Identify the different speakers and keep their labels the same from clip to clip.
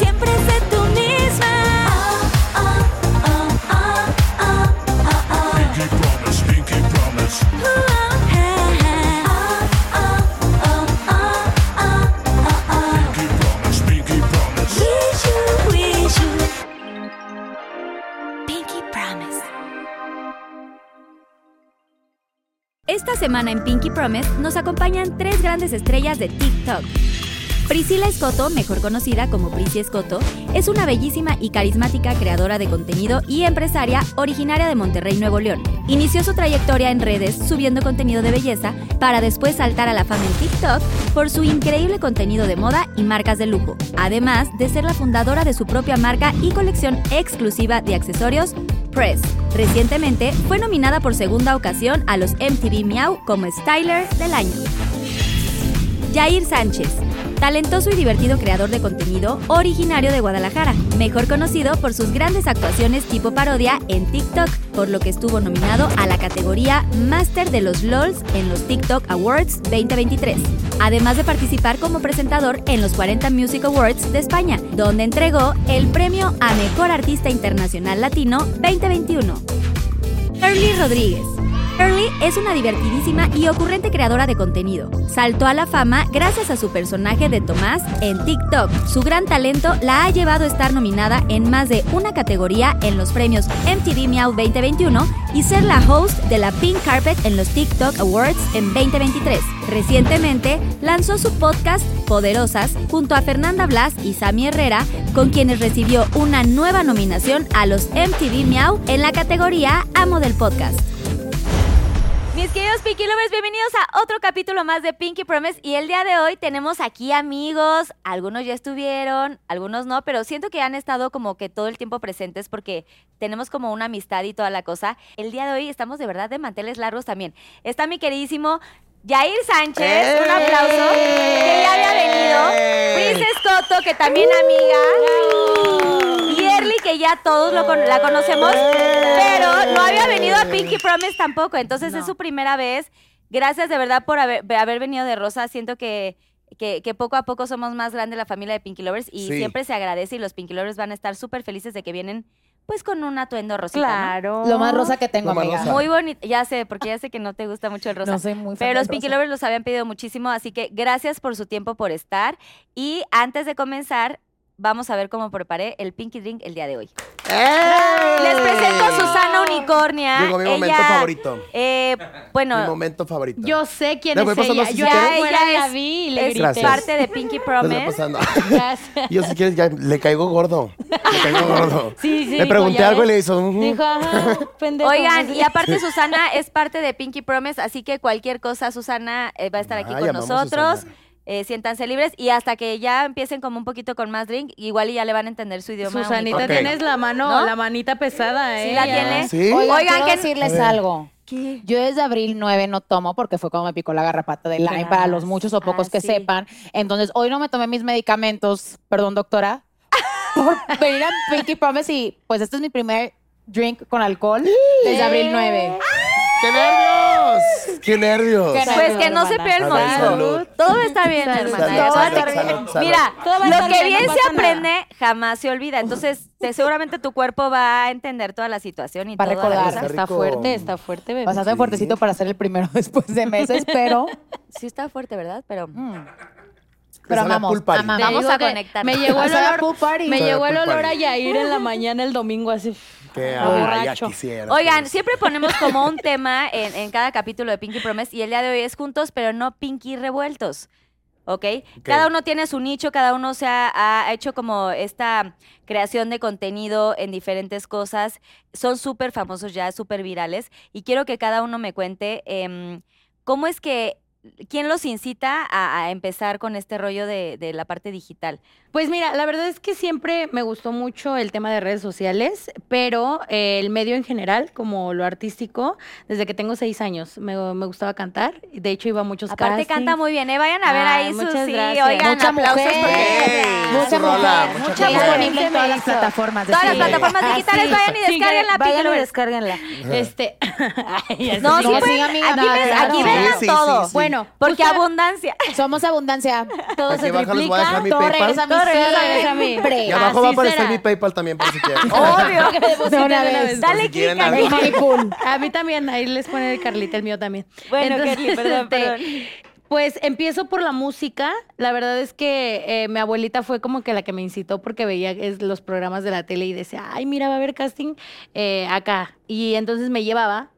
Speaker 1: siempre sé tú misma. Oh, oh, oh, oh, oh, oh, oh.
Speaker 2: Pinky promise, Pinky promise.
Speaker 1: Uh, oh, ah, ah. Oh, oh, oh, oh, oh, oh.
Speaker 2: Pinky promise, Pinky promise.
Speaker 1: Wish you, wish you. Pinky Promise.
Speaker 3: Esta semana en Pinky Promise nos acompañan tres grandes estrellas de TikTok. Priscila Escoto, mejor conocida como Prissy Escoto, es una bellísima y carismática creadora de contenido y empresaria originaria de Monterrey, Nuevo León. Inició su trayectoria en redes subiendo contenido de belleza para después saltar a la fama en TikTok por su increíble contenido de moda y marcas de lujo, además de ser la fundadora de su propia marca y colección exclusiva de accesorios Press. Recientemente fue nominada por segunda ocasión a los MTV Meow como Styler del año. Jair Sánchez, talentoso y divertido creador de contenido originario de Guadalajara, mejor conocido por sus grandes actuaciones tipo parodia en TikTok, por lo que estuvo nominado a la categoría Master de los LOLs en los TikTok Awards 2023, además de participar como presentador en los 40 Music Awards de España, donde entregó el premio a Mejor Artista Internacional Latino 2021. Early Rodríguez. Early es una divertidísima y ocurrente creadora de contenido. Saltó a la fama gracias a su personaje de Tomás en TikTok. Su gran talento la ha llevado a estar nominada en más de una categoría en los premios MTV Meow 2021 y ser la host de la Pink Carpet en los TikTok Awards en 2023. Recientemente lanzó su podcast Poderosas junto a Fernanda Blas y Sami Herrera, con quienes recibió una nueva nominación a los MTV Meow en la categoría Amo del Podcast. Mis queridos Pinky Lovers, bienvenidos a otro capítulo más de Pinky Promise. Y el día de hoy tenemos aquí amigos. Algunos ya estuvieron, algunos no, pero siento que han estado como que todo el tiempo presentes porque tenemos como una amistad y toda la cosa. El día de hoy estamos de verdad de manteles largos también. Está mi queridísimo Jair Sánchez, un aplauso, que ya había venido. Princess Coto, que también amiga. Y Erly, que ya todos lo con- la conocemos, pero no había venido a Pinky Promise tampoco, entonces es su primera vez. Gracias de verdad por haber, haber venido de Rosa. Siento que, que, que poco a poco somos más grande la familia de Pinky Lovers y
Speaker 4: Sí.
Speaker 3: siempre se agradece y los Pinky Lovers van a estar súper felices de que vienen pues con un atuendo rosita. ¿no?
Speaker 5: Claro.
Speaker 6: Lo más rosa que tengo,
Speaker 4: Lo más
Speaker 6: amiga.
Speaker 4: rosa.
Speaker 3: Muy bonito, ya sé, porque ya sé que no te gusta mucho el rosa.
Speaker 6: No soy muy fan
Speaker 3: Pero
Speaker 6: del
Speaker 3: los Pinky
Speaker 6: rosa.
Speaker 3: Lovers los habían pedido muchísimo, así que gracias por su tiempo, por estar. Y antes de comenzar, vamos a ver cómo preparé el Pinky Drink el día de hoy. Les presento a Susana Unicornia.
Speaker 4: Llegó mi momento
Speaker 3: Ella,
Speaker 4: favorito.
Speaker 3: eh,
Speaker 4: Mi
Speaker 3: bueno,
Speaker 4: momento favorito.
Speaker 5: Yo sé quién
Speaker 4: Le
Speaker 5: es
Speaker 4: voy pasando
Speaker 5: ella.
Speaker 4: si
Speaker 5: Yo
Speaker 4: quieres.
Speaker 5: allá afuera
Speaker 3: Ya
Speaker 5: la
Speaker 3: es-
Speaker 5: vi y le
Speaker 3: es
Speaker 5: grité.
Speaker 4: Gracias.
Speaker 3: parte de Pinky
Speaker 4: Te la
Speaker 3: Promise.
Speaker 4: estoy pasando.
Speaker 5: Gracias.
Speaker 4: Yo si quieres ya le caigo gordo. Le caigo gordo.
Speaker 5: Sí, sí,
Speaker 4: le
Speaker 5: dijo,
Speaker 4: pregunté
Speaker 5: ya
Speaker 4: algo y
Speaker 5: ves.
Speaker 4: le "Mm". hizo. "Ujú".
Speaker 5: Dijo, ajá, pendejo.
Speaker 3: Oigan,
Speaker 5: no sé.
Speaker 3: y aparte Susana es parte de Pinky Promise, así que cualquier cosa Susana eh, va a estar aquí
Speaker 4: Ay,
Speaker 3: con
Speaker 4: amamos Ah, a
Speaker 3: nosotros.
Speaker 4: Susana.
Speaker 3: Eh, siéntanse libres y hasta que ya empiecen como un poquito con más drink, igual y ya le van a entender su idioma.
Speaker 5: Susanita,
Speaker 4: Ok.
Speaker 3: unicornio.
Speaker 5: tienes la mano,
Speaker 3: ¿No?
Speaker 5: la manita pesada, ¿eh?
Speaker 3: Sí la
Speaker 5: Ya.
Speaker 3: tiene.
Speaker 4: ¿Sí?
Speaker 6: Oigan,
Speaker 3: Oigan,
Speaker 6: quiero
Speaker 3: que-
Speaker 6: decirles
Speaker 4: A ver.
Speaker 6: algo. Yo desde abril 9 no tomo porque fue cuando me picó la garrapata de Lyme, para los muchos o pocos
Speaker 3: Ah,
Speaker 6: que
Speaker 3: sí.
Speaker 6: sepan. Entonces, hoy no me tomé mis medicamentos, perdón, doctora, por venir a Pinky Promise y pues este es mi primer drink con alcohol desde abril 9.
Speaker 4: ¡Qué nervios! ¡Qué nervios!
Speaker 6: Qué nervios.
Speaker 3: Pues que no se pierda el
Speaker 4: Salud,
Speaker 3: motivo.
Speaker 4: salud.
Speaker 3: Todo está bien,
Speaker 5: Salud,
Speaker 3: hermana. ¿eh?
Speaker 4: salud,
Speaker 3: todo va a
Speaker 4: salud,
Speaker 3: estar bien.
Speaker 4: salud, salud.
Speaker 3: Mira,
Speaker 5: Todo va a
Speaker 3: lo que
Speaker 5: estar bien,
Speaker 3: bien
Speaker 5: no
Speaker 3: se
Speaker 5: pasa nada.
Speaker 3: aprende jamás se olvida. Entonces, te- seguramente tu cuerpo va a entender toda la situación y
Speaker 6: Va a
Speaker 3: toda la
Speaker 6: recordar.
Speaker 3: cosa.
Speaker 4: Está
Speaker 5: Está
Speaker 4: rico.
Speaker 5: fuerte, está fuerte, bebé.
Speaker 6: Bastante
Speaker 4: Sí.
Speaker 6: fuertecito para hacer el primero después de meses, pero,
Speaker 3: Sí está fuerte, ¿verdad? Pero
Speaker 6: mm,
Speaker 4: Me
Speaker 6: pero
Speaker 4: sabe a
Speaker 6: amamos,
Speaker 4: pool party.
Speaker 6: amamos.
Speaker 5: Te
Speaker 3: Vamos
Speaker 5: digo
Speaker 3: a
Speaker 5: que
Speaker 3: conectarnos.
Speaker 5: Me llegó el
Speaker 6: Sabe a pool
Speaker 5: olor,
Speaker 6: party.
Speaker 5: me
Speaker 4: Sabe a
Speaker 5: llegó el
Speaker 4: pool
Speaker 5: olor a
Speaker 4: party.
Speaker 5: Yair en la mañana el domingo, así.
Speaker 4: ¡Qué
Speaker 5: Lo
Speaker 4: ay, ya
Speaker 5: borracho.
Speaker 4: quisiera.
Speaker 3: Oigan,
Speaker 4: pues.
Speaker 3: siempre ponemos como un tema en, en cada capítulo de Pinky Promise y el día de hoy es juntos, pero no Pinky revueltos. ¿Ok? Cada uno tiene su nicho, cada uno se ha, ha hecho como esta creación de contenido en diferentes cosas. Son súper famosos ya, súper virales. Y quiero que cada uno me cuente em, cómo es que
Speaker 7: ¿Quién los incita a, a empezar con este rollo de, de la parte digital?
Speaker 5: Pues mira, la verdad es que siempre me gustó mucho el tema de redes sociales, pero eh, el medio en general, como lo artístico, desde que tengo seis años me, me gustaba cantar. De hecho, iba a muchos
Speaker 7: Aparte
Speaker 5: castings.
Speaker 7: canta muy bien, ¿eh? Vayan a ver
Speaker 5: Pues Ay,
Speaker 7: ahí sus...
Speaker 5: muchas
Speaker 7: Sí,
Speaker 5: gracias.
Speaker 7: oigan,
Speaker 6: Mucha
Speaker 7: aplausos.
Speaker 6: mujer.
Speaker 7: porque-
Speaker 4: Ey,
Speaker 6: Mucha
Speaker 4: rola,
Speaker 6: mujer.
Speaker 4: mucha
Speaker 6: Está
Speaker 4: mujer.
Speaker 6: disponible en
Speaker 5: Se me
Speaker 6: todas las
Speaker 5: hizo.
Speaker 6: plataformas. de
Speaker 7: Todas las
Speaker 6: streaming.
Speaker 7: plataformas digitales, vayan y descarguenla,
Speaker 5: Vayan y
Speaker 7: píquenle.
Speaker 5: descárguenla. Este. Ay, ya
Speaker 7: No,
Speaker 5: sé.
Speaker 7: sí,
Speaker 6: No, sí,
Speaker 7: pueden-
Speaker 6: amiga,
Speaker 7: aquí,
Speaker 6: no,
Speaker 7: ves-
Speaker 6: claro.
Speaker 7: aquí
Speaker 6: Sí,
Speaker 7: vengan
Speaker 4: sí,
Speaker 7: todo.
Speaker 4: sí, sí.
Speaker 5: Bueno,
Speaker 7: Porque
Speaker 5: justo-
Speaker 7: abundancia.
Speaker 6: Somos abundancia.
Speaker 5: todo
Speaker 4: Aquí
Speaker 5: se
Speaker 4: abajo les voy a dejar
Speaker 5: triplica.
Speaker 4: mi
Speaker 6: Todo regresa a
Speaker 4: PayPal.
Speaker 6: Ah, mi
Speaker 5: Todo
Speaker 6: ser.
Speaker 5: regresa a mí.
Speaker 4: Y abajo va a
Speaker 5: Así
Speaker 4: aparecer
Speaker 5: será. Oh,
Speaker 4: mi PayPal también, por si quieren.
Speaker 7: Obvio.
Speaker 6: De una
Speaker 5: de una
Speaker 6: vez.
Speaker 5: vez.
Speaker 4: Por si
Speaker 7: Dale clic
Speaker 4: quieren
Speaker 7: aquí.
Speaker 4: algo.
Speaker 5: A mí también, ahí les pone el Carlita, el mío también.
Speaker 7: Bueno, Kerly, perdón,
Speaker 5: este,
Speaker 7: perdón.
Speaker 5: Pues empiezo por la música. La verdad es que eh, mi abuelita fue como que la que me incitó porque veía es, los programas de la tele y decía, ay, mira, va a haber casting eh, acá. Y entonces me llevaba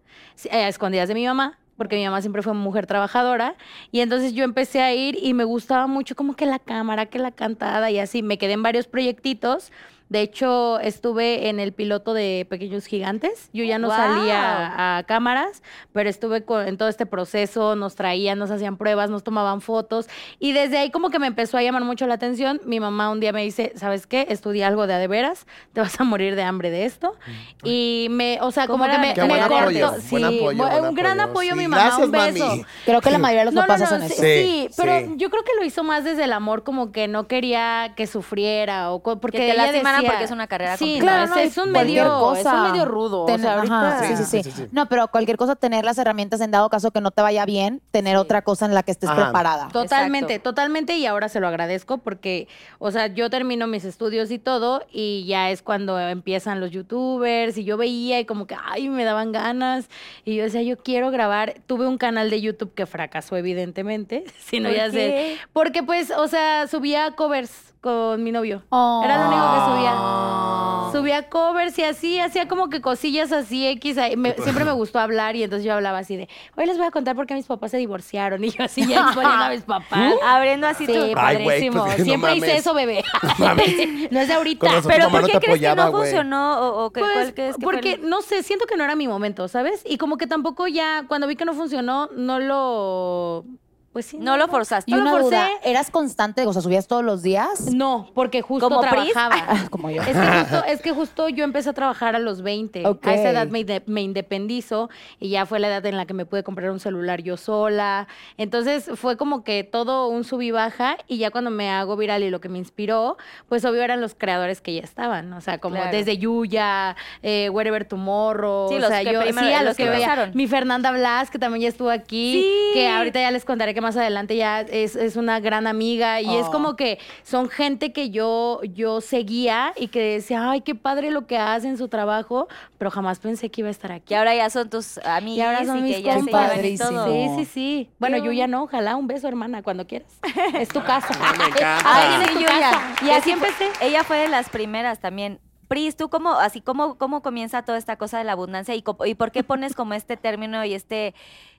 Speaker 5: eh, a escondidas de mi mamá porque mi mamá siempre fue mujer trabajadora y entonces yo empecé a ir y me gustaba mucho como que la cámara, que la cantada y así. Me quedé en varios proyectitos. De hecho, estuve en el piloto de Pequeños Gigantes. Yo ya no
Speaker 7: Guau.
Speaker 5: salía a cámaras, pero estuve co- en todo este proceso. Nos traían, nos hacían pruebas, nos tomaban fotos. Y desde ahí como que me empezó a llamar mucho la atención. Mi mamá un día me dice, ¿sabes qué? Estudia algo de a de veras. Te vas a morir de hambre de esto. Y me, o sea,
Speaker 7: ¿Cómo
Speaker 5: como que
Speaker 7: era
Speaker 5: me,
Speaker 7: la
Speaker 4: Qué
Speaker 5: me
Speaker 4: buen
Speaker 7: carrera?
Speaker 5: cortó.
Speaker 4: apoyo,
Speaker 5: Sí,
Speaker 4: buen apoyo,
Speaker 5: bu-
Speaker 4: buen
Speaker 5: un gran apoyo
Speaker 4: apoyo.
Speaker 5: mi
Speaker 4: Sí,
Speaker 5: mamá. un
Speaker 4: gracias,
Speaker 5: beso.
Speaker 4: mami.
Speaker 6: Creo que la mayoría de los
Speaker 5: No, no,
Speaker 6: papás
Speaker 5: no,
Speaker 6: hacen
Speaker 5: sí,
Speaker 6: eso.
Speaker 4: Sí,
Speaker 5: sí, pero
Speaker 4: sí.
Speaker 5: yo creo que lo hizo más desde el amor, como que no quería que sufriera o co- porque
Speaker 7: Que te
Speaker 5: ella
Speaker 7: lastimaran
Speaker 5: decía-
Speaker 7: porque es una carrera
Speaker 5: Sí,
Speaker 7: complicada.
Speaker 5: no,
Speaker 6: Claro,
Speaker 5: es,
Speaker 6: no,
Speaker 5: es un
Speaker 6: cualquier
Speaker 5: medio, es un
Speaker 6: cosa.
Speaker 5: medio rudo, o
Speaker 6: Tener-
Speaker 5: sea, ahorita-
Speaker 6: ajá, sí, sí, sí,
Speaker 4: Sí, sí, sí.
Speaker 6: No, pero cualquier cosa, tener las herramientas en dado caso que no te vaya bien, tener otra cosa en la que estés
Speaker 4: Ajá.
Speaker 6: preparada.
Speaker 5: Totalmente, totalmente, y ahora se lo agradezco porque, o sea, yo termino mis estudios y todo, y ya es cuando empiezan los youtubers, y yo veía y como que, ay, me daban ganas, y yo decía, yo quiero grabar. Tuve un canal de YouTube que fracasó, evidentemente, si no
Speaker 7: ¿Por
Speaker 5: ya sé.
Speaker 7: qué?
Speaker 5: Porque, pues, o sea, subía covers con mi novio.
Speaker 6: Oh.
Speaker 5: Era lo único que
Speaker 7: Ah.
Speaker 5: subía. Subía covers y así, hacía como que cosillas así, X. ahí. Me- siempre me gustó hablar y entonces yo hablaba así de, hoy les voy a contar por qué mis papás se divorciaron. Y yo así ya exponiendo a mis papás.
Speaker 7: Abriendo así
Speaker 5: Sí,
Speaker 7: tu...
Speaker 4: Ay, güey,
Speaker 5: padrísimo.
Speaker 4: pues, no
Speaker 5: Siempre hice
Speaker 4: mames.
Speaker 5: eso, bebé. no es de ahorita.
Speaker 4: Con razón
Speaker 7: Pero
Speaker 4: tu mamá
Speaker 7: ¿por
Speaker 4: no
Speaker 7: qué
Speaker 4: te
Speaker 7: crees
Speaker 4: apoyaba,
Speaker 7: que no
Speaker 4: güey.
Speaker 7: funcionó? ¿O, o qué-
Speaker 5: Pues,
Speaker 7: cuál crees que fue el-
Speaker 5: porque, no sé, siento que no era mi momento, ¿sabes? Y como que tampoco ya, cuando vi que no funcionó, no lo... Pues sí.
Speaker 7: No lo forzaste.
Speaker 6: Y
Speaker 5: No lo
Speaker 6: una
Speaker 5: forcé.
Speaker 6: duda, ¿eras constante? O sea, ¿subías todos los días?
Speaker 5: No, porque justo
Speaker 7: ¿Como Pris?
Speaker 5: trabajaba.
Speaker 6: Ah, Como yo.
Speaker 5: Es que, justo, es que justo yo empecé a trabajar a los 20.
Speaker 6: Ok.
Speaker 5: A esa edad me, inde- me independizo y ya fue la edad en la que me pude comprar un celular yo sola. Entonces fue como que todo un sub y baja y ya cuando me hago viral y lo que me inspiró, pues obvio eran los creadores que ya estaban. O sea, como
Speaker 7: Claro.
Speaker 5: desde Yuya, eh, Wherever Tomorrow.
Speaker 7: Sí,
Speaker 5: o
Speaker 7: los
Speaker 5: sea,
Speaker 7: que
Speaker 5: yo
Speaker 7: primero-
Speaker 5: sí, a
Speaker 7: los
Speaker 5: los que
Speaker 7: que
Speaker 5: veía.
Speaker 7: empezaron.
Speaker 5: Mi Fernanda Blas, que también ya estuvo aquí,
Speaker 7: Sí.
Speaker 5: que ahorita ya les contaré que más adelante ya es, es una gran amiga y es
Speaker 6: Oh.
Speaker 5: como como que son gente que yo, yo seguía y que decía, ay, qué padre lo que hacen, su trabajo, pero jamás pensé que iba a estar aquí.
Speaker 7: Que ahora ya son tus amigos
Speaker 5: Y ahora son
Speaker 7: y
Speaker 5: mis
Speaker 7: que ya se
Speaker 5: compas.
Speaker 7: llevan y todo.
Speaker 5: Sí, sí, sí. Bueno,
Speaker 7: Qué
Speaker 5: yo ya no, ojalá un beso, hermana, cuando quieras. Es tu casa.
Speaker 4: Me encanta.
Speaker 7: Ay,
Speaker 5: Ahí
Speaker 7: sí,
Speaker 5: viene tu
Speaker 7: Yuya.
Speaker 5: casa.
Speaker 7: Y
Speaker 5: Que
Speaker 7: así
Speaker 5: siempre
Speaker 7: fue- Ella fue de las primeras también. Pris, tú cómo, así cómo, cómo comienza toda esta cosa de la abundancia y, cómo- y por qué pones como este término y este,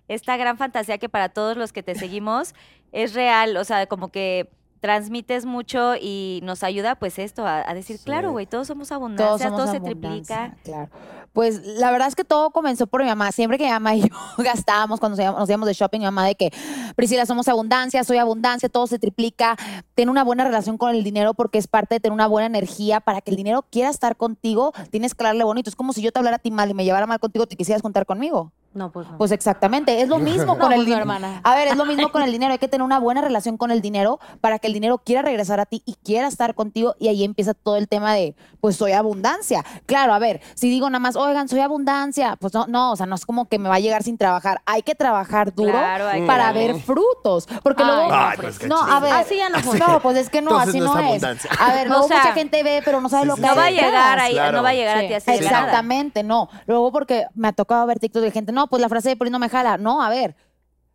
Speaker 7: esta gran fantasía que para todos los que te seguimos es real, o sea, como que transmites mucho y nos ayuda pues esto a, a decir,
Speaker 4: Sí.
Speaker 7: claro, güey, todos somos abundancia,
Speaker 6: Todos somos
Speaker 7: todo
Speaker 6: abundancia,
Speaker 7: se triplica.
Speaker 6: Claro. Pues la verdad es que todo comenzó por mi mamá. Siempre que mi mamá y yo gastábamos cuando nos íbamos- nos íbamos de shopping, mi mamá de que, Priscila, somos abundancia, soy abundancia, todo se triplica. Ten una buena relación con el dinero porque es parte de tener una buena energía. Para que el dinero quiera estar contigo, tienes que hablarle bonito. Es como si yo te hablara a ti mal y me llevara mal contigo, te quisieras contar conmigo.
Speaker 5: No, pues no.
Speaker 6: Pues exactamente, es lo mismo con
Speaker 5: pues
Speaker 6: el
Speaker 5: no,
Speaker 6: dinero.
Speaker 5: hermana.
Speaker 6: A ver, es lo mismo con el dinero. Hay que tener una buena relación con el dinero para que el dinero quiera regresar a ti y quiera estar contigo. Y ahí empieza todo el tema de, pues soy abundancia. Claro, a ver, si digo nada más, oigan, soy abundancia, pues no, no, o sea, no es como que me va a llegar sin trabajar. Hay que trabajar duro
Speaker 7: Claro, hay que
Speaker 6: para
Speaker 7: darle.
Speaker 6: ver frutos. Porque luego.
Speaker 4: Ay, pues, qué
Speaker 6: no, a
Speaker 4: chido.
Speaker 6: ver.
Speaker 5: Así ya no funciona.
Speaker 6: No, pues es que no,
Speaker 4: Entonces
Speaker 6: así
Speaker 4: no es
Speaker 6: no, es.
Speaker 4: abundancia.
Speaker 6: A ver,
Speaker 7: O
Speaker 6: luego
Speaker 7: sea,
Speaker 6: mucha gente ve, pero no sabe
Speaker 4: sí,
Speaker 6: lo
Speaker 4: sí,
Speaker 6: que
Speaker 7: No
Speaker 4: sí.
Speaker 7: va a
Speaker 6: hay detrás.
Speaker 7: llegar ahí, no
Speaker 4: Claro.
Speaker 7: va a llegar a
Speaker 5: Sí.
Speaker 7: ti así de la nada.
Speaker 6: Exactamente, no. Luego porque me ha tocado ver TikTok de gente, no, pues la frase de Poli no me jala. No, a ver,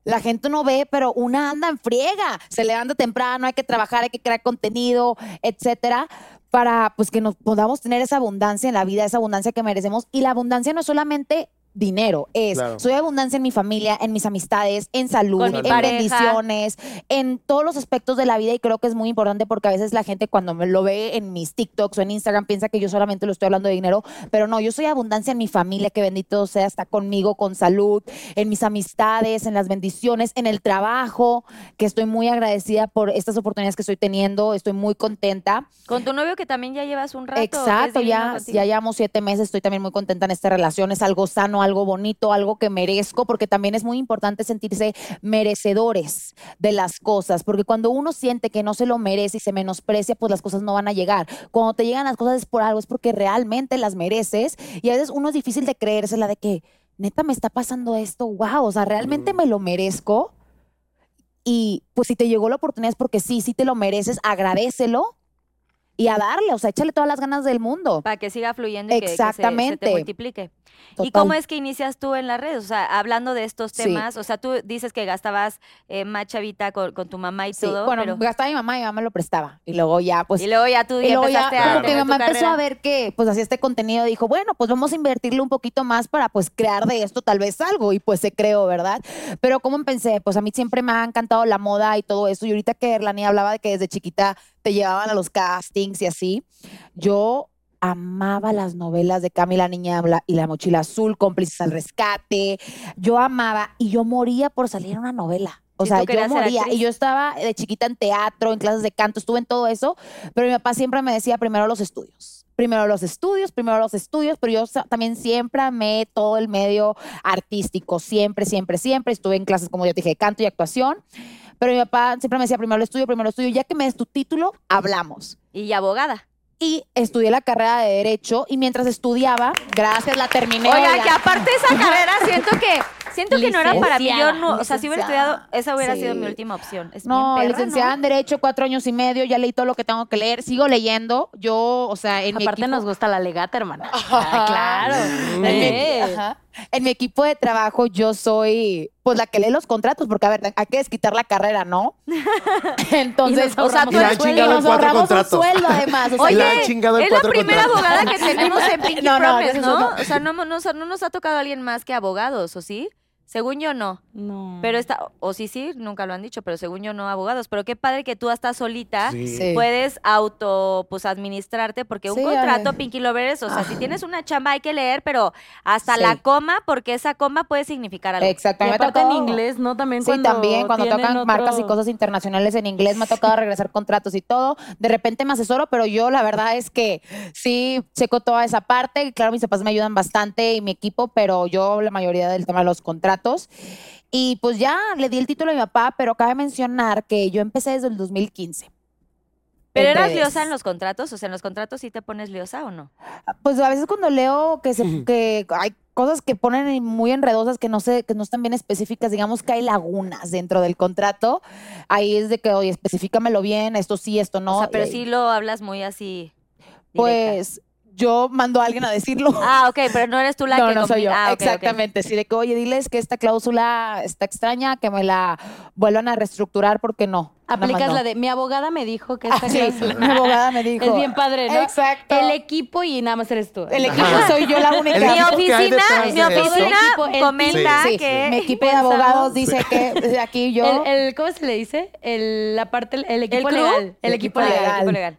Speaker 6: la gente no ve, pero una anda en friega. Se levanta temprano, hay que trabajar, hay que crear contenido, etcétera, para pues que nos podamos tener esa abundancia en la vida, esa abundancia que merecemos. Y la abundancia no es solamente dinero, es
Speaker 4: Claro.
Speaker 6: soy abundancia en mi familia, en mis amistades, en salud,
Speaker 7: Con mi
Speaker 6: en
Speaker 7: pareja.
Speaker 6: bendiciones, en todos los aspectos de la vida y creo que es muy importante porque a veces la gente cuando me lo ve en mis TikToks o en Instagram piensa que yo solamente lo estoy hablando de dinero, pero no, yo soy abundancia en mi familia, que bendito sea, está conmigo, con salud, en mis amistades, en las bendiciones, en el trabajo, que estoy muy agradecida por estas oportunidades que estoy teniendo, estoy muy contenta.
Speaker 7: Con tu novio que también ya llevas un rato. que es
Speaker 6: Exacto,
Speaker 7: divino
Speaker 6: ya,
Speaker 7: contigo.
Speaker 6: ya llevamos siete meses, estoy también muy contenta en esta relación, es algo sano, algo bonito, algo que merezco, porque también es muy importante sentirse merecedores de las cosas, porque cuando uno siente que no se lo merece y se menosprecia, pues las cosas no van a llegar. Cuando te llegan las cosas es por algo, es porque realmente las mereces y a veces uno es difícil de creérsela de que, neta, me está pasando esto, wow, o sea, realmente me lo merezco. Y pues si te llegó la oportunidad es porque sí, sí te lo mereces, agradecelo y a darle, o sea, échale todas las ganas del mundo.
Speaker 7: Para que siga fluyendo y que- que, se- se,
Speaker 6: Exactamente.
Speaker 7: te multiplique. ¿Y
Speaker 6: Total.
Speaker 7: cómo es que inicias tú en las redes? O sea, hablando de estos
Speaker 6: Sí.
Speaker 7: temas, o sea, tú dices que gastabas eh, más chavita con, con tu mamá y
Speaker 6: Sí,
Speaker 7: todo,
Speaker 6: bueno,
Speaker 7: pero...
Speaker 6: gastaba mi mamá y mi mamá me lo prestaba. Y luego ya, pues.
Speaker 7: y luego ya tú
Speaker 6: y
Speaker 7: ya
Speaker 6: luego ya,
Speaker 7: empezaste a
Speaker 6: como que mi
Speaker 7: tener tu
Speaker 6: mamá empezó a
Speaker 7: carrera.
Speaker 6: ver que pues hacía este contenido, dijo, bueno, pues vamos a invertirle un poquito más para pues crear de esto tal vez algo y pues se creó, ¿verdad? Pero como empecé, pues a mí siempre me ha encantado la moda y todo eso y ahorita que Erlani hablaba de que desde chiquita te llevaban a los castings y así, yo amaba las novelas de Camila Niña Habla y La Mochila Azul, Cómplices al Rescate. Yo amaba y yo moría por salir a una novela. O
Speaker 7: Sí,
Speaker 6: sea,
Speaker 7: tú
Speaker 6: yo
Speaker 7: querías ser
Speaker 6: moría y
Speaker 7: actriz.
Speaker 6: yo estaba de chiquita en teatro, en clases de canto, estuve en todo eso, pero mi papá siempre me decía primero los estudios. Primero los estudios, primero los estudios, pero yo sa- también siempre amé todo el medio artístico, siempre, siempre, siempre. Estuve en clases, como yo te dije, de canto y actuación, pero mi papá siempre me decía primero el estudio, primero el estudio, ya que me des tu título, hablamos
Speaker 7: Y abogada.
Speaker 6: y estudié la carrera de Derecho y mientras estudiaba, gracias, la terminé.
Speaker 7: Oiga,
Speaker 6: oigan.
Speaker 7: que aparte esa carrera siento que... Siento que no era para mí, yo
Speaker 6: Licenciada,
Speaker 7: no, o sea, si hubiera
Speaker 6: licenciada.
Speaker 7: estudiado, esa hubiera sido mi
Speaker 6: Sí.
Speaker 7: última opción. Es
Speaker 6: No,
Speaker 7: bien perra,
Speaker 6: licenciada
Speaker 7: ¿no?
Speaker 6: en Derecho, cuatro años y medio, ya leí todo lo que tengo que leer, sigo leyendo, yo, o sea, en mi
Speaker 5: Aparte
Speaker 6: equipo...
Speaker 5: nos gusta la legata, hermana. Ah, claro.
Speaker 6: En
Speaker 5: Eh.
Speaker 6: mi, ajá. En mi equipo de trabajo yo soy pues la que lee los contratos, porque a ver, hay que desquitar la carrera, ¿no? Entonces,
Speaker 5: Y nos ahorramos
Speaker 6: tú
Speaker 5: un
Speaker 6: eres-
Speaker 4: sueldo. Y nos
Speaker 6: nos ahorramos un
Speaker 4: ahorramos un
Speaker 6: sueldo además. o sea,
Speaker 4: Oye,
Speaker 6: yo-
Speaker 4: la han chingado en
Speaker 7: es la
Speaker 4: cuatro
Speaker 7: primera
Speaker 4: contratos.
Speaker 7: abogada que tenemos en Pinky
Speaker 6: No, no,
Speaker 7: Promise,
Speaker 6: gracias,
Speaker 7: ¿no?
Speaker 6: no.
Speaker 7: O sea, no, no, nos ha- no nos ha tocado alguien más que abogados, ¿o sí? Según yo no.
Speaker 6: Mm.
Speaker 5: No.
Speaker 7: Pero está, o sí, sí, nunca lo han dicho, pero según yo no abogados. Pero qué padre que tú estás solita.
Speaker 4: Sí.
Speaker 6: Sí.
Speaker 7: Puedes auto, pues, administrarte, porque un
Speaker 6: Sí,
Speaker 7: contrato,
Speaker 6: Ale. Ah.
Speaker 7: Pinky Lovers, o sea, si tienes una chamba hay que leer, pero hasta
Speaker 6: Sí.
Speaker 7: la coma, porque esa coma puede significar algo.
Speaker 5: Y
Speaker 6: Exactamente.
Speaker 5: aparte en
Speaker 6: todo.
Speaker 5: inglés, ¿no? También
Speaker 6: Sí,
Speaker 5: cuando
Speaker 6: también cuando
Speaker 5: tienen
Speaker 6: tocan marcas y
Speaker 5: otro-
Speaker 6: cosas internacionales en inglés me ha tocado regresar contratos y todo. De repente me asesoro, pero yo la verdad es que sí checo toda esa parte. Claro, mis papás me ayudan bastante y mi equipo, pero yo la mayoría del tema de los contratos. Y pues ya le di el título a mi papá, pero cabe mencionar que yo empecé desde el 2015.
Speaker 7: Pero eras
Speaker 6: Entonces,
Speaker 7: liosa en los contratos, o sea, en los contratos sí te pones liosa o no.
Speaker 6: Pues a veces cuando leo que, se, que hay cosas que ponen en- muy enredosas que no sé, que no están bien específicas, digamos que hay lagunas dentro del contrato, ahí es de que, oye, específicamelo bien, esto sí, esto no.
Speaker 7: o sea, pero
Speaker 6: y-
Speaker 7: sí lo hablas muy así. directa.
Speaker 6: Pues yo mando a alguien a decirlo.
Speaker 7: Ah, ok, pero no eres tú la
Speaker 6: no,
Speaker 7: que
Speaker 6: no soy
Speaker 7: compli-
Speaker 6: yo.
Speaker 7: Ah, ok, ok.
Speaker 6: Exactamente. Sí, de que, oye, diles que esta cláusula está extraña, que me la vuelvan a reestructurar porque no. nada más
Speaker 5: Aplicas
Speaker 6: no. Ah,
Speaker 5: la de, mi abogada me dijo que esta
Speaker 6: Sí,
Speaker 5: cláusula-
Speaker 6: mi abogada me dijo.
Speaker 5: Es bien padre, ¿no?
Speaker 6: Exacto.
Speaker 5: El equipo y nada más eres tú.
Speaker 6: El equipo
Speaker 4: Ajá.
Speaker 6: soy yo la única.
Speaker 4: El
Speaker 7: Mi
Speaker 4: equipo que hay
Speaker 7: oficina,
Speaker 4: detrás
Speaker 7: mi
Speaker 4: de eso.
Speaker 7: oficina
Speaker 5: Todo el equipo, el
Speaker 7: comenta
Speaker 6: Sí,
Speaker 7: que
Speaker 6: mi equipo
Speaker 5: pensamos-
Speaker 6: de abogados dice que de aquí yo.
Speaker 5: El- el- ¿Cómo se le dice? El, la parte, el equipo
Speaker 7: club?
Speaker 5: legal. El,
Speaker 6: El
Speaker 5: equipo
Speaker 6: equipo
Speaker 5: legal.
Speaker 6: legal.
Speaker 7: equipo legal.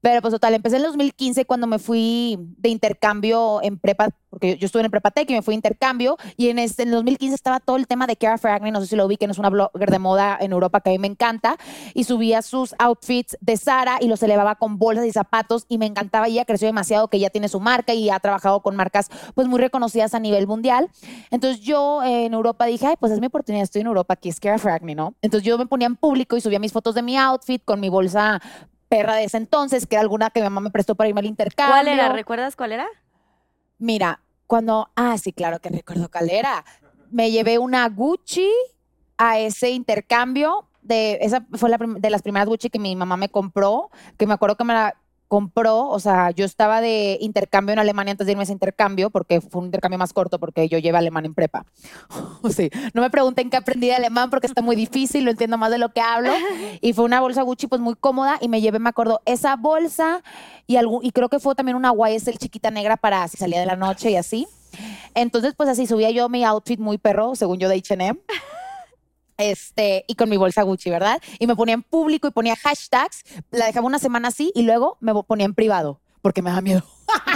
Speaker 6: Pero pues total, empecé en el 2015 cuando me fui de intercambio en prepa, porque yo, yo estuve en prepa tech y me fui de intercambio. Y en, este, en el 2015 estaba todo el tema de Kiara Fragney, no sé si lo ubiquen, es una blogger de moda en Europa que a mí me encanta. Y subía sus outfits de Sara y los elevaba con bolsas y zapatos y me encantaba. Y ella creció demasiado, que ya tiene su marca y ha trabajado con marcas pues muy reconocidas a nivel mundial. Entonces yo eh, en Europa dije, ay, pues es mi oportunidad, estoy en Europa, aquí es Kiara Fragney, ¿no? Entonces yo me ponía en público y subía mis fotos de mi outfit con mi bolsa perra de ese entonces, que era alguna que mi mamá me prestó para irme al intercambio.
Speaker 7: ¿Cuál era? ¿Recuerdas cuál era?
Speaker 6: Mira, cuando, ah, sí, claro que recuerdo cuál era. Me llevé una Gucci a ese intercambio. De, esa fue la prim- de las primeras Gucci que mi mamá me compró, que me acuerdo que me la compró, o sea, yo estaba de intercambio en Alemania antes de irme a ese intercambio, porque fue un intercambio más corto, porque yo llevé alemán en prepa. sí, no me pregunten qué aprendí de alemán, porque está muy difícil, lo entiendo más de lo que hablo. Y fue una bolsa Gucci, pues muy cómoda, y me llevé, me acuerdo, esa bolsa, y, algú- y creo que fue también una YSL chiquita negra para si salía de la noche y así. Entonces, pues así subía yo mi outfit muy perro, según yo de H&M. Este, y con mi bolsa Gucci, ¿verdad? Y me ponía en público y ponía hashtags, la dejaba una semana así y luego me bo- ponía en privado, porque me daba miedo.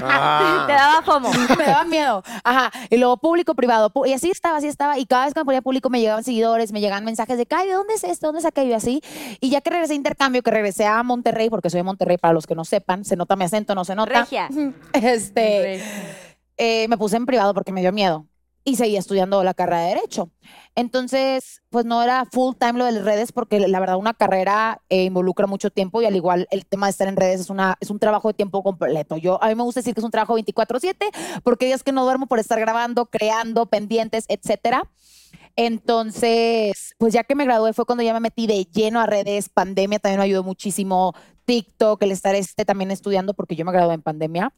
Speaker 4: Ah.
Speaker 7: Te daba fomo.
Speaker 6: me daba miedo. Ajá. Y luego público, privado. pu- Y así estaba, así estaba. Y cada vez que me ponía público me llegaban seguidores, me llegaban mensajes de, ay, ¿de dónde es esto? ¿Dónde es aquello? Y así. Y ya que regresé a intercambio, que regresé a Monterrey, porque soy de Monterrey, para los que no sepan, se nota mi acento, no se nota.
Speaker 7: Regia.
Speaker 6: Este, eh, me puse en privado porque me dio miedo. Y seguía estudiando la carrera de Derecho. Entonces, pues no era full time lo de las redes porque la verdad una carrera eh, involucra mucho tiempo y al igual el tema de estar en redes es, una, es un trabajo de tiempo completo. Yo, a mí me gusta decir que es un trabajo 24/7 porque hay días que no duermo por estar grabando, creando, pendientes, etcétera. Entonces, pues ya que me gradué fue cuando ya me metí de lleno a redes. Pandemia también me ayudó muchísimo. TikTok, el estar este, también estudiando porque yo me gradué en pandemia.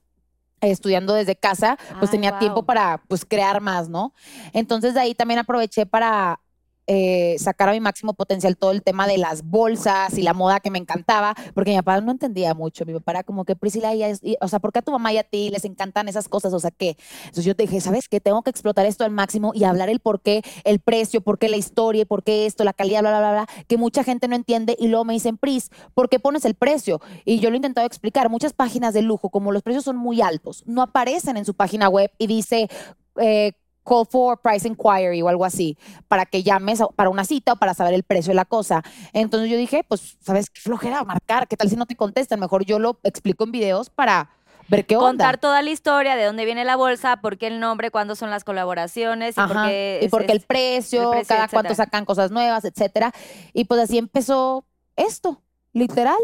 Speaker 6: eh, Estudiando desde casa, pues
Speaker 5: Ah,
Speaker 7: Ay,
Speaker 6: tenía tiempo
Speaker 7: guau.
Speaker 6: para pues crear más, ¿no? Entonces de ahí también aproveché para eh, sacar a mi máximo potencial todo el tema de las bolsas y la moda que me encantaba, porque mi papá no entendía mucho. Mi papá era como que Priscila, y a- y- o sea, ¿por qué a tu mamá y a ti les encantan esas cosas? O sea, ¿qué? Entonces yo dije, ¿sabes qué? Tengo que explotar esto al máximo y hablar el por qué, el precio, por qué la historia, por qué esto, la calidad, bla, bla, bla, bla, que mucha gente no entiende y luego me dicen, Pris, ¿por qué pones el precio? Y yo lo he intentado explicar. Muchas páginas de lujo, como los precios son muy altos, no aparecen en su página web y dice, eh, call for price inquiry o algo así, para que llames a- para una cita o para saber el precio de la cosa. Entonces yo dije, pues, ¿sabes qué flojera marcar? ¿Qué tal si no te contestan? Mejor yo lo explico en videos para ver qué onda.
Speaker 7: Contar toda la historia, de dónde viene la bolsa, por qué el nombre, cuándo son las colaboraciones y por
Speaker 6: Ajá,
Speaker 7: qué.
Speaker 6: y
Speaker 7: es-
Speaker 6: porque el
Speaker 7: es-
Speaker 6: precio,
Speaker 7: precio,
Speaker 6: cada
Speaker 7: etcétera.
Speaker 6: cuánto sacan cosas nuevas, etcétera. Y pues así empezó esto, literal.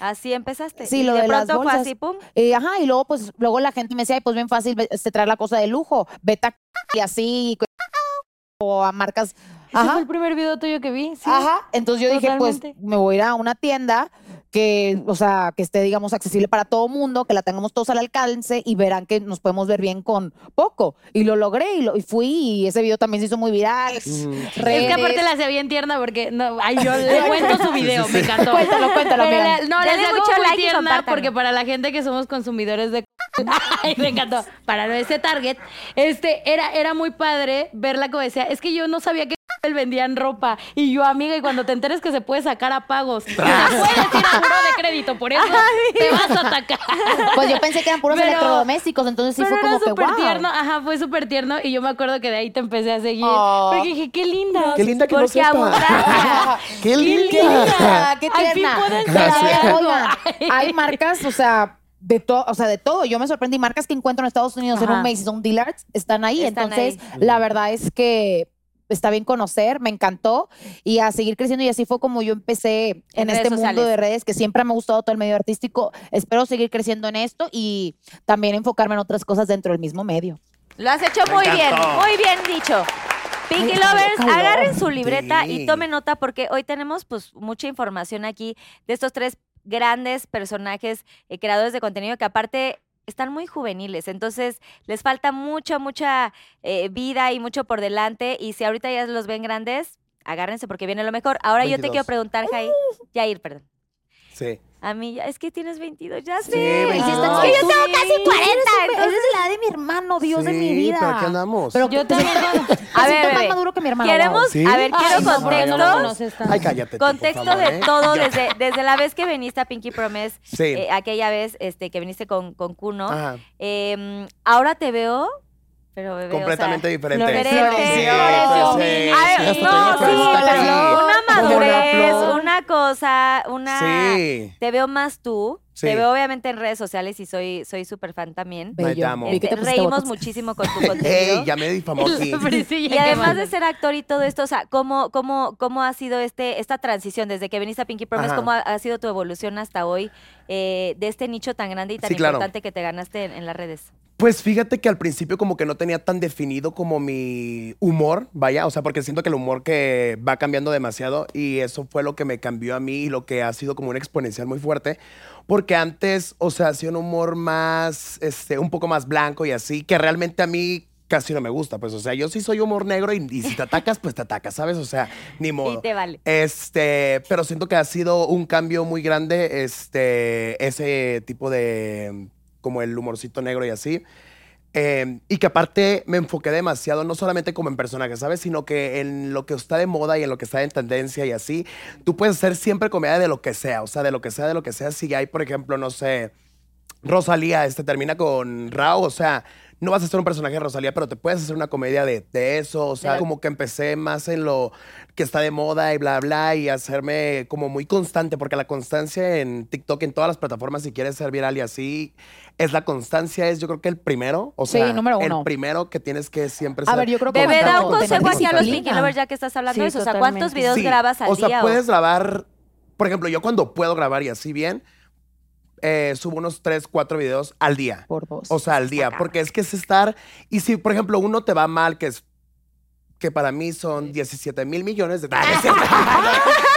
Speaker 7: Así empezaste.
Speaker 6: Sí,
Speaker 7: y
Speaker 6: lo
Speaker 7: de,
Speaker 6: de las
Speaker 7: pronto fue
Speaker 6: bolsas.
Speaker 7: así, pum.
Speaker 6: Y, ajá, y luego pues luego la gente me decía, "Ay, pues bien fácil ve- este, traer la cosa de lujo, beta y así y cu- o a marcas.
Speaker 5: Ese
Speaker 6: Ajá.
Speaker 5: fue el primer video tuyo que vi. Sí.
Speaker 6: Ajá, entonces yo dije,
Speaker 5: Totalmente.
Speaker 6: pues me voy a ir a una tienda que, o sea, que esté, digamos, accesible para todo mundo, que la tengamos todos al alcance y verán que nos podemos ver bien con poco. Y lo logré y, lo- y fui y ese video también se hizo muy viral.
Speaker 5: Es que
Speaker 6: redes.
Speaker 5: aparte la hacía bien tierna porque no, ay, yo le cuento su video, me encantó.
Speaker 6: Cuéntalo, cuéntalo,
Speaker 5: Pero
Speaker 6: Megan.
Speaker 5: la- no,
Speaker 7: Denle
Speaker 5: les hago
Speaker 7: mucho
Speaker 5: muy
Speaker 7: like y
Speaker 5: tierna
Speaker 7: compártanlo.
Speaker 5: porque para la gente que somos consumidores de Ay, me encantó. Para ese target, este era era muy padre verla como decía, es que yo no sabía que vendían ropa y yo amiga y cuando te enteres que se puede sacar a pagos, se puede ir a buró de crédito, por eso te vas a atacar.
Speaker 6: Pues yo pensé que eran puros
Speaker 5: Pero-
Speaker 6: electrodomésticos, entonces Pues sí
Speaker 5: Pero
Speaker 6: fue como
Speaker 5: era
Speaker 6: que
Speaker 5: súper
Speaker 6: wow.
Speaker 5: tierno, ajá, fue súper tierno y yo me acuerdo que de ahí te empecé a seguir.
Speaker 6: Oh.
Speaker 5: Porque dije, qué linda.
Speaker 4: Qué linda que no
Speaker 7: Porque
Speaker 4: sepa.
Speaker 7: abundancia.
Speaker 4: Qué
Speaker 6: ¡Qué linda!
Speaker 4: linda.
Speaker 6: ¡Qué
Speaker 5: Al fin
Speaker 6: tierna!
Speaker 5: puedo
Speaker 6: La verdad,
Speaker 5: ensayar.
Speaker 6: oigan,
Speaker 5: Ay.
Speaker 6: hay marcas, o sea, de todo, o sea, de todo. Yo me sorprendí marcas que encuentro en Estados Unidos en
Speaker 7: Ajá.
Speaker 6: un Macy's, un Dillard's, están ahí.
Speaker 7: Están
Speaker 6: Entonces, la verdad es que está bien conocer, me encantó y a seguir creciendo y así fue como yo empecé
Speaker 7: En
Speaker 6: en,
Speaker 7: redes
Speaker 6: este mundo
Speaker 7: sociales.
Speaker 6: de redes que siempre me ha gustado todo el medio artístico. Espero seguir creciendo en esto y también enfocarme en otras cosas dentro del mismo medio.
Speaker 7: Lo has hecho muy bien,
Speaker 4: encantó.
Speaker 7: muy bien dicho. Pinky
Speaker 6: Ay,
Speaker 7: Lovers,
Speaker 6: calor.
Speaker 7: agarren su libreta y
Speaker 4: Sí.
Speaker 7: tomen nota porque hoy tenemos pues mucha información aquí de estos tres grandes personajes eh, creadores de contenido que aparte están muy juveniles, entonces les falta mucha, mucha eh, vida y mucho por delante y si ahorita ya los ven grandes, agárrense porque viene lo mejor. Ahora yo te
Speaker 4: 22.
Speaker 7: quiero preguntar, Jai, Jair, perdón.
Speaker 4: Sí.
Speaker 7: A mí, ya- es que tienes 22, ya sé.
Speaker 5: Ah,
Speaker 6: Y si
Speaker 4: 22.
Speaker 6: estamos-
Speaker 7: Es que yo
Speaker 6: tú-
Speaker 7: tengo casi
Speaker 6: tú
Speaker 7: 40,
Speaker 6: eres un be-
Speaker 7: entonces-
Speaker 6: Eres la edad de mi hermano, Dios de
Speaker 4: Sí,
Speaker 6: mi vida.
Speaker 4: Pero aquí andamos.
Speaker 6: Pero
Speaker 5: Yo también.
Speaker 7: A
Speaker 6: a
Speaker 7: ver,
Speaker 6: ver, más
Speaker 7: bebé,
Speaker 6: maduro que mi hermano.
Speaker 7: Queremos,
Speaker 4: ¿Sí?
Speaker 7: a ver,
Speaker 4: Ay,
Speaker 7: quiero
Speaker 4: no,
Speaker 7: contexto.
Speaker 4: pero ya no
Speaker 5: conoces tanto.
Speaker 4: Ay, cállate. tú, por
Speaker 7: Contexto
Speaker 4: favor,
Speaker 7: de
Speaker 4: ¿eh?
Speaker 7: todo,
Speaker 4: Ya.
Speaker 7: desde, desde la vez que viniste a Pinky Promise,
Speaker 4: Sí. Ah.
Speaker 7: eh, aquella vez este, que viniste con, con Kuno,
Speaker 4: Ajá.
Speaker 7: eh, ahora te veo, pero bebé, o sea,
Speaker 4: Completamente diferente.
Speaker 7: diferente,
Speaker 4: Sí,
Speaker 7: floreció.
Speaker 4: sí,
Speaker 7: A ver,
Speaker 4: sí, sí, sí,
Speaker 7: no, sí,
Speaker 4: sí.
Speaker 7: una
Speaker 6: Como una
Speaker 7: madurez,
Speaker 6: flor.
Speaker 7: una cosa, una...
Speaker 4: Sí.
Speaker 7: Te veo más tú, te
Speaker 4: Sí.
Speaker 7: veo obviamente en redes sociales y soy soy súper fan también.
Speaker 4: Ahí te amo.
Speaker 6: Vi que
Speaker 7: Este,
Speaker 6: te pusiste
Speaker 7: reímos
Speaker 6: botox.
Speaker 7: muchísimo con tu contenido.
Speaker 4: Ey, ya me difamó aquí.
Speaker 7: Y además de ser actor y todo esto, o sea, ¿cómo, cómo, cómo ha sido este, esta transición desde que viniste a Pinky Promise?
Speaker 4: Ajá.
Speaker 7: ¿Cómo ha, ha sido tu evolución hasta hoy eh, de este nicho tan grande y tan
Speaker 4: Sí, claro.
Speaker 7: importante que te ganaste en, en las redes?
Speaker 4: Pues fíjate que al principio como que no tenía tan definido como mi humor, vaya, o sea, porque siento que el humor que va cambiando demasiado y eso fue lo que me cambió a mí y lo que ha sido como un exponencial muy fuerte, porque antes, o sea, hacía un humor más, este, un poco más blanco y así, que realmente a mí casi no me gusta, pues, o sea, yo sí soy humor negro y, y si te atacas, pues te atacas, ¿sabes? O sea, ni modo.
Speaker 7: Y te vale.
Speaker 4: Este, pero siento que ha sido un cambio muy grande, este, ese tipo de, como el humorcito negro y así. Eh, y que aparte me enfoqué demasiado, no solamente como en personajes, ¿sabes? Sino que en lo que está de moda y en lo que está en tendencia y así. Tú puedes hacer siempre comedia de lo que sea, o sea, de lo que sea, de lo que sea. Si hay, por ejemplo, no sé, Rosalía, este termina con Rao, o sea, no vas a hacer un personaje de Rosalía, pero te puedes hacer una comedia de, de eso, o sea, como que empecé más en lo que está de moda y bla, bla, y hacerme como muy constante, porque la constancia en TikTok, en todas las plataformas, si quieres ser viral y así, es la constancia, es yo creo que el primero, o
Speaker 6: Sí,
Speaker 4: sea,
Speaker 6: número
Speaker 4: el
Speaker 6: uno.
Speaker 4: primero que tienes que siempre
Speaker 6: A
Speaker 4: ser.
Speaker 6: ver, yo creo que
Speaker 7: Bebé,
Speaker 6: bastante
Speaker 7: da un
Speaker 6: contenido.
Speaker 7: consejo aquí a los
Speaker 6: Disciplina.
Speaker 7: Pinky Lovers, ya que estás hablando
Speaker 5: Sí,
Speaker 7: de eso. O sea, ¿cuántos
Speaker 5: totalmente.
Speaker 7: videos
Speaker 4: Sí,
Speaker 7: grabas al
Speaker 4: o sea,
Speaker 7: día?
Speaker 4: puedes grabar, por ejemplo, yo cuando puedo grabar y así bien, eh, subo unos 3, 4 videos al día.
Speaker 6: Por dos.
Speaker 4: O sea, al día, porque es que es estar, y si por ejemplo uno te va mal, que es que para mí son 17 mil millones de... No, no es cierto,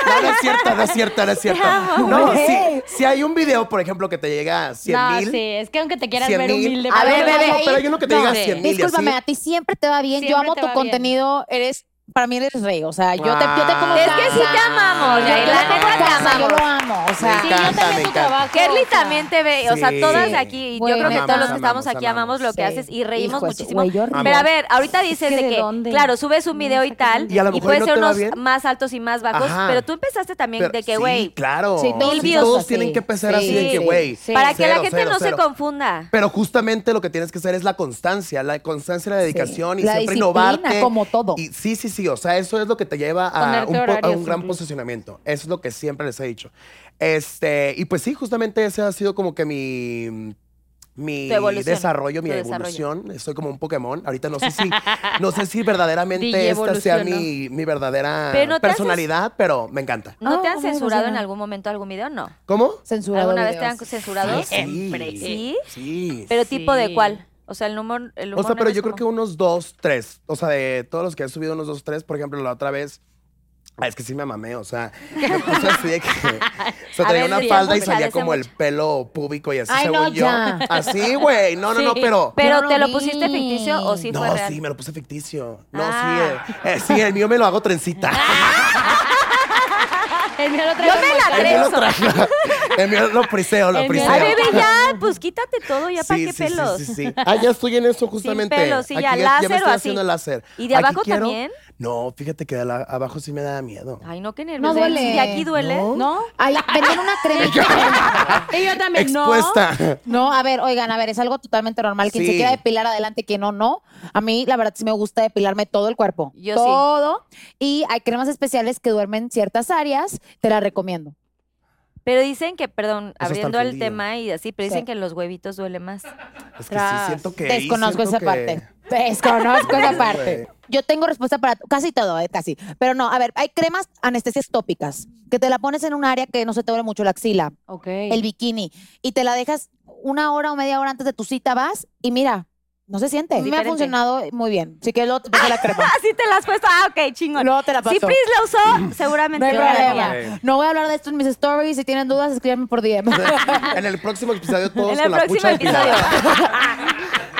Speaker 4: no, no es cierto, no es cierto, no es cierto. No,
Speaker 6: güey.
Speaker 4: si, si hay un video, por ejemplo, que te llega a 100
Speaker 5: No,
Speaker 4: mil...
Speaker 5: sí, es que aunque te quieras
Speaker 4: 100
Speaker 5: ver
Speaker 4: mil.
Speaker 5: humilde,
Speaker 6: A
Speaker 5: pero-
Speaker 6: ver, bebé,
Speaker 4: no, pero hay uno que te
Speaker 5: no,
Speaker 4: llega a
Speaker 5: sí.
Speaker 4: 100 mil y así.
Speaker 6: Discúlpame, a ti siempre te va bien. yo
Speaker 5: Siempre
Speaker 6: amo
Speaker 5: te
Speaker 6: tu
Speaker 5: va bien.
Speaker 6: contenido, eres, para mí eres rey. O sea, yo te, yo te como
Speaker 4: Ah.
Speaker 7: Es que sí te
Speaker 6: casa,
Speaker 7: amamos,
Speaker 6: yo
Speaker 7: Yair,
Speaker 6: te
Speaker 7: la
Speaker 6: como
Speaker 7: neta te
Speaker 6: casa, Yo
Speaker 7: amamos.
Speaker 6: lo amo. O sea,
Speaker 4: Me
Speaker 5: Sí, yo
Speaker 4: encanta,
Speaker 5: también
Speaker 4: me
Speaker 5: tu
Speaker 4: encanta.
Speaker 5: trabajo,
Speaker 7: Kerly
Speaker 5: o sea,
Speaker 7: también te ve, o sea,
Speaker 4: Sí.
Speaker 7: todas
Speaker 6: Sí.
Speaker 7: aquí,
Speaker 6: Güey,
Speaker 7: yo creo que
Speaker 6: amamos,
Speaker 7: todos los que
Speaker 4: amamos,
Speaker 7: estamos aquí
Speaker 4: amamos.
Speaker 7: amamos lo
Speaker 6: Sí.
Speaker 7: que haces y reímos
Speaker 6: Hijo de su-
Speaker 7: muchísimo.
Speaker 6: güey, yo-
Speaker 7: Pero a
Speaker 4: Amamos.
Speaker 7: ver, ahorita dices
Speaker 5: que
Speaker 7: de
Speaker 5: de
Speaker 7: que,
Speaker 5: dónde.
Speaker 7: claro, subes un video y tal,
Speaker 4: Y a lo
Speaker 7: y
Speaker 4: mejor
Speaker 7: puede
Speaker 4: no
Speaker 7: ser
Speaker 4: te va
Speaker 7: unos
Speaker 4: bien.
Speaker 7: más altos y más bajos,
Speaker 4: Ajá.
Speaker 7: pero tú empezaste también
Speaker 4: Pero
Speaker 7: de que,
Speaker 4: sí,
Speaker 7: güey,
Speaker 4: claro.
Speaker 6: Sí, todos
Speaker 4: todos,
Speaker 6: vivimos así.
Speaker 4: tienen que empezar así de
Speaker 6: Sí,
Speaker 4: que, güey.
Speaker 6: sí.
Speaker 7: para que la
Speaker 4: cero,
Speaker 7: gente
Speaker 4: cero,
Speaker 7: no
Speaker 4: cero.
Speaker 7: se confunda.
Speaker 4: Pero justamente lo que tienes que hacer es la constancia, la constancia, la dedicación y
Speaker 6: La
Speaker 4: siempre
Speaker 6: disciplina,
Speaker 4: innovarte.
Speaker 6: como todo.
Speaker 4: Y sí, sí, sí. O sea, eso es lo que te lleva a
Speaker 5: Ponerte
Speaker 4: un, po- a
Speaker 5: horarios
Speaker 4: un gran
Speaker 5: incluso.
Speaker 4: posicionamiento. Eso es lo que siempre les he dicho. Este, y pues sí, justamente ese ha sido como que mi. Mi
Speaker 7: Tu evolución,
Speaker 4: desarrollo, mi
Speaker 7: tu desarrollo.
Speaker 4: evolución. Soy como un Pokémon. Ahorita no sé si, no sé si verdaderamente
Speaker 5: DJ
Speaker 4: esta sea
Speaker 5: evolucionó.
Speaker 4: mi, mi verdadera
Speaker 7: Pero no te haces-
Speaker 4: personalidad, pero me encanta.
Speaker 7: ¿No te
Speaker 6: Ah,
Speaker 7: han
Speaker 6: bueno,
Speaker 7: censurado
Speaker 6: funciona.
Speaker 7: en algún momento algún video? No.
Speaker 4: ¿Cómo?
Speaker 6: censurado
Speaker 7: ¿Alguna vez
Speaker 6: videos. Ah,
Speaker 7: te han censurado?
Speaker 4: Siempre.
Speaker 7: Sí.
Speaker 4: Sí.
Speaker 7: ¿Pero tipo de
Speaker 5: Sí.
Speaker 7: cuál? O sea, el humor... El
Speaker 4: O
Speaker 7: humor
Speaker 4: sea, pero
Speaker 7: negro es
Speaker 4: yo creo que
Speaker 7: como-
Speaker 4: unos dos, tres. O sea, de todos los que he subido, unos dos, tres. Por ejemplo, la otra vez. Ah, es que sí me mamé, o sea, me puse así de que. O sea,
Speaker 7: A
Speaker 4: tenía
Speaker 7: ver,
Speaker 4: una
Speaker 7: sí,
Speaker 4: falda y
Speaker 7: mucha,
Speaker 4: salía
Speaker 7: de
Speaker 4: como el
Speaker 7: mucha.
Speaker 4: pelo púbico y así,
Speaker 6: Ay,
Speaker 4: según
Speaker 6: no,
Speaker 4: yo.
Speaker 6: ya.
Speaker 4: Así, güey. No, no, no, pero.
Speaker 6: Yo
Speaker 7: ¿Pero
Speaker 6: no
Speaker 7: te
Speaker 6: lo
Speaker 7: lo pusiste
Speaker 6: vi.
Speaker 7: ficticio o sí fue
Speaker 4: No,
Speaker 7: real?
Speaker 4: sí, me lo puse ficticio. No,
Speaker 7: Ah.
Speaker 4: sí. eh, eh, sí, el mío me lo hago trencita.
Speaker 5: El mío lo trae
Speaker 7: Yo
Speaker 5: como
Speaker 7: me la
Speaker 4: el mío lo
Speaker 7: atrezo.
Speaker 4: traje. El mío lo priseo, lo
Speaker 5: El mío-
Speaker 4: priseo.
Speaker 7: Ay, bebé, ya, pues quítate todo, ya para qué
Speaker 4: sí,
Speaker 7: pelos.
Speaker 4: Sí, sí, sí. Ah, ya estoy en eso justamente.
Speaker 7: pelos, sí,
Speaker 4: Aquí
Speaker 7: ya,
Speaker 4: ya, ya
Speaker 7: láser
Speaker 4: me
Speaker 7: o
Speaker 4: estoy
Speaker 7: así.
Speaker 4: haciendo el láser.
Speaker 7: ¿Y de
Speaker 4: Aquí
Speaker 7: abajo
Speaker 4: quiero-
Speaker 7: también?
Speaker 4: No, fíjate que de la- abajo sí me da miedo.
Speaker 7: Ay, no, qué nervios.
Speaker 6: No duele.
Speaker 7: ¿Y aquí duele?
Speaker 4: No.
Speaker 5: ¿No?
Speaker 6: Ay, venden una crema.
Speaker 5: Y yo también,
Speaker 4: Expuesta.
Speaker 6: No, a ver, oigan, a ver, es algo totalmente normal. Quien
Speaker 4: Sí.
Speaker 6: se quiera depilar adelante, quien no, no. A mí, la verdad, sí me gusta depilarme todo el cuerpo.
Speaker 7: Yo sí.
Speaker 6: todo. Y hay cremas especiales que duermen ciertas áreas. Te las recomiendo.
Speaker 7: Pero dicen que, perdón,
Speaker 4: está
Speaker 7: abriendo el
Speaker 4: fundido.
Speaker 7: tema y así, pero
Speaker 6: Sí.
Speaker 7: dicen que los huevitos duele más.
Speaker 4: Es que sí siento que. ahí
Speaker 6: Desconozco esa
Speaker 4: siento que-
Speaker 6: parte. Desconozco esa
Speaker 4: Güey.
Speaker 6: parte. Yo tengo respuesta para casi todo, eh, casi. Pero no, a ver, hay cremas anestesias tópicas que te la pones en un área que no se te duele mucho la axila,
Speaker 5: Ok.
Speaker 6: el bikini, y te la dejas una hora o media hora antes de tu cita, vas y mira, no se siente. A mí me ha
Speaker 7: Diferente.
Speaker 6: funcionado muy bien. Así que luego te paso la crema.
Speaker 7: Así te la has puesto. Ah, ok, chingón.
Speaker 6: Luego te la paso.
Speaker 7: si Pris la usó,
Speaker 6: No
Speaker 7: seguramente
Speaker 6: hay
Speaker 7: yo la haría.
Speaker 6: problema. No voy a hablar de esto en mis stories. Si tienen dudas, escríbanme por DM.
Speaker 4: En el próximo episodio todos
Speaker 7: En el
Speaker 4: con la
Speaker 7: próximo
Speaker 4: pucha
Speaker 7: episodio.
Speaker 4: depilada.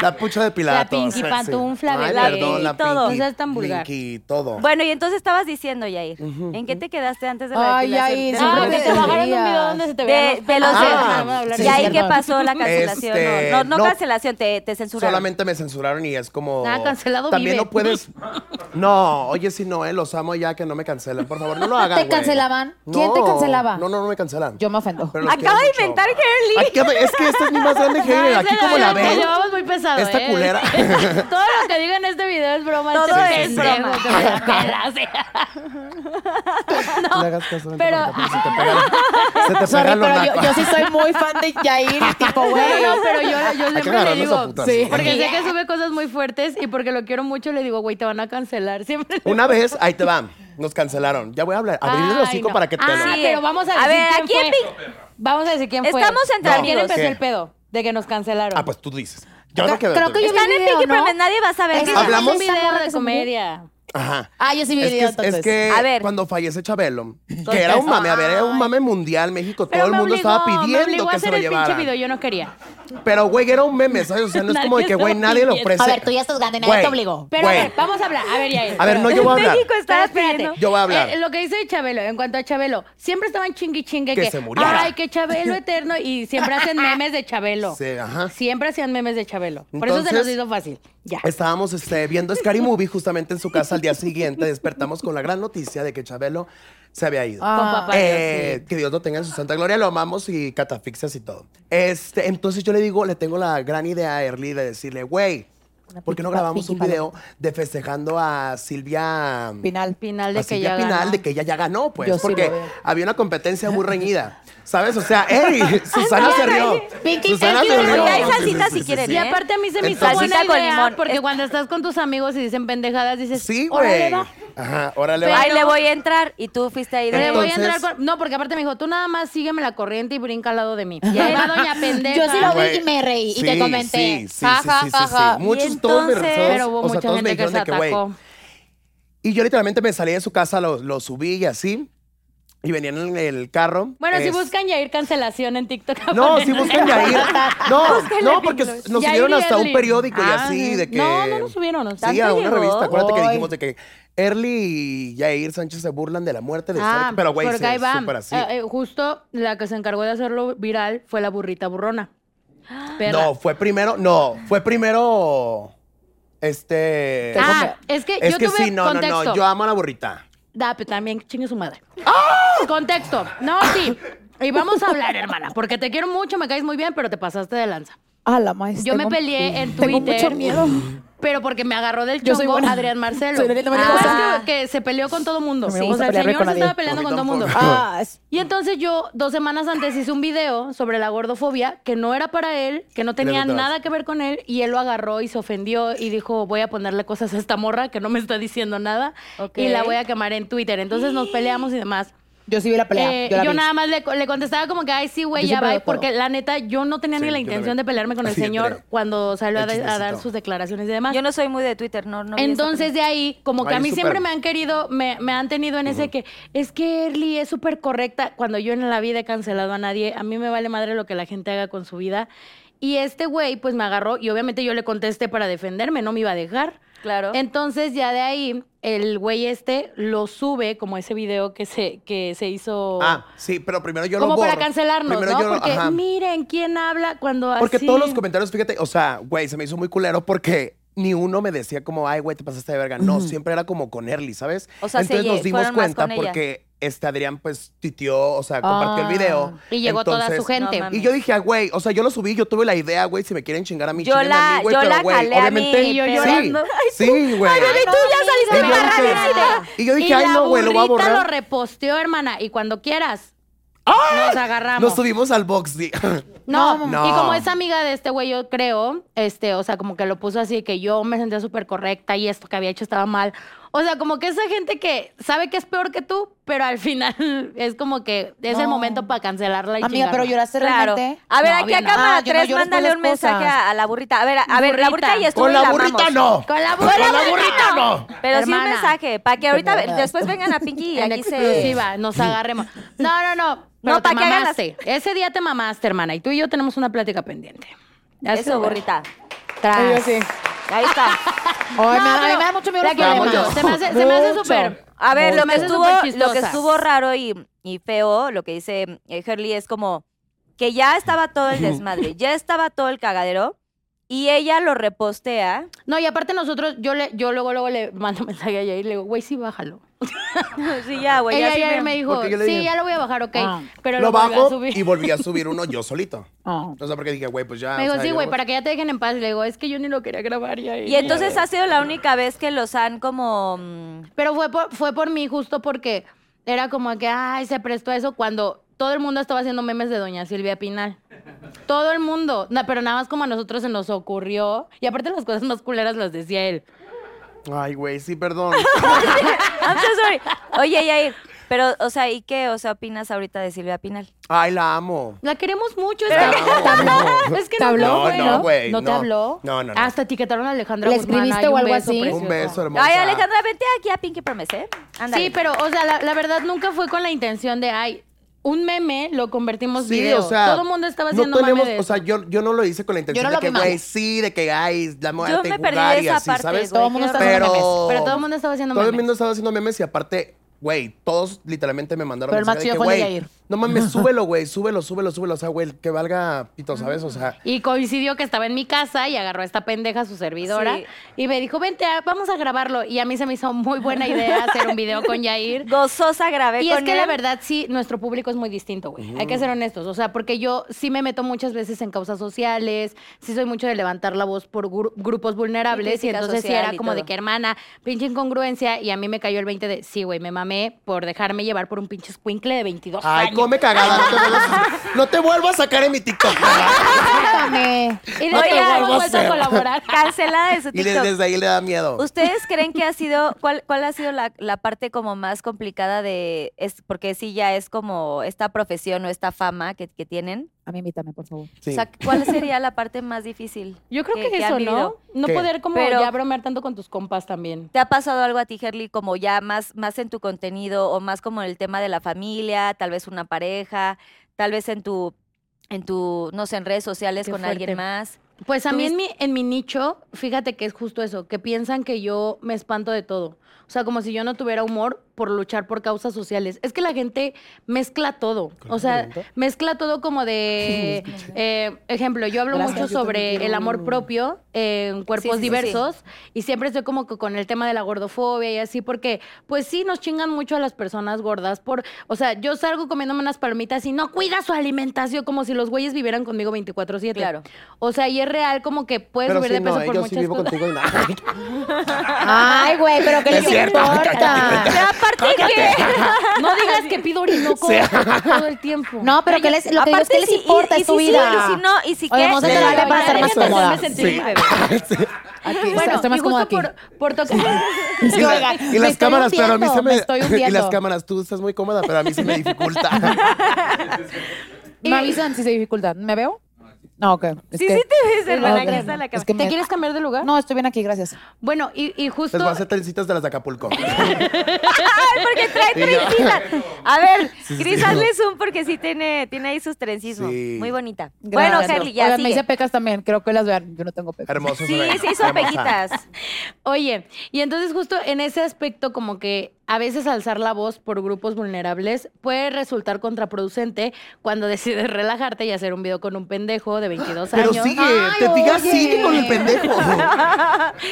Speaker 4: La pucha depilada.
Speaker 5: La
Speaker 4: todos.
Speaker 5: Pinky
Speaker 4: Sí.
Speaker 5: Pantufla,
Speaker 4: Ay,
Speaker 5: bebé.
Speaker 4: perdón, la
Speaker 7: Y todo.
Speaker 4: Pinky,
Speaker 5: No seas tan vulgar.
Speaker 4: Pinky, todo.
Speaker 7: Bueno, y entonces estabas diciendo, Yair, ¿en qué te quedaste antes de la
Speaker 6: Ay,
Speaker 7: depilación?
Speaker 6: Yair,
Speaker 7: De
Speaker 6: siempre
Speaker 5: Ah,
Speaker 7: los
Speaker 5: que
Speaker 6: me
Speaker 5: te
Speaker 7: huevitos.
Speaker 5: bajaron un video
Speaker 6: decías.
Speaker 5: donde se te veían
Speaker 7: de,
Speaker 5: los
Speaker 7: de los
Speaker 5: pelos.
Speaker 4: Ah,
Speaker 5: Vamos a hablar
Speaker 6: sí,
Speaker 7: y
Speaker 5: de
Speaker 7: ahí
Speaker 5: eso.
Speaker 6: cierto.
Speaker 7: qué pasó la cancelación
Speaker 4: Este,
Speaker 7: no, no, no
Speaker 4: no.
Speaker 7: cancelación te, te censuraron
Speaker 4: Solamente me censuraron y es como.
Speaker 5: Ah, cancelado
Speaker 4: También
Speaker 5: vive.
Speaker 4: no puedes. No, oye, si no, eh, los amo ya que no me cancelen. Por favor, no lo hagan.
Speaker 6: ¿Te
Speaker 4: güey.
Speaker 6: cancelaban? ¿Quién te cancelaba?
Speaker 4: No, no, no me cancelan.
Speaker 6: Yo me ofendo.
Speaker 4: Pero los
Speaker 7: acaba
Speaker 4: quiero
Speaker 7: de
Speaker 4: mucho.
Speaker 7: inventar Gerly
Speaker 4: Ay, qué- Es que esta es mi más grande hater. Aquí, como la
Speaker 5: Nos
Speaker 4: ven,
Speaker 5: llevamos muy pesado,
Speaker 4: esta
Speaker 5: ¿eh?
Speaker 4: culera.
Speaker 5: Todo lo que digo en este video es broma.
Speaker 7: Todo
Speaker 5: este
Speaker 7: es
Speaker 5: pendejo,
Speaker 7: broma.
Speaker 5: te voy a pelar,
Speaker 4: pues.
Speaker 5: sí.
Speaker 4: No le hagas caso. vente
Speaker 5: pero-
Speaker 4: para acá, porque Se te pegan, se te
Speaker 6: Sorry,
Speaker 4: pegan los
Speaker 6: pero yo,
Speaker 4: nacos.
Speaker 6: yo sí soy muy fan de Jair. y Tipo, güey.
Speaker 5: No, no, pero yo, yo
Speaker 4: que
Speaker 5: siempre le
Speaker 4: agarrarlos a
Speaker 5: digo.
Speaker 4: putas.
Speaker 5: Sí.
Speaker 4: Sí.
Speaker 5: Porque sé que sube cosas muy fuertes y porque lo quiero mucho le digo, güey, te van a cancelar. Siempre le-
Speaker 4: Una vez, ahí te va. Nos cancelaron. Ya voy a hablar. Abrirle los
Speaker 5: Ay,
Speaker 4: hocico
Speaker 5: no.
Speaker 4: para que te
Speaker 5: Ah,
Speaker 4: lo.
Speaker 5: pero vamos a
Speaker 7: A
Speaker 5: decir
Speaker 7: ver,
Speaker 5: quién
Speaker 7: aquí en
Speaker 5: fue. Vamos a decir quién fue.
Speaker 7: Estamos entre
Speaker 5: ¿Quién
Speaker 7: amigos.
Speaker 5: empezó
Speaker 4: ¿Qué?
Speaker 5: el pedo de que nos cancelaron?
Speaker 4: Ah, pues tú dices. Yo
Speaker 6: Creo
Speaker 4: no que.
Speaker 6: que yo
Speaker 7: están
Speaker 6: vi
Speaker 7: en
Speaker 6: video,
Speaker 7: Pinky
Speaker 6: ¿no?
Speaker 7: Promise nadie va a saber
Speaker 6: Es-
Speaker 7: qué
Speaker 4: Ah, ¿Hablamos?
Speaker 5: Un video
Speaker 6: Esa
Speaker 5: de
Speaker 6: morra
Speaker 5: comedia.
Speaker 4: Ajá.
Speaker 6: Ah, yo sí vi
Speaker 4: Es que,
Speaker 6: video,
Speaker 4: es
Speaker 6: entonces.
Speaker 4: que
Speaker 7: A ver.
Speaker 4: cuando fallece Chabelo, que era un mame, a ver, era un mame mundial, México,
Speaker 5: Pero
Speaker 4: todo el
Speaker 5: me
Speaker 4: mundo estaba
Speaker 5: obligó, me
Speaker 4: pidiendo
Speaker 5: obligó a
Speaker 4: que
Speaker 5: hacer
Speaker 4: se lo
Speaker 5: el pinche
Speaker 4: llevara.
Speaker 5: video, yo no quería.
Speaker 4: Pero, güey, era un meme, ¿sabes? O sea, no es como de que, güey, nadie le ofrece.
Speaker 8: A ver, tú ya estás grande, nadie
Speaker 4: Güey.
Speaker 8: te obligó.
Speaker 5: Pero a
Speaker 4: Güey.
Speaker 5: ver, vamos a hablar. A ver, Yair.
Speaker 4: A ver, no, yo voy a hablar.
Speaker 7: México
Speaker 5: Pero
Speaker 7: está
Speaker 5: espérate.
Speaker 7: pidiendo-
Speaker 4: Yo voy a hablar.
Speaker 5: Eh, lo que dice Chabelo, en cuanto a Chabelo, siempre estaban chingui chingue
Speaker 4: Que
Speaker 5: que,
Speaker 4: se muriera.
Speaker 5: Ay, que Chabelo eterno y siempre hacen memes de Chabelo.
Speaker 4: Sí, ajá.
Speaker 5: Siempre hacían memes de Chabelo. Por eso se
Speaker 4: Entonces-
Speaker 5: nos hizo fácil. Ya.
Speaker 4: Estábamos este, viendo Scary Movie justamente en su casa al día siguiente. Despertamos con la gran noticia de que Chabelo se había ido.
Speaker 5: Con papá.
Speaker 4: Eh, que Dios lo tenga en su santa gloria, lo amamos y catafixias y todo. Este, entonces yo le digo, le tengo la gran idea a Erly de decirle, güey, ¿por qué
Speaker 8: pinky pa-
Speaker 4: no grabamos un
Speaker 8: pinky
Speaker 4: video de festejando a Silvia
Speaker 8: Pinal.
Speaker 5: Pinal
Speaker 4: a
Speaker 5: de que
Speaker 4: Silvia
Speaker 5: ya
Speaker 4: Pinal
Speaker 5: ganó.
Speaker 4: de que ella ya ganó, pues,
Speaker 8: Yo sí
Speaker 4: porque
Speaker 8: lo veo.
Speaker 4: había una competencia muy reñida, ¿sabes? O sea, Eri, Susana se rió.
Speaker 8: Pinky,
Speaker 4: Susana
Speaker 8: thank
Speaker 4: se
Speaker 8: you.
Speaker 4: rió.
Speaker 8: Porque hay
Speaker 4: Sí, sí,
Speaker 7: salsita
Speaker 4: sí,
Speaker 7: si
Speaker 4: sí,
Speaker 7: quieren,
Speaker 4: sí.
Speaker 5: Y
Speaker 7: ¿eh?
Speaker 5: aparte a mí se me hizo
Speaker 7: Entonces-
Speaker 5: buena
Speaker 7: Salsita con
Speaker 5: idea
Speaker 7: limón.
Speaker 5: porque
Speaker 7: Es-
Speaker 5: cuando estás con tus amigos y dicen pendejadas dices,
Speaker 4: Sí,
Speaker 5: "Órale,
Speaker 4: güey.
Speaker 5: va".
Speaker 4: Ajá, órale,
Speaker 5: Pero-
Speaker 4: va.
Speaker 7: Ahí le voy a entrar y tú fuiste ahí
Speaker 5: Le
Speaker 7: de...
Speaker 5: voy a
Speaker 4: Entonces-
Speaker 5: entrar con- No, porque aparte me dijo, tú nada más sígueme la corriente y brinca al lado de mí. Y ahí va doña pendeja.
Speaker 8: Yo sí lo vi
Speaker 4: Güey.
Speaker 8: y me reí y
Speaker 4: Sí,
Speaker 8: te comenté.
Speaker 4: Sí, sí,
Speaker 8: Ja,
Speaker 4: sí,
Speaker 8: ja,
Speaker 4: sí,
Speaker 8: ja,
Speaker 4: sí,
Speaker 8: ja.
Speaker 4: sí. Muchos,
Speaker 7: Y
Speaker 4: todos me
Speaker 7: entonces-
Speaker 4: todos-
Speaker 5: Pero hubo
Speaker 4: o sea,
Speaker 5: mucha
Speaker 4: todos me
Speaker 5: gente que
Speaker 4: dijeron
Speaker 5: se
Speaker 4: de que, güey.
Speaker 5: atacó.
Speaker 4: Y yo literalmente me salí de su casa, lo, lo subí y así. Y venían en el carro.
Speaker 5: Bueno, si
Speaker 4: es-
Speaker 5: buscan Yair cancelación en TikTok.
Speaker 4: No,
Speaker 5: aparece.
Speaker 4: si buscan Yair. No, no, porque nos
Speaker 5: Yair
Speaker 4: subieron hasta un
Speaker 5: Yerlin.
Speaker 4: periódico y
Speaker 5: Ah,
Speaker 4: así. De que,
Speaker 5: No, no nos subieron. no.
Speaker 4: Sí,
Speaker 7: ¿Tanto
Speaker 4: a una
Speaker 7: llegó?
Speaker 4: revista. Acuérdate que
Speaker 8: Ay.
Speaker 4: dijimos de que Early y Yair Sánchez se burlan de la muerte de Sark, Pero, güey,
Speaker 5: Ah, porque
Speaker 4: se
Speaker 5: ahí va.
Speaker 4: súper así.
Speaker 5: Eh, eh, justo la que se encargó de hacerlo viral fue la burrita burrona. Perra.
Speaker 4: no, fue primero. No, fue primero. Este.
Speaker 5: Ah, es que
Speaker 4: es
Speaker 5: yo
Speaker 4: que
Speaker 5: tuve
Speaker 4: sí, no, no, no.
Speaker 5: contexto.
Speaker 4: Yo amo a la burrita.
Speaker 5: Da, pero también que chingue su madre. Contexto. No, sí. Y vamos a hablar, hermana, porque te quiero mucho, me caes muy bien, pero te pasaste de lanza.
Speaker 8: A la maestra.
Speaker 5: Yo me
Speaker 8: Pues tengo-
Speaker 5: peleé en
Speaker 8: Tengo
Speaker 5: Twitter.
Speaker 8: mucho miedo.
Speaker 5: Pero porque me agarró del
Speaker 8: Yo soy
Speaker 5: chongo
Speaker 8: buena.
Speaker 5: Adrián Marcelo.
Speaker 8: Soy Lorena María
Speaker 5: Ah,
Speaker 8: Mendoza.
Speaker 5: es que, que se peleó con todo mundo.
Speaker 8: No me
Speaker 5: o
Speaker 8: gusta
Speaker 5: sea, el
Speaker 8: pelearme
Speaker 5: señor
Speaker 8: con
Speaker 5: se estaba
Speaker 8: nadie.
Speaker 5: peleando
Speaker 4: A mí
Speaker 5: con todo mundo.
Speaker 4: tampoco.
Speaker 8: Ah, es-
Speaker 5: Y entonces yo, dos semanas antes, hice un video sobre la gordofobia que no era para él, que no tenía
Speaker 4: gustaba.
Speaker 5: nada que ver con él, y él lo agarró y se ofendió y dijo, voy a ponerle cosas a esta morra que no me está diciendo nada
Speaker 7: Ok.
Speaker 5: y la voy a quemar en Twitter. Entonces nos peleamos y demás.
Speaker 8: Yo sí vi la pelea.
Speaker 5: Eh,
Speaker 8: yo
Speaker 5: yo
Speaker 8: la vi.
Speaker 5: nada más le, le contestaba como que, ay, sí, güey,
Speaker 8: Yo
Speaker 5: ya
Speaker 8: siempre
Speaker 5: va,
Speaker 8: me acuerdo.
Speaker 5: porque la neta yo no tenía
Speaker 4: Sí,
Speaker 5: ni la
Speaker 4: yo también.
Speaker 5: intención de pelearme con el
Speaker 4: Siempre.
Speaker 5: señor cuando salió a,
Speaker 4: El
Speaker 5: de- a dar
Speaker 4: chismecito.
Speaker 5: sus declaraciones y demás.
Speaker 7: Yo no soy muy de Twitter, no, no vi esa
Speaker 5: Entonces de ahí, como que
Speaker 4: Ay,
Speaker 5: a mí
Speaker 4: es
Speaker 5: siempre
Speaker 4: súper.
Speaker 5: me han querido, me, me han tenido en ese que es que Erly es súper correcta cuando yo en la vida he cancelado a nadie, a mí me vale madre lo que la gente haga con su vida. Y este güey pues me agarró y obviamente yo le contesté para defenderme, no me iba a dejar.
Speaker 7: Claro.
Speaker 5: Entonces ya de ahí el güey este lo sube como ese video que se, que se hizo
Speaker 4: Ah, sí, pero primero yo lo
Speaker 5: como
Speaker 4: borro.
Speaker 5: para cancelarnos,
Speaker 4: Primero
Speaker 5: ¿no?
Speaker 4: yo lo-
Speaker 5: Porque
Speaker 4: ajá.
Speaker 5: miren quién habla cuando
Speaker 4: Porque
Speaker 5: así-
Speaker 4: todos los comentarios, fíjate, o sea, güey, se me hizo muy culero porque ni uno me decía como, ay, güey, te pasaste de verga. No, siempre era como con Early, ¿sabes?
Speaker 7: O sea, se
Speaker 4: Entonces
Speaker 7: lle-
Speaker 4: nos dimos
Speaker 7: fueron más
Speaker 4: cuenta
Speaker 7: con ella.
Speaker 4: porque este Adrián, pues, titió, o sea, compartió el video.
Speaker 5: Ah, Y llegó toda su
Speaker 4: Entonces,
Speaker 5: gente.
Speaker 7: no mames.
Speaker 4: Y yo dije, ah, güey, o sea, yo lo subí, yo tuve la idea, güey, si me quieren chingar a mí,
Speaker 7: Yo
Speaker 4: chinguen a
Speaker 7: la-
Speaker 4: mí, güey,
Speaker 7: yo
Speaker 4: pero,
Speaker 7: la
Speaker 4: güey,
Speaker 7: jalé a mí,
Speaker 4: obviamente,
Speaker 7: pero-
Speaker 4: sí,
Speaker 7: llorando.
Speaker 4: sí, güey.
Speaker 7: Y tú ya saliste
Speaker 4: Y yo
Speaker 7: embarrada,
Speaker 4: dije-
Speaker 7: Erly.
Speaker 4: Y yo dije,
Speaker 5: y
Speaker 4: ay,
Speaker 5: la
Speaker 4: no, güey, lo voy a
Speaker 5: burrita lo
Speaker 4: borrar.
Speaker 5: reposteó, hermana. Y cuando quieras, nos agarramos.
Speaker 4: Nos subimos al box. sí.
Speaker 5: no,
Speaker 4: No.
Speaker 5: y como es amiga de este güey, yo creo, este, o sea, como que lo puso así que yo me sentía súper correcta y esto que había hecho estaba mal. O sea, como que esa gente que sabe que es peor que tú, pero al final es como que es el
Speaker 8: No.
Speaker 5: momento para cancelarla y
Speaker 8: Amiga, pero
Speaker 5: chingarla.
Speaker 8: lloraste
Speaker 7: Claro.
Speaker 8: realmente.
Speaker 7: A ver,
Speaker 5: No,
Speaker 7: aquí
Speaker 5: yo
Speaker 7: a
Speaker 5: no.
Speaker 7: cámara
Speaker 8: Ah, yo no
Speaker 7: 3,
Speaker 8: lloro por
Speaker 7: mándale
Speaker 8: las
Speaker 7: un mensaje
Speaker 8: cosas.
Speaker 7: a, a la burrita. A ver, a, a ver, la burrita y estuvo
Speaker 4: Con
Speaker 7: y
Speaker 4: la
Speaker 7: la
Speaker 4: burrita
Speaker 7: amamos.
Speaker 4: no.
Speaker 5: Con la
Speaker 4: Con
Speaker 5: burrita.
Speaker 4: la burrita no.
Speaker 7: Pero sí un
Speaker 5: Hermana.
Speaker 7: mensaje, para que ahorita
Speaker 8: Qué mierda.
Speaker 7: después vengan a Pinky y
Speaker 5: en
Speaker 7: aquí se...
Speaker 5: exclusiva, nos agarremos. No, no, no. Pero
Speaker 7: No,
Speaker 5: te
Speaker 7: pa' que hagan las-
Speaker 5: mamaste. Ese día te mamaste, hermana, y tú y yo tenemos una plática pendiente. Ya
Speaker 7: Eso,
Speaker 5: estuvo.
Speaker 7: burrita.
Speaker 8: Ay,
Speaker 5: Tras.
Speaker 8: yo sí.
Speaker 7: Ahí está.
Speaker 8: Ay, me, da- a mí me da mucho miedo.
Speaker 5: la
Speaker 8: los
Speaker 5: quiero
Speaker 8: problemas.
Speaker 5: mucho. Se me hace, se me hace
Speaker 8: Mucho.
Speaker 5: súper.
Speaker 7: A ver, lo que,
Speaker 5: Mucho.
Speaker 7: estuvo,
Speaker 5: Súper chistosa.
Speaker 7: lo que estuvo raro y, y feo, lo que dice eh, Hurley, es como que ya estaba todo el desmadre, ya estaba todo el cagadero y ella lo repostea.
Speaker 5: No, y aparte nosotros, yo le, yo luego, luego le mando mensaje a ella y le digo, güey, sí, bájalo.
Speaker 7: sí, ya, güey.
Speaker 5: ella
Speaker 7: ya sí
Speaker 5: Pues ya
Speaker 7: me-
Speaker 5: me dijo,
Speaker 4: Porque yo le
Speaker 5: sí,
Speaker 4: dije-
Speaker 5: ya lo voy a bajar, ok.
Speaker 8: Ah.
Speaker 5: Pero lo,
Speaker 4: Lo
Speaker 5: volvió a
Speaker 4: bajo
Speaker 5: subir.
Speaker 4: y volví a subir uno yo solito.
Speaker 8: Ah.
Speaker 4: O sea, porque dije, güey, pues ya.
Speaker 5: Me
Speaker 4: o
Speaker 5: dijo,
Speaker 4: sea,
Speaker 5: sí,
Speaker 4: yo
Speaker 5: güey,
Speaker 4: no-
Speaker 5: para que ya te dejen en paz. Le digo, es que yo ni lo quería grabar ya.
Speaker 7: Y entonces ha sido la única vez que los han como... mm,
Speaker 5: Pero fue por, fue por mí justo porque era como que, ay, se prestó a eso cuando todo el mundo estaba haciendo memes de doña Silvia Pinal. Todo el mundo. Na- pero nada más como a nosotros se nos ocurrió. Y aparte las cosas más culeras las decía él.
Speaker 4: Ay, güey, sí, perdón.
Speaker 7: I'm so sorry. Oye, Yair, pero, o sea, ¿y qué o sea, opinas ahorita de Silvia Pinal?
Speaker 4: Ay, la amo.
Speaker 5: La queremos mucho. Es
Speaker 4: Te
Speaker 5: que,
Speaker 4: amo.
Speaker 5: ¿Te habló? Es que
Speaker 8: ¿Te
Speaker 5: no
Speaker 8: habló,
Speaker 5: habló,
Speaker 8: güey,
Speaker 5: ¿no?
Speaker 8: no,
Speaker 4: güey,
Speaker 5: ¿No te
Speaker 4: no.
Speaker 5: habló?
Speaker 4: No, no, no.
Speaker 5: Hasta etiquetaron a Alejandra
Speaker 8: ¿Le
Speaker 5: Guzmán,
Speaker 8: escribiste
Speaker 5: ay,
Speaker 8: o
Speaker 5: un
Speaker 8: algo
Speaker 5: beso
Speaker 8: así?
Speaker 5: precioso.
Speaker 4: Un beso, hermosa.
Speaker 7: Ay, Alejandra, vete aquí a Pinky Promise, ¿eh? Ándale.
Speaker 5: Sí, pero, o sea, la, la verdad nunca fue con la intención de, ay, un meme lo convertimos
Speaker 4: Sí,
Speaker 5: video.
Speaker 4: o sea,
Speaker 5: Todo el mundo estaba
Speaker 4: no
Speaker 5: haciendo
Speaker 4: tenemos-
Speaker 5: meme de
Speaker 4: O sea,
Speaker 5: eso.
Speaker 4: yo, yo no lo hice con la intención
Speaker 8: no
Speaker 4: de
Speaker 8: lo
Speaker 4: que,
Speaker 8: vi mal.
Speaker 4: güey, sí, de que, ay, la moda
Speaker 7: Yo
Speaker 4: te
Speaker 7: me perdí
Speaker 4: jugar
Speaker 7: de
Speaker 4: y
Speaker 7: esa
Speaker 4: así,
Speaker 7: parte,
Speaker 4: ¿sabes?
Speaker 7: güey.
Speaker 5: todo el mundo
Speaker 7: qué
Speaker 5: está haciendo
Speaker 4: horror.
Speaker 5: memes.
Speaker 4: Pero-
Speaker 5: Pero todo el mundo estaba haciendo
Speaker 4: Todo el
Speaker 5: memes.
Speaker 4: mundo estaba haciendo memes y aparte, güey, todos literalmente me mandaron
Speaker 6: Pero el
Speaker 4: mensaje de
Speaker 6: más chido
Speaker 4: que,
Speaker 6: fue el de
Speaker 4: güey,
Speaker 6: Yair.
Speaker 4: No mames, súbelo, güey, súbelo, súbelo, súbelo. O sea, güey, que valga pito, ¿sabes? O sea,
Speaker 5: Y coincidió que estaba en mi casa y agarró a esta pendeja, su servidora,
Speaker 7: Sí.
Speaker 5: y me dijo, vente, ah, vamos a grabarlo. Y a mí se me hizo muy buena idea hacer un video con Yair.
Speaker 7: Gozosa grabé
Speaker 5: Y
Speaker 7: con
Speaker 5: es que
Speaker 7: él.
Speaker 5: la verdad sí, nuestro público es muy distinto, güey. Hay que ser honestos. O sea, porque yo sí me meto muchas veces en causas sociales, sí soy mucho de levantar la voz por gru- grupos vulnerables y,
Speaker 7: crítica
Speaker 5: entonces sí
Speaker 7: social
Speaker 5: era
Speaker 7: y
Speaker 5: como de
Speaker 7: todo.
Speaker 5: que hermana, pinche incongruencia y a mí me cayó el 20 de, sí, güey, me mamé por dejarme llevar por un pinche squinkle de 22
Speaker 4: ay,
Speaker 5: años.
Speaker 4: come cagada. No te, vuelvas, no te vuelvo a sacar en mi TikTok. ¿verdad?
Speaker 6: Cuéntame.
Speaker 5: Y
Speaker 4: No te
Speaker 5: desde ahí no
Speaker 4: vuelvo a
Speaker 5: hemos vuelto a
Speaker 4: hacer.
Speaker 5: colaborar.
Speaker 7: Cancelada de su
Speaker 4: Y de-
Speaker 7: TikTok.
Speaker 4: desde ahí le da miedo.
Speaker 7: ¿Ustedes creen que ha sido, cuál, cuál ha sido la, la parte como más complicada de, es, porque sí ya es como esta profesión o esta fama que, que tienen?
Speaker 6: A mí invítame, por favor.
Speaker 4: Sí.
Speaker 7: O sea, ¿cuál sería la parte más difícil?
Speaker 5: Yo creo que, eso,
Speaker 7: han
Speaker 5: ¿no?
Speaker 7: vivido?
Speaker 5: No
Speaker 4: ¿Qué?
Speaker 5: poder como
Speaker 7: Pero-
Speaker 5: ya bromear tanto con tus compas también.
Speaker 7: ¿Te ha pasado algo a ti, Gerly, como ya más, más en tu contenido o más como en el tema de la familia, tal vez una pareja, tal vez en tu, en tu, no sé, en redes sociales
Speaker 5: Qué
Speaker 7: con
Speaker 5: fuerte.
Speaker 7: alguien más?
Speaker 5: Pues a mí en
Speaker 7: Tuviste-
Speaker 5: mi, en mi nicho, fíjate que es justo eso, que piensan que yo me espanto de todo. O sea, como si yo no tuviera humor por luchar por causas sociales. Es que la gente mezcla todo. O sea, mezcla todo como de, eh, ejemplo, yo hablo
Speaker 8: Gracias,
Speaker 5: mucho
Speaker 8: yo también
Speaker 5: sobre
Speaker 8: quiero
Speaker 5: el amor
Speaker 8: uno.
Speaker 5: propio en cuerpos
Speaker 7: Sí, sí, sí, sí.
Speaker 5: diversos y siempre estoy como que con el tema de la gordofobia y así porque, pues sí, nos chingan mucho a las personas gordas por, o sea, yo salgo comiéndome unas palomitas y no cuida su alimentación como si los güeyes vivieran conmigo 24/7.
Speaker 7: Claro.
Speaker 5: O sea, y es real como que puedes
Speaker 4: Pero
Speaker 5: subir
Speaker 4: sí,
Speaker 5: de peso
Speaker 4: no, eh,
Speaker 5: por
Speaker 4: yo sí
Speaker 5: muchas
Speaker 4: vivo
Speaker 5: cosas.
Speaker 4: contigo y nada.
Speaker 6: Ay, güey, pero ¿qué
Speaker 4: Es
Speaker 6: les
Speaker 4: cierto,
Speaker 6: importa?
Speaker 7: Pero aparte que...
Speaker 5: No digas que pido orinoco
Speaker 4: Sí.
Speaker 5: todo el tiempo.
Speaker 6: No, pero ¿qué les, lo que digo es que
Speaker 7: Aparte,
Speaker 6: les
Speaker 7: sí, y-
Speaker 6: importa,
Speaker 7: y
Speaker 6: es tu
Speaker 7: sí, sí,
Speaker 6: vida.
Speaker 7: y si no, y si pues,
Speaker 6: Oye,
Speaker 7: qué,
Speaker 6: vamos a
Speaker 7: sí,
Speaker 6: hacer
Speaker 7: la
Speaker 6: algo para
Speaker 7: verdad,
Speaker 6: estar más
Speaker 7: déjate hacerme
Speaker 6: cómoda.
Speaker 4: Sí.
Speaker 7: sentir, bebé.
Speaker 8: Aquí,
Speaker 5: Bueno,
Speaker 8: estoy
Speaker 5: y
Speaker 8: más
Speaker 5: justo
Speaker 8: cómoda aquí.
Speaker 5: por, por tocar...
Speaker 6: Es que,
Speaker 4: Y la-
Speaker 6: oigan,
Speaker 4: y
Speaker 6: me
Speaker 4: las
Speaker 6: estoy
Speaker 4: cámaras, pero a mí
Speaker 6: hundiendo,
Speaker 4: se me,
Speaker 6: me estoy
Speaker 4: y las
Speaker 6: hundiendo.
Speaker 4: cámaras, tú estás muy cómoda, pero a mí se me dificulta.
Speaker 5: Y-
Speaker 6: Me avisan si se dificulta. ¿Me veo? No, ok. Es
Speaker 7: Sí,
Speaker 6: que-
Speaker 7: sí te ves,
Speaker 6: Ok.
Speaker 7: hermana, aquí está la
Speaker 6: Es
Speaker 7: cámara.
Speaker 6: que
Speaker 5: ¿Te
Speaker 6: me-
Speaker 5: quieres cambiar de lugar?
Speaker 6: No, estoy bien aquí, gracias.
Speaker 5: Bueno, y, y justo...
Speaker 4: Les voy a hacer trencitas de las de Acapulco.
Speaker 7: Ay, porque trae
Speaker 4: Y yo-
Speaker 7: trencitas. A ver,
Speaker 4: Sí, sí,
Speaker 7: Cris,
Speaker 4: sí.
Speaker 7: hazle zoom porque sí tiene, tiene ahí sus trencismos.
Speaker 4: Sí.
Speaker 7: Muy bonita.
Speaker 6: Gracias.
Speaker 7: Bueno, Gerly, ya
Speaker 6: Oigan,
Speaker 7: sigue.
Speaker 6: me hice pecas también. Creo que las vean. Yo no tengo pecas.
Speaker 4: Hermoso.
Speaker 7: Sí,
Speaker 4: Soraya.
Speaker 7: se hizo
Speaker 4: Hermosa.
Speaker 7: pequitas.
Speaker 5: Oye, y entonces justo en ese aspecto como que a veces alzar la voz por grupos vulnerables puede resultar contraproducente cuando decides relajarte y hacer un video con un pendejo de 22
Speaker 4: Pero
Speaker 5: años.
Speaker 4: sigue,
Speaker 6: Ay,
Speaker 4: te digas
Speaker 6: oye.
Speaker 4: sigue con el pendejo.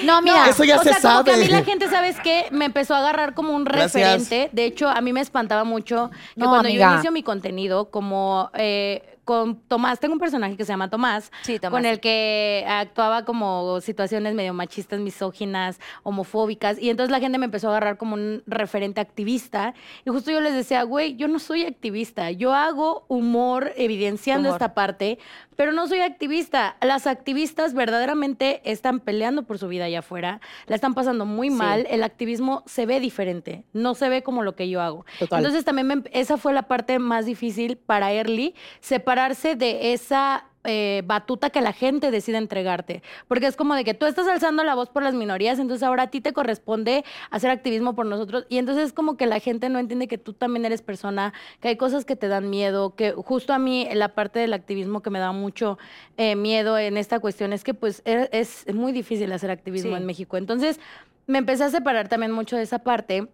Speaker 6: No, mira.
Speaker 4: Eso ya
Speaker 5: o
Speaker 4: se
Speaker 5: sea, como que
Speaker 4: sabe.
Speaker 5: a mí la gente, ¿sabes qué? Me empezó a agarrar como un
Speaker 4: Gracias.
Speaker 5: referente. De hecho, a mí me espantaba mucho que
Speaker 6: No,
Speaker 5: cuando yo
Speaker 6: amiga.
Speaker 5: inicio mi contenido, como eh, con Tomás, tengo un personaje que se llama Tomás,
Speaker 7: Sí, Tomás.
Speaker 5: con el que actuaba como situaciones medio machistas, misóginas, homofóbicas. Y entonces la gente me empezó a agarrar como un referente activista. Y justo yo les decía, güey, yo no soy activista. Yo hago humor evidenciando
Speaker 7: Humor.
Speaker 5: esta parte, pero no soy activista. Las activistas verdaderamente están peleando por su vida allá afuera, la están pasando muy mal. El activismo se ve diferente, no se ve como lo que yo hago.
Speaker 6: Total.
Speaker 5: Entonces también me em- esa fue la parte más difícil para Early, separarse de esa... eh, batuta que la gente decide entregarte, porque es como de que tú estás alzando la voz por las minorías, entonces ahora a ti te corresponde hacer activismo por nosotros y entonces es como que la gente no entiende que tú también eres persona, que hay cosas que te dan miedo, que justo a mí la parte del activismo que me da mucho eh, miedo en esta cuestión es que pues e- es, muy difícil hacer activismo
Speaker 7: Sí.
Speaker 5: en México. Entonces me empecé a separar también mucho de esa parte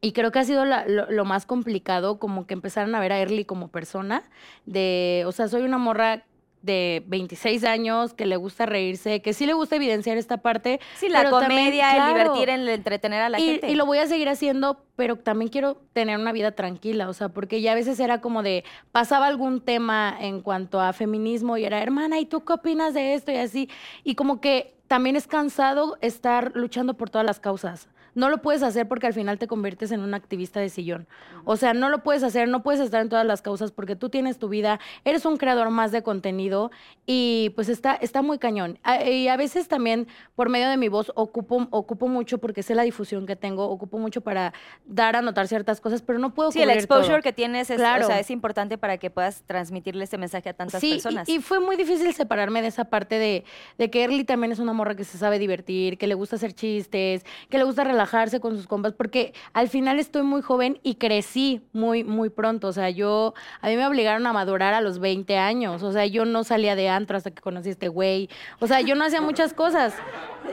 Speaker 5: y creo que ha sido la- lo, lo más complicado como que empezaron a ver a Early como persona de, o sea, soy una morra de 26 años, que le gusta reírse, que sí le gusta evidenciar esta parte.
Speaker 7: Sí, la
Speaker 5: pero también,
Speaker 7: comedia, el
Speaker 5: claro,
Speaker 7: divertir, el entretener a la
Speaker 5: y,
Speaker 7: gente.
Speaker 5: y lo voy a seguir haciendo, pero también quiero tener una vida tranquila, o sea, porque ya a veces era como de, pasaba algún tema en cuanto a feminismo y era, hermana, ¿y tú qué opinas de esto? Y así, y como que también es cansado estar luchando por todas las causas. No lo puedes hacer porque al final te conviertes en un activista de sillón. O sea, no lo puedes hacer, no puedes estar en todas las causas porque tú tienes tu vida, eres un creador más de contenido y pues está, está muy cañón. A- Y a veces también por medio de mi voz ocupo, ocupo mucho porque sé la difusión que tengo, ocupo mucho para dar a notar ciertas cosas, pero no puedo
Speaker 7: Sí, el
Speaker 5: cubrir
Speaker 7: exposure
Speaker 5: todo.
Speaker 7: que tienes es,
Speaker 5: Claro.
Speaker 7: o sea, es importante para que puedas transmitirle ese mensaje a tantas
Speaker 5: sí, y-
Speaker 7: personas.
Speaker 5: Y, fue muy difícil separarme de esa parte de, de que Early también es una morra que se sabe divertir, que le gusta hacer chistes, que le gusta relajarse con sus compas, porque al final estoy muy joven y crecí muy, muy pronto. O sea, yo, a mí me obligaron a madurar a los 20 años. O sea, yo no salía de antro hasta que conocí a este güey. O sea, yo no hacía muchas cosas.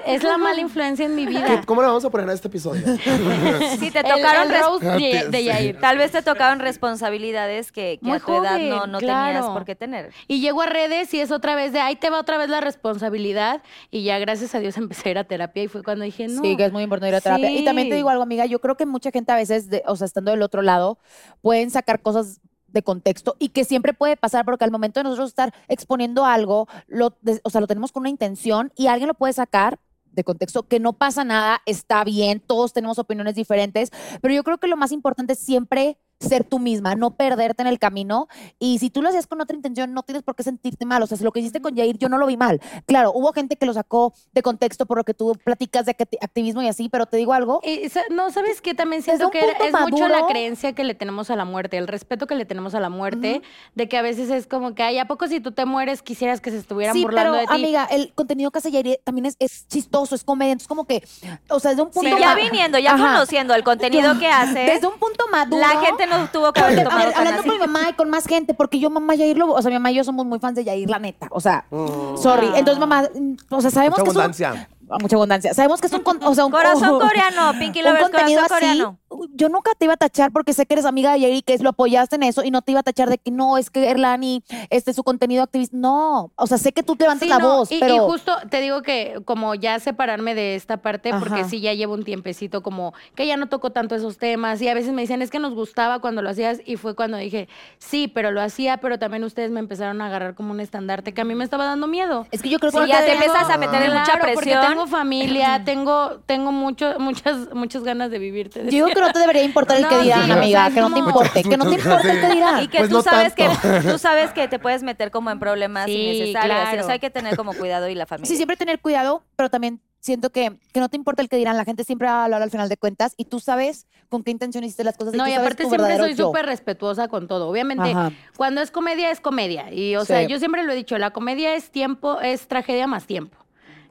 Speaker 5: Es la mala influencia en mi vida.
Speaker 4: ¿Qué- ¿Cómo le vamos a poner a este episodio?
Speaker 7: Sí, te
Speaker 5: pues, El-
Speaker 7: tocaron
Speaker 5: el
Speaker 7: res-
Speaker 5: roast de, de
Speaker 4: Sí.
Speaker 5: Yair.
Speaker 7: Tal vez te tocaron responsabilidades que, que
Speaker 5: Muy
Speaker 7: a tu edad
Speaker 5: joven,
Speaker 7: no, no tenías
Speaker 5: claro.
Speaker 7: por qué tener.
Speaker 5: Y llego a redes y es otra vez de ahí te va otra vez la responsabilidad. Y ya gracias a Dios empecé a ir a terapia y fue cuando dije, no.
Speaker 6: Sí, que es muy importante ir a terapia. Y también te
Speaker 5: Sí.
Speaker 6: digo algo, amiga, yo creo que mucha gente a veces, de- o sea, estando del otro lado, pueden sacar cosas de contexto y que siempre puede pasar porque al momento de nosotros estar exponiendo algo, lo, des- o sea, lo tenemos con una intención y alguien lo puede sacar de contexto, que no pasa nada, está bien, todos tenemos opiniones diferentes, pero yo creo que lo más importante es siempre ser tú misma, no perderte en el camino y si tú lo hacías con otra intención, no tienes por qué sentirte mal. O sea, si lo que hiciste con Jair, yo no lo vi mal. Claro, hubo gente que lo sacó de contexto por lo que tú platicas de acti- activismo y así, pero te digo algo.
Speaker 5: Y sa- eh, no, ¿sabes qué? También siento
Speaker 6: un
Speaker 5: que era-
Speaker 6: punto
Speaker 5: es mucho la
Speaker 6: maduro-
Speaker 5: creencia que le tenemos a la muerte, el respeto que le tenemos a la muerte, de que a veces es como que, ay, ¿a poco si tú te mueres quisieras que se estuvieran
Speaker 6: Sí,
Speaker 5: burlando
Speaker 6: pero
Speaker 5: de ti?
Speaker 6: amiga, el contenido que hace Jair también es, es chistoso, es comedia. Entonces, como que, o sea, desde un punto
Speaker 7: Sí,
Speaker 6: ma-
Speaker 7: ya viniendo, ya
Speaker 6: Ajá.
Speaker 7: conociendo el contenido que haces,
Speaker 6: Desde un punto maduro.
Speaker 7: la gente no tuvo que
Speaker 6: Porque,
Speaker 7: haber
Speaker 6: a
Speaker 7: tomado
Speaker 6: ver,
Speaker 7: tan
Speaker 6: hablando
Speaker 7: así.
Speaker 6: con mi mamá y con más gente, porque yo, mamá Yair, lo, o sea, mi mamá y yo somos muy fans de Yair, la neta. O sea, sorry. Entonces, mamá, mm, o sea, sabemos
Speaker 4: Mm. Mucha
Speaker 6: que es un-
Speaker 4: abundancia.
Speaker 6: Ah, mucha abundancia. Sabemos que es un, con- o sea, un
Speaker 7: Corazón coreano, Pinky
Speaker 6: un
Speaker 7: Lovers,
Speaker 6: contenido
Speaker 7: corazón
Speaker 6: así,
Speaker 7: coreano.
Speaker 6: yo nunca te iba a tachar porque sé que eres amiga de Yair y que lo apoyaste en eso y no te iba a tachar de que no, es que Erlani, este, su contenido activista. No, o sea, sé que tú te levantas
Speaker 5: Sí,
Speaker 6: la
Speaker 5: no,
Speaker 6: voz,
Speaker 5: y, y
Speaker 6: pero...
Speaker 5: justo te digo que como ya separarme de esta parte, porque
Speaker 6: Ajá.
Speaker 5: sí ya llevo un tiempecito como que ya no toco tanto esos temas y a veces me dicen, es que nos gustaba cuando lo hacías y fue cuando dije, sí, pero lo hacía, pero también ustedes me empezaron a agarrar como un estandarte que a mí me estaba dando miedo.
Speaker 6: Es que yo creo
Speaker 7: Sí,
Speaker 6: que...
Speaker 7: ya te
Speaker 6: tengo-
Speaker 7: empiezas a meter en mucha
Speaker 5: Claro, porque
Speaker 7: presión.
Speaker 5: tengo familia, tengo, tengo mucho, muchas, muchas ganas de vivirte.
Speaker 6: Yo digo que no te debería importar el
Speaker 5: No,
Speaker 6: que dirán,
Speaker 5: sí, o sea,
Speaker 6: amiga,
Speaker 5: es
Speaker 6: que no te
Speaker 5: como-
Speaker 6: importe, que no te importe el que dirán.
Speaker 7: Y que
Speaker 4: Pues
Speaker 7: tú
Speaker 4: no
Speaker 7: sabes
Speaker 4: tanto.
Speaker 7: que tú sabes que te puedes meter como en problemas
Speaker 5: Sí,
Speaker 7: innecesarios. y, O
Speaker 5: claro.
Speaker 7: sea, hay que tener como cuidado y la familia.
Speaker 6: Sí, siempre tener cuidado, pero también siento que, que no te importa el que dirán, la gente siempre va a hablar al final de cuentas y tú sabes con qué intención hiciste las cosas.
Speaker 5: No,
Speaker 6: tú
Speaker 5: y
Speaker 6: sabes
Speaker 5: aparte
Speaker 6: tu
Speaker 5: siempre
Speaker 6: verdadero
Speaker 5: soy
Speaker 6: yo.
Speaker 5: súper respetuosa con todo. Obviamente,
Speaker 6: Ajá.
Speaker 5: cuando es comedia, es comedia. Y, o
Speaker 6: Sí.
Speaker 5: sea, yo siempre lo he dicho, la comedia es tiempo, es tragedia más tiempo.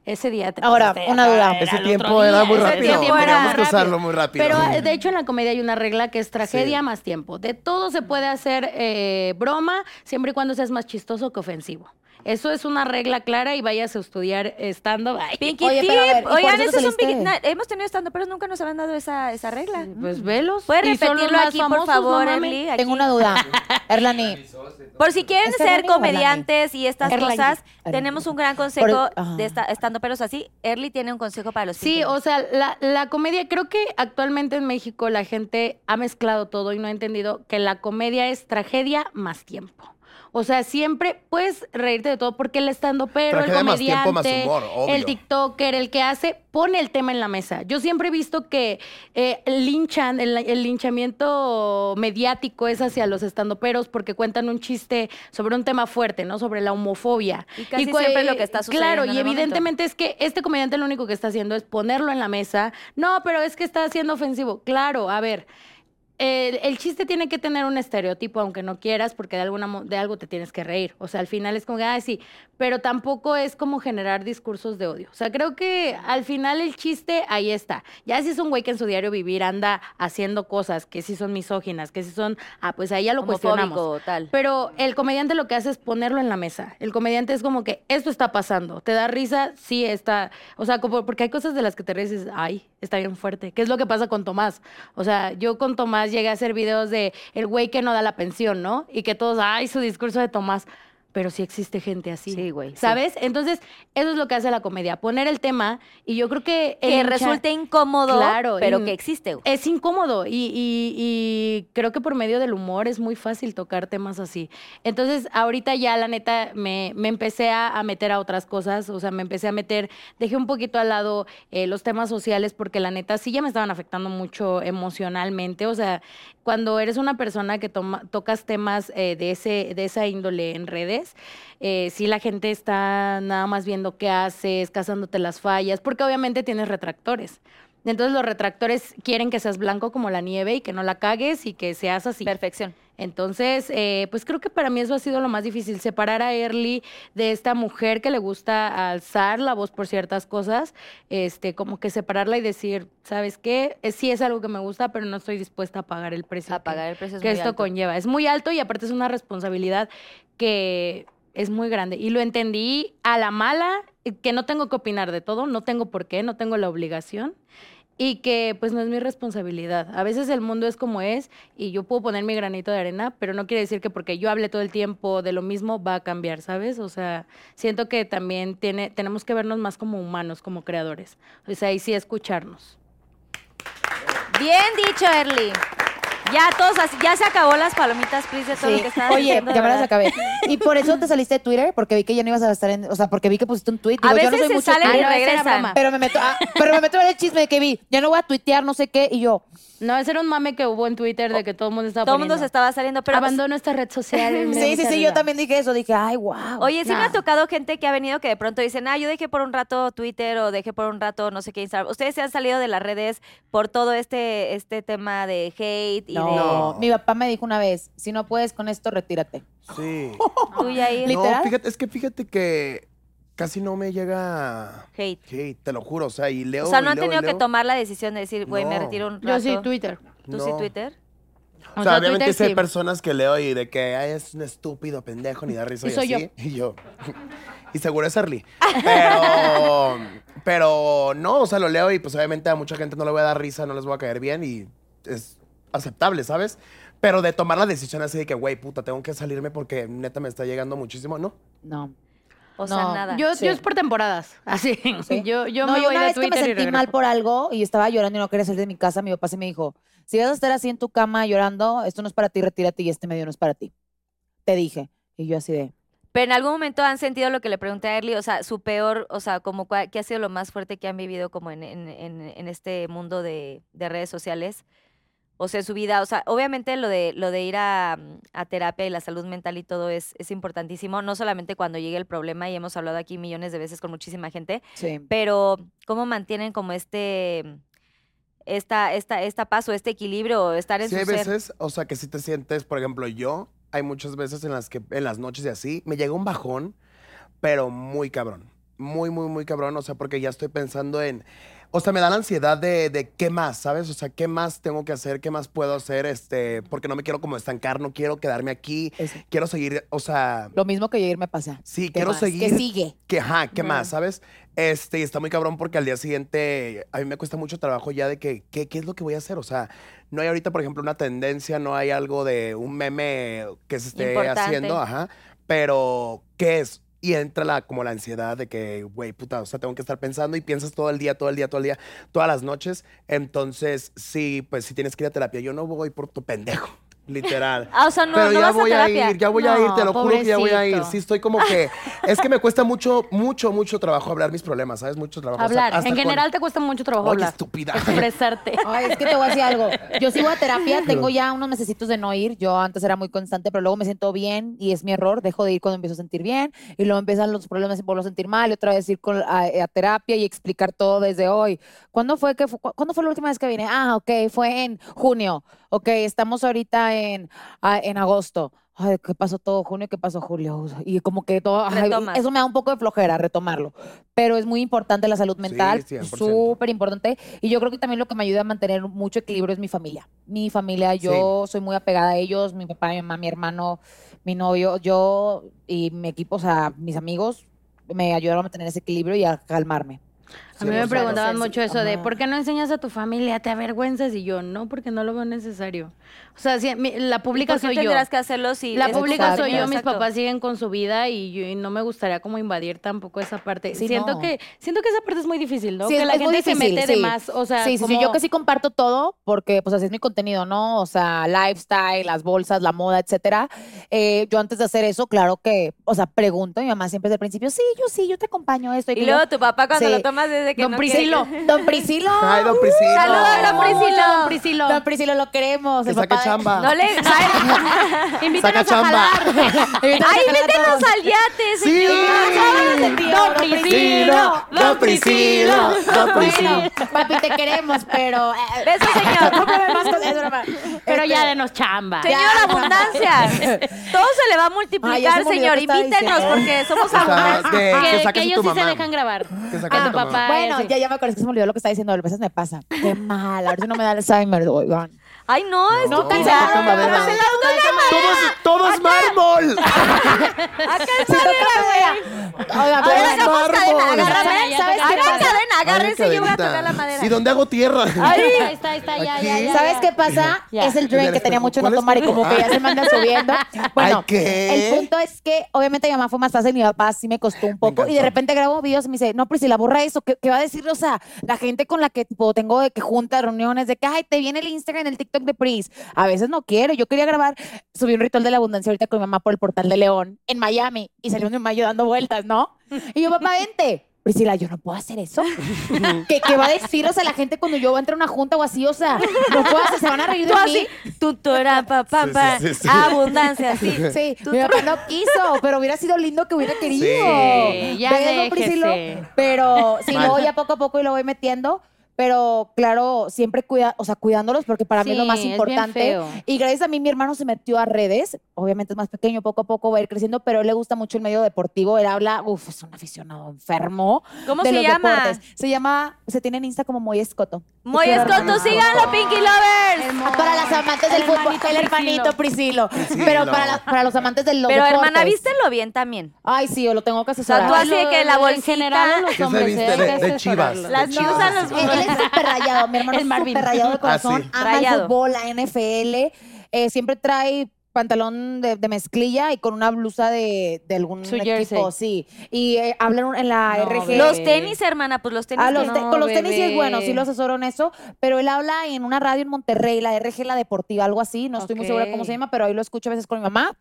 Speaker 5: Ese día te
Speaker 6: Ahora,
Speaker 5: pasaste,
Speaker 6: una
Speaker 5: ajá,
Speaker 6: duda.
Speaker 5: era
Speaker 4: Ese
Speaker 5: el
Speaker 4: tiempo
Speaker 5: otro
Speaker 4: era
Speaker 5: día,
Speaker 4: muy
Speaker 5: ese
Speaker 4: rápido,
Speaker 5: tiempo era
Speaker 4: teníamos que
Speaker 5: rápido.
Speaker 4: usarlo muy rápido.
Speaker 5: Pero, ah, de hecho, en la comedia hay una regla que es tragedia más tiempo. De todo se puede hacer eh, broma, siempre y cuando seas más chistoso que ofensivo. Eso es una regla clara y vayas a estudiar estando. Ay,
Speaker 7: Pinky
Speaker 6: Oye,
Speaker 7: tip.
Speaker 6: pero a ver, ¿y por
Speaker 7: Oigan,
Speaker 6: eso
Speaker 7: ese es un
Speaker 6: saliste?
Speaker 7: pinky- na- Hemos tenido estando, pero nunca nos habían dado esa, esa regla.
Speaker 5: Pues velos.
Speaker 7: ¿Puedes
Speaker 5: Y son los
Speaker 7: repetirlo
Speaker 5: más
Speaker 7: aquí,
Speaker 5: famosos,
Speaker 7: por favor,
Speaker 5: no mames.
Speaker 7: Erly?
Speaker 6: Tengo
Speaker 7: Aquí.
Speaker 6: una duda. Erlani,
Speaker 7: Por si quieren
Speaker 6: ¿Es
Speaker 7: ser
Speaker 6: Erlani o Erlani?
Speaker 7: comediantes y estas
Speaker 5: Erlani.
Speaker 7: cosas,
Speaker 6: Erlani.
Speaker 7: tenemos un gran consejo
Speaker 6: ajá.
Speaker 7: de estando peros así. Erly tiene un consejo para los
Speaker 5: Sí, o sea, la, la comedia, creo que actualmente en México la gente ha mezclado todo y no ha entendido que la comedia es tragedia más tiempo. O sea, siempre puedes reírte de todo porque el estando pero el
Speaker 4: Tragedia más tiempo, más
Speaker 5: comediante,
Speaker 4: humor, obvio.
Speaker 5: el TikToker, el que hace, pone el tema en la mesa. Yo siempre he visto que eh, linchan, el, el linchamiento mediático es hacia los estandoperos porque cuentan un chiste sobre un tema fuerte, ¿no? Sobre la homofobia.
Speaker 7: Y casi
Speaker 5: cua-
Speaker 7: siempre es lo que está sucediendo
Speaker 5: Claro,
Speaker 7: en
Speaker 5: y
Speaker 7: el momento.
Speaker 5: evidentemente es que este comediante lo único que está haciendo es ponerlo en la mesa. No, pero es que está haciendo ofensivo. Claro, a ver. El, el chiste tiene que tener un estereotipo, aunque no quieras, porque de, alguna, mo- de algo te tienes que reír. O sea, al final es como, que, ah, sí, pero tampoco es como generar discursos de odio. O sea, creo que al final el chiste ahí está. Ya si es un güey que en su diario vivir anda haciendo cosas que sí son misóginas, que sí son, ah, pues ahí ya lo cuestionamos.
Speaker 7: homofóbico o tal.
Speaker 5: Pero el comediante lo que hace es ponerlo en la mesa. El comediante es como que esto está pasando. Te da risa, sí está. O sea, como- porque hay cosas de las que te ríes y dices, ay, está bien fuerte. ¿Qué es lo que pasa con Tomás? O sea, yo con Tomás llegué a hacer videos de el güey que no da la pensión, ¿no? Y que todos, ay, su discurso de Tomás. Pero sí existe gente así.
Speaker 7: Sí, güey, sí.
Speaker 5: ¿Sabes? Entonces, eso es lo que hace la comedia, poner el tema. Y yo creo que. el
Speaker 7: que
Speaker 5: hincha-
Speaker 7: resulte incómodo,
Speaker 5: Claro,
Speaker 7: pero
Speaker 5: y-
Speaker 7: que existe. güey.
Speaker 5: es incómodo y, y- y creo que por medio del humor es muy fácil tocar temas así. Entonces, ahorita ya la neta me, me empecé a, a meter a otras cosas, o sea, me empecé a meter, dejé un poquito al lado eh, los temas sociales porque la neta sí ya me estaban afectando mucho emocionalmente, o sea, cuando eres una persona que toma- tocas temas eh, de, ese, de esa índole en redes, eh, sí la gente está nada más viendo qué haces, cazándote las fallas, porque obviamente tienes retractores. Entonces los retractores quieren que seas blanco como la nieve y que no la cagues y que seas así.
Speaker 7: Perfección.
Speaker 5: Entonces, eh, pues creo que para mí eso ha sido lo más difícil, separar a Early de esta mujer que le gusta alzar la voz por ciertas cosas, este, como que separarla y decir, ¿sabes qué? Eh, sí es algo que me gusta, pero no estoy dispuesta a pagar el precio
Speaker 7: A
Speaker 5: que-
Speaker 7: pagar el precio es
Speaker 5: que
Speaker 7: muy
Speaker 5: esto
Speaker 7: alto.
Speaker 5: conlleva. Es muy alto y aparte es una responsabilidad que es muy grande. Y lo entendí a la mala, eh, que no tengo que opinar de todo, no tengo por qué, no tengo la obligación y que pues no es mi responsabilidad. A veces el mundo es como es y yo puedo poner mi granito de arena, pero no quiere decir que porque yo hable todo el tiempo de lo mismo va a cambiar, ¿sabes? O sea, siento que también tiene, tenemos que vernos más como humanos, como creadores. O sea, y sí escucharnos.
Speaker 7: Bien dicho, Erly. Ya todos, así- ya se acabó las palomitas, Pris, de todo lo
Speaker 6: Sí.
Speaker 7: que estabas
Speaker 6: Oye, ya
Speaker 7: diciendo,
Speaker 6: me
Speaker 7: de
Speaker 6: las
Speaker 7: verdad.
Speaker 6: acabé. Y por eso te saliste de Twitter, porque vi que ya no ibas a estar en. O sea, porque vi que pusiste un tweet.
Speaker 7: A
Speaker 6: Digo, yo no
Speaker 7: veces
Speaker 6: soy
Speaker 7: se
Speaker 6: mucho
Speaker 7: salen
Speaker 6: Twitter,
Speaker 7: y
Speaker 5: Ah, no, esa era
Speaker 7: regresan.
Speaker 5: broma.
Speaker 6: Pero me meto, ah, pero me meto en el chisme de que vi. Ya no voy a tuitear, no sé qué. Y yo,
Speaker 5: No, ese era un mame que hubo en Twitter de que todo el mundo estaba
Speaker 7: Oh, Todo el mundo se
Speaker 5: poniendo,
Speaker 7: estaba saliendo, pero pues,
Speaker 5: Abandono esta red social. me da
Speaker 6: Ah, pues sí, sí,
Speaker 5: mucha
Speaker 6: sí,
Speaker 5: risa".
Speaker 6: yo también dije eso. Dije, ay, wow.
Speaker 7: Oye, sí me ha
Speaker 6: tocado.
Speaker 7: tocado gente que ha venido que de pronto dicen, ah, yo dejé por un rato Twitter o dejé por un rato no sé qué Instagram. Ustedes se han salido de las redes por todo este, este tema de hate y
Speaker 6: No, mi papá me dijo una vez, si no puedes con esto, retírate.
Speaker 4: Sí.
Speaker 7: de tú y ahí
Speaker 6: ¿Literal?
Speaker 4: No, fíjate, es que fíjate que casi no me llega
Speaker 7: hate.
Speaker 4: hate, te lo juro. O sea, y leo.
Speaker 7: O sea, no
Speaker 4: y
Speaker 7: han
Speaker 4: leo, y
Speaker 7: tenido que
Speaker 4: leo.
Speaker 7: tomar la decisión de decir, güey, me
Speaker 4: No.
Speaker 7: retiro un rato.
Speaker 5: Yo sí, Twitter.
Speaker 7: ¿Tú sí
Speaker 4: No.
Speaker 7: Twitter?
Speaker 4: O sea,
Speaker 5: sea,
Speaker 4: obviamente
Speaker 5: Twitter
Speaker 4: sí hay
Speaker 5: sí.
Speaker 4: personas que leo y de que "Ay, es un estúpido, pendejo, ni da risa.
Speaker 5: Y
Speaker 4: Y,
Speaker 5: soy
Speaker 4: así. Y yo. y seguro es Arly. Pero, pero no, o sea, lo leo y pues obviamente a mucha gente no le voy a dar risa, no les voy a caer bien y es aceptable, ¿sabes? Pero de tomar la decisión así de que, güey, puta, tengo que salirme porque neta me está llegando muchísimo, ¿no.
Speaker 6: No.
Speaker 7: O sea,
Speaker 6: No,
Speaker 7: nada.
Speaker 5: Yo,
Speaker 6: Sí.
Speaker 5: yo es por temporadas, así.
Speaker 6: Sí.
Speaker 5: Yo, yo
Speaker 6: No,
Speaker 5: me voy
Speaker 6: una
Speaker 5: de
Speaker 6: vez que
Speaker 5: Twitter
Speaker 6: me
Speaker 5: y
Speaker 6: sentí
Speaker 5: regreso.
Speaker 6: mal por algo y yo estaba llorando y no quería salir de mi casa, mi papá sí me dijo, si vas a estar así en tu cama llorando, esto no es para ti, retírate y este medio no es para ti. Te dije. Y yo así de,
Speaker 7: Pero en algún momento han sentido lo que le pregunté a Erly, o sea, su peor, o sea, como cua- qué ha sido lo más fuerte que han vivido como en, en- en- en este mundo de, de redes sociales. O sea, su vida, o sea, obviamente lo de, lo de ir a, mm, a terapia y la salud mental y todo es, es importantísimo, no solamente cuando llegue el problema, y hemos hablado aquí millones de veces con muchísima gente,
Speaker 6: sí.
Speaker 7: pero cómo mantienen como este, esta, esta, esta paz o este equilibrio, o estar en
Speaker 4: Sí,
Speaker 7: su
Speaker 4: hay
Speaker 7: ser.
Speaker 4: veces, o sea, que si te sientes, por ejemplo, yo, hay muchas veces en las que en las noches y así, me llega un bajón, pero muy cabrón. Muy, muy, muy cabrón. O sea, porque ya estoy pensando en. O sea, me da la ansiedad de, de qué más, ¿sabes? O sea, qué más tengo que hacer, qué más puedo hacer, este, porque no me quiero como estancar, no quiero quedarme aquí,
Speaker 6: Es
Speaker 4: quiero seguir, o sea,
Speaker 6: lo mismo que ayer me pasa.
Speaker 4: sí,
Speaker 6: ¿Qué
Speaker 4: quiero
Speaker 6: más?
Speaker 4: seguir
Speaker 6: Que sigue.
Speaker 4: que ajá, ¿qué más? ¿Sabes? Este, y está muy cabrón porque al día siguiente a mí me cuesta mucho trabajo ya de que, ¿qué, qué es lo que voy a hacer? O sea, no hay ahorita, por ejemplo, una tendencia, no hay algo de un meme que se esté
Speaker 7: Importante.
Speaker 4: haciendo, ajá, pero ¿qué es? Y entra la, como la ansiedad de que, güey, puta, o sea, tengo que estar pensando y piensas todo el día, todo el día, todo el día, todas las noches. Entonces, sí, pues sí tienes que ir a terapia. Yo no voy por tu pendejo, literal.
Speaker 7: Ah, o sea, no,
Speaker 4: Pero
Speaker 7: no
Speaker 4: ya
Speaker 7: vas
Speaker 4: voy
Speaker 7: a
Speaker 4: a,
Speaker 7: terapia.
Speaker 4: ir, ya voy a ir, te lo
Speaker 5: No,
Speaker 4: juro que ya voy a ir.
Speaker 5: pobrecito.
Speaker 4: Sí, estoy como que. Es que me cuesta mucho, mucho, mucho trabajo hablar mis problemas, ¿sabes? Mucho trabajo. O sea,
Speaker 5: Hablar.
Speaker 4: hasta
Speaker 5: en
Speaker 4: con-
Speaker 5: general te cuesta mucho trabajo
Speaker 4: Oye,
Speaker 5: hablar.
Speaker 4: estúpida.
Speaker 5: Expresarte.
Speaker 6: Ay, es que te voy a decir algo. Yo sigo a terapia, tengo ya unos necesitos de no ir. Yo antes era muy constante, pero luego me siento bien y es mi error. Dejo de ir cuando empiezo a sentir bien y luego empiezan los problemas y vuelvo a sentir mal y otra vez ir con- a, a terapia y explicar todo desde hoy. ¿Cuándo fue, que fu- cu- ¿Cuándo fue la última vez que vine? Ah, ok, fue en junio. Ok, estamos ahorita en, ah, en agosto. Ay, ¿qué pasó todo junio? ¿Qué pasó julio? Y como que todo... ay,
Speaker 7: Retomas.
Speaker 6: eso me da un poco de flojera retomarlo. Pero es muy importante la salud mental.
Speaker 4: 100%.
Speaker 6: Súper importante. Y yo creo que también lo que me ayuda a mantener mucho equilibrio es mi familia. Mi familia, yo soy muy apegada a ellos, mi papá, mi mamá, mi hermano, mi novio, yo y mi equipo, o sea, mis amigos, me ayudaron a mantener ese equilibrio y a calmarme.
Speaker 5: A mí me
Speaker 4: Sí,
Speaker 5: preguntaban
Speaker 6: sí,
Speaker 5: mucho eso de
Speaker 6: ajá.
Speaker 5: ¿por qué no enseñas a tu familia? ¿Te avergüenzas? Y yo, no, porque no lo veo necesario. O sea, si- mi- la pública
Speaker 7: ¿Por qué
Speaker 5: soy yo.
Speaker 7: pues, tendrás que hacerlo si
Speaker 5: la
Speaker 7: es tu
Speaker 5: pública soy
Speaker 7: familia?
Speaker 5: yo, mis
Speaker 7: Exacto.
Speaker 5: papás siguen con su vida y, yo- y no me gustaría como invadir tampoco esa parte.
Speaker 6: Sí,
Speaker 5: siento
Speaker 6: no.
Speaker 5: que siento que esa parte es muy difícil, ¿no?
Speaker 6: Sí,
Speaker 5: que
Speaker 6: es-
Speaker 5: la
Speaker 6: es muy
Speaker 5: gente se
Speaker 6: difícil,
Speaker 5: mete de
Speaker 6: sí.
Speaker 5: más, o sea,
Speaker 6: sí, sí, sí, yo
Speaker 5: como-
Speaker 6: que sí comparto todo porque pues así es mi contenido, ¿no? O sea, lifestyle, las bolsas, la moda, etcétera. Eh, yo antes de hacer eso, claro que, o sea, pregunto, mi mamá siempre desde el principio, sí, yo sí, yo te acompaño a esto.
Speaker 7: Y
Speaker 6: digo,
Speaker 7: luego tu papá cuando
Speaker 6: Sí.
Speaker 7: lo tomas desde de que
Speaker 5: Don
Speaker 7: no
Speaker 5: Priscilo.
Speaker 7: quiere-
Speaker 6: Don Priscilo.
Speaker 4: Ay, don Priscilo.
Speaker 5: Saludos,
Speaker 6: Ay,
Speaker 5: don
Speaker 6: lo amo
Speaker 5: Priscilo,
Speaker 6: mucho.
Speaker 5: don Priscilo.
Speaker 6: Don Priscilo, lo queremos.
Speaker 4: Que
Speaker 6: el
Speaker 4: saque
Speaker 6: papá de-
Speaker 4: chamba.
Speaker 7: No le...
Speaker 4: Saca
Speaker 5: Invítanos a
Speaker 4: chamba.
Speaker 5: jalar.
Speaker 6: Invítanos
Speaker 7: ¡Ay,
Speaker 6: a jalar
Speaker 7: métenos
Speaker 6: todos.
Speaker 7: al yate,
Speaker 4: Sí.
Speaker 5: Ah,
Speaker 7: señor!
Speaker 5: Don Priscilo, don Priscilo,
Speaker 4: don
Speaker 6: Bueno, papi, te queremos, pero... eh,
Speaker 7: Beso,
Speaker 6: no
Speaker 7: señor.
Speaker 6: problemas con- es broma.
Speaker 5: Pero
Speaker 6: Este,
Speaker 5: ya denos chamba.
Speaker 6: Sí.
Speaker 7: Señor
Speaker 6: Ya.
Speaker 7: Abundancia. Todo se le va a
Speaker 6: Ay, ya se me
Speaker 7: multiplicar,
Speaker 6: olvidó
Speaker 7: señor.
Speaker 6: que estaba
Speaker 7: Invítenos
Speaker 6: diciendo.
Speaker 7: porque somos
Speaker 4: sea,
Speaker 7: abundancia.
Speaker 4: de- que saques
Speaker 5: Que, que
Speaker 4: a tu
Speaker 5: ellos sí se
Speaker 4: mamá.
Speaker 5: dejan grabar.
Speaker 4: Que saques
Speaker 5: Ah,
Speaker 4: a tu mamá.
Speaker 5: papá.
Speaker 6: Bueno,
Speaker 5: sí.
Speaker 6: ya, ya me acuerdo, es que se me olvidó lo que estaba diciendo, a veces me pasa. Qué mal, a ver si no me da Alzheimer, oigan.
Speaker 7: Ay, no, es
Speaker 4: No,
Speaker 7: que-
Speaker 4: cancelaron,
Speaker 7: Ya,
Speaker 4: no, no,
Speaker 7: cancelaron, no
Speaker 4: Todo es, todo es mármol.
Speaker 7: Acá
Speaker 6: Sí, toca madera. Oiga, pero
Speaker 7: Ahora
Speaker 6: bueno,
Speaker 7: hagamos cadena,
Speaker 4: mármol.
Speaker 5: Ya,
Speaker 7: agárrame.
Speaker 5: ya,
Speaker 6: ya,
Speaker 7: ¿Sabes qué?
Speaker 6: ya,
Speaker 7: Hagan
Speaker 6: ya.
Speaker 7: cadena, agárrense y yo voy a
Speaker 4: Cadenita.
Speaker 7: tocar la madera.
Speaker 4: ¿Y dónde hago tierra?
Speaker 5: Ahí está, está, está, ya, ya, ya.
Speaker 6: ¿Sabes
Speaker 5: ya.
Speaker 6: qué pasa?
Speaker 5: Ya.
Speaker 6: Es el drink que tenía mucho no
Speaker 4: ¿Cuál es?
Speaker 6: tomar y como que ya se me anda subiendo. Bueno,
Speaker 4: Ay, ¿qué?
Speaker 6: el punto es que obviamente mi mamá fue más fácil, mi papá sí me costó un poco. Y de
Speaker 4: encantó.
Speaker 6: repente grabo videos y me dice, no, Priscila, borra eso. ¿Qué, qué va a decir? O sea, la gente con la que tipo, tengo de que junta reuniones, de que, ay, te viene el Instagram, el TikTok de Pris. A veces no quiero. Yo quería grabar, subí un ritual de la abundancia ahorita con mi mamá por el portal de León en Miami y salió mi mamá yo dando vueltas, ¿no? Y yo, papá, vente. Priscila, yo no puedo hacer eso. ¿Qué, qué va a decir, o sea, la gente cuando yo entre a una junta o así, o sea, no puedo hacer, se van a reír de
Speaker 7: Tú
Speaker 6: mí.
Speaker 7: así, tutora, papá,
Speaker 4: Sí,
Speaker 7: papá,
Speaker 4: sí, sí, sí.
Speaker 7: abundancia, sí.
Speaker 6: Sí,
Speaker 7: Tú-
Speaker 6: mi papá no quiso, pero hubiera sido lindo que hubiera querido.
Speaker 5: Sí, ya
Speaker 6: ¿Ves, don
Speaker 5: déjese.
Speaker 6: Priscilo? Pero sí,
Speaker 4: Mal.
Speaker 6: luego ya poco a poco y lo voy metiendo. Pero claro, siempre cuida, o sea, cuidándolos porque para mí es lo
Speaker 5: Sí,
Speaker 6: más
Speaker 5: es bien
Speaker 6: importante.
Speaker 5: feo.
Speaker 6: Y gracias a mí mi hermano se metió a redes. Obviamente es más pequeño, poco a poco va a ir creciendo, pero a él le gusta mucho el medio deportivo. Él habla, uff, es un aficionado enfermo.
Speaker 7: ¿Cómo
Speaker 6: de
Speaker 7: se
Speaker 6: los
Speaker 7: llama?
Speaker 6: deportes. Se llama, se tiene en Insta como Moy Escoto. Te
Speaker 7: Muy
Speaker 6: quiero,
Speaker 7: escoto,
Speaker 6: hermano.
Speaker 7: síganlo, Pinky Lovers.
Speaker 6: Para las amantes del
Speaker 5: Ah, El
Speaker 6: fútbol,
Speaker 5: hermanito
Speaker 6: el hermanito Priscilo. Pero para, las- para los amantes del los
Speaker 7: Pero hermana,
Speaker 6: deportes.
Speaker 7: vístelo bien también.
Speaker 6: Ay, sí, yo lo tengo que
Speaker 7: sea,
Speaker 6: asesorar.
Speaker 7: tú has- Así de que la
Speaker 5: En
Speaker 7: bolsita.
Speaker 5: general, los
Speaker 4: se
Speaker 5: hombres,
Speaker 4: viste
Speaker 5: ¿eh?
Speaker 4: de-
Speaker 5: Hay que
Speaker 4: de chivas?
Speaker 5: asesorarlos.
Speaker 7: Las
Speaker 4: chivas.
Speaker 7: chivas a los
Speaker 6: Él él es súper rayado, mi hermano
Speaker 5: El
Speaker 6: es
Speaker 5: Marvin.
Speaker 6: súper rayado de
Speaker 4: Ah, sí.
Speaker 6: corazón. Ama
Speaker 7: Rayado.
Speaker 6: el fútbol, la NFL. eh, siempre trae pantalón de, de mezclilla y con una blusa de, de algún
Speaker 5: Su
Speaker 6: equipo, sí. Y eh, hablan en la
Speaker 5: No,
Speaker 6: RG.
Speaker 5: bebé.
Speaker 7: Los tenis, hermana, pues los tenis.
Speaker 6: Ah, los
Speaker 7: que-
Speaker 6: te- con los tenis sí es
Speaker 5: bebé.
Speaker 6: bueno, sí lo asesoro en eso, pero él habla en una radio en Monterrey, la RG, la deportiva, algo así, no estoy muy segura cómo se
Speaker 5: Ok.
Speaker 6: llama, pero ahí lo escucho a veces con mi mamá.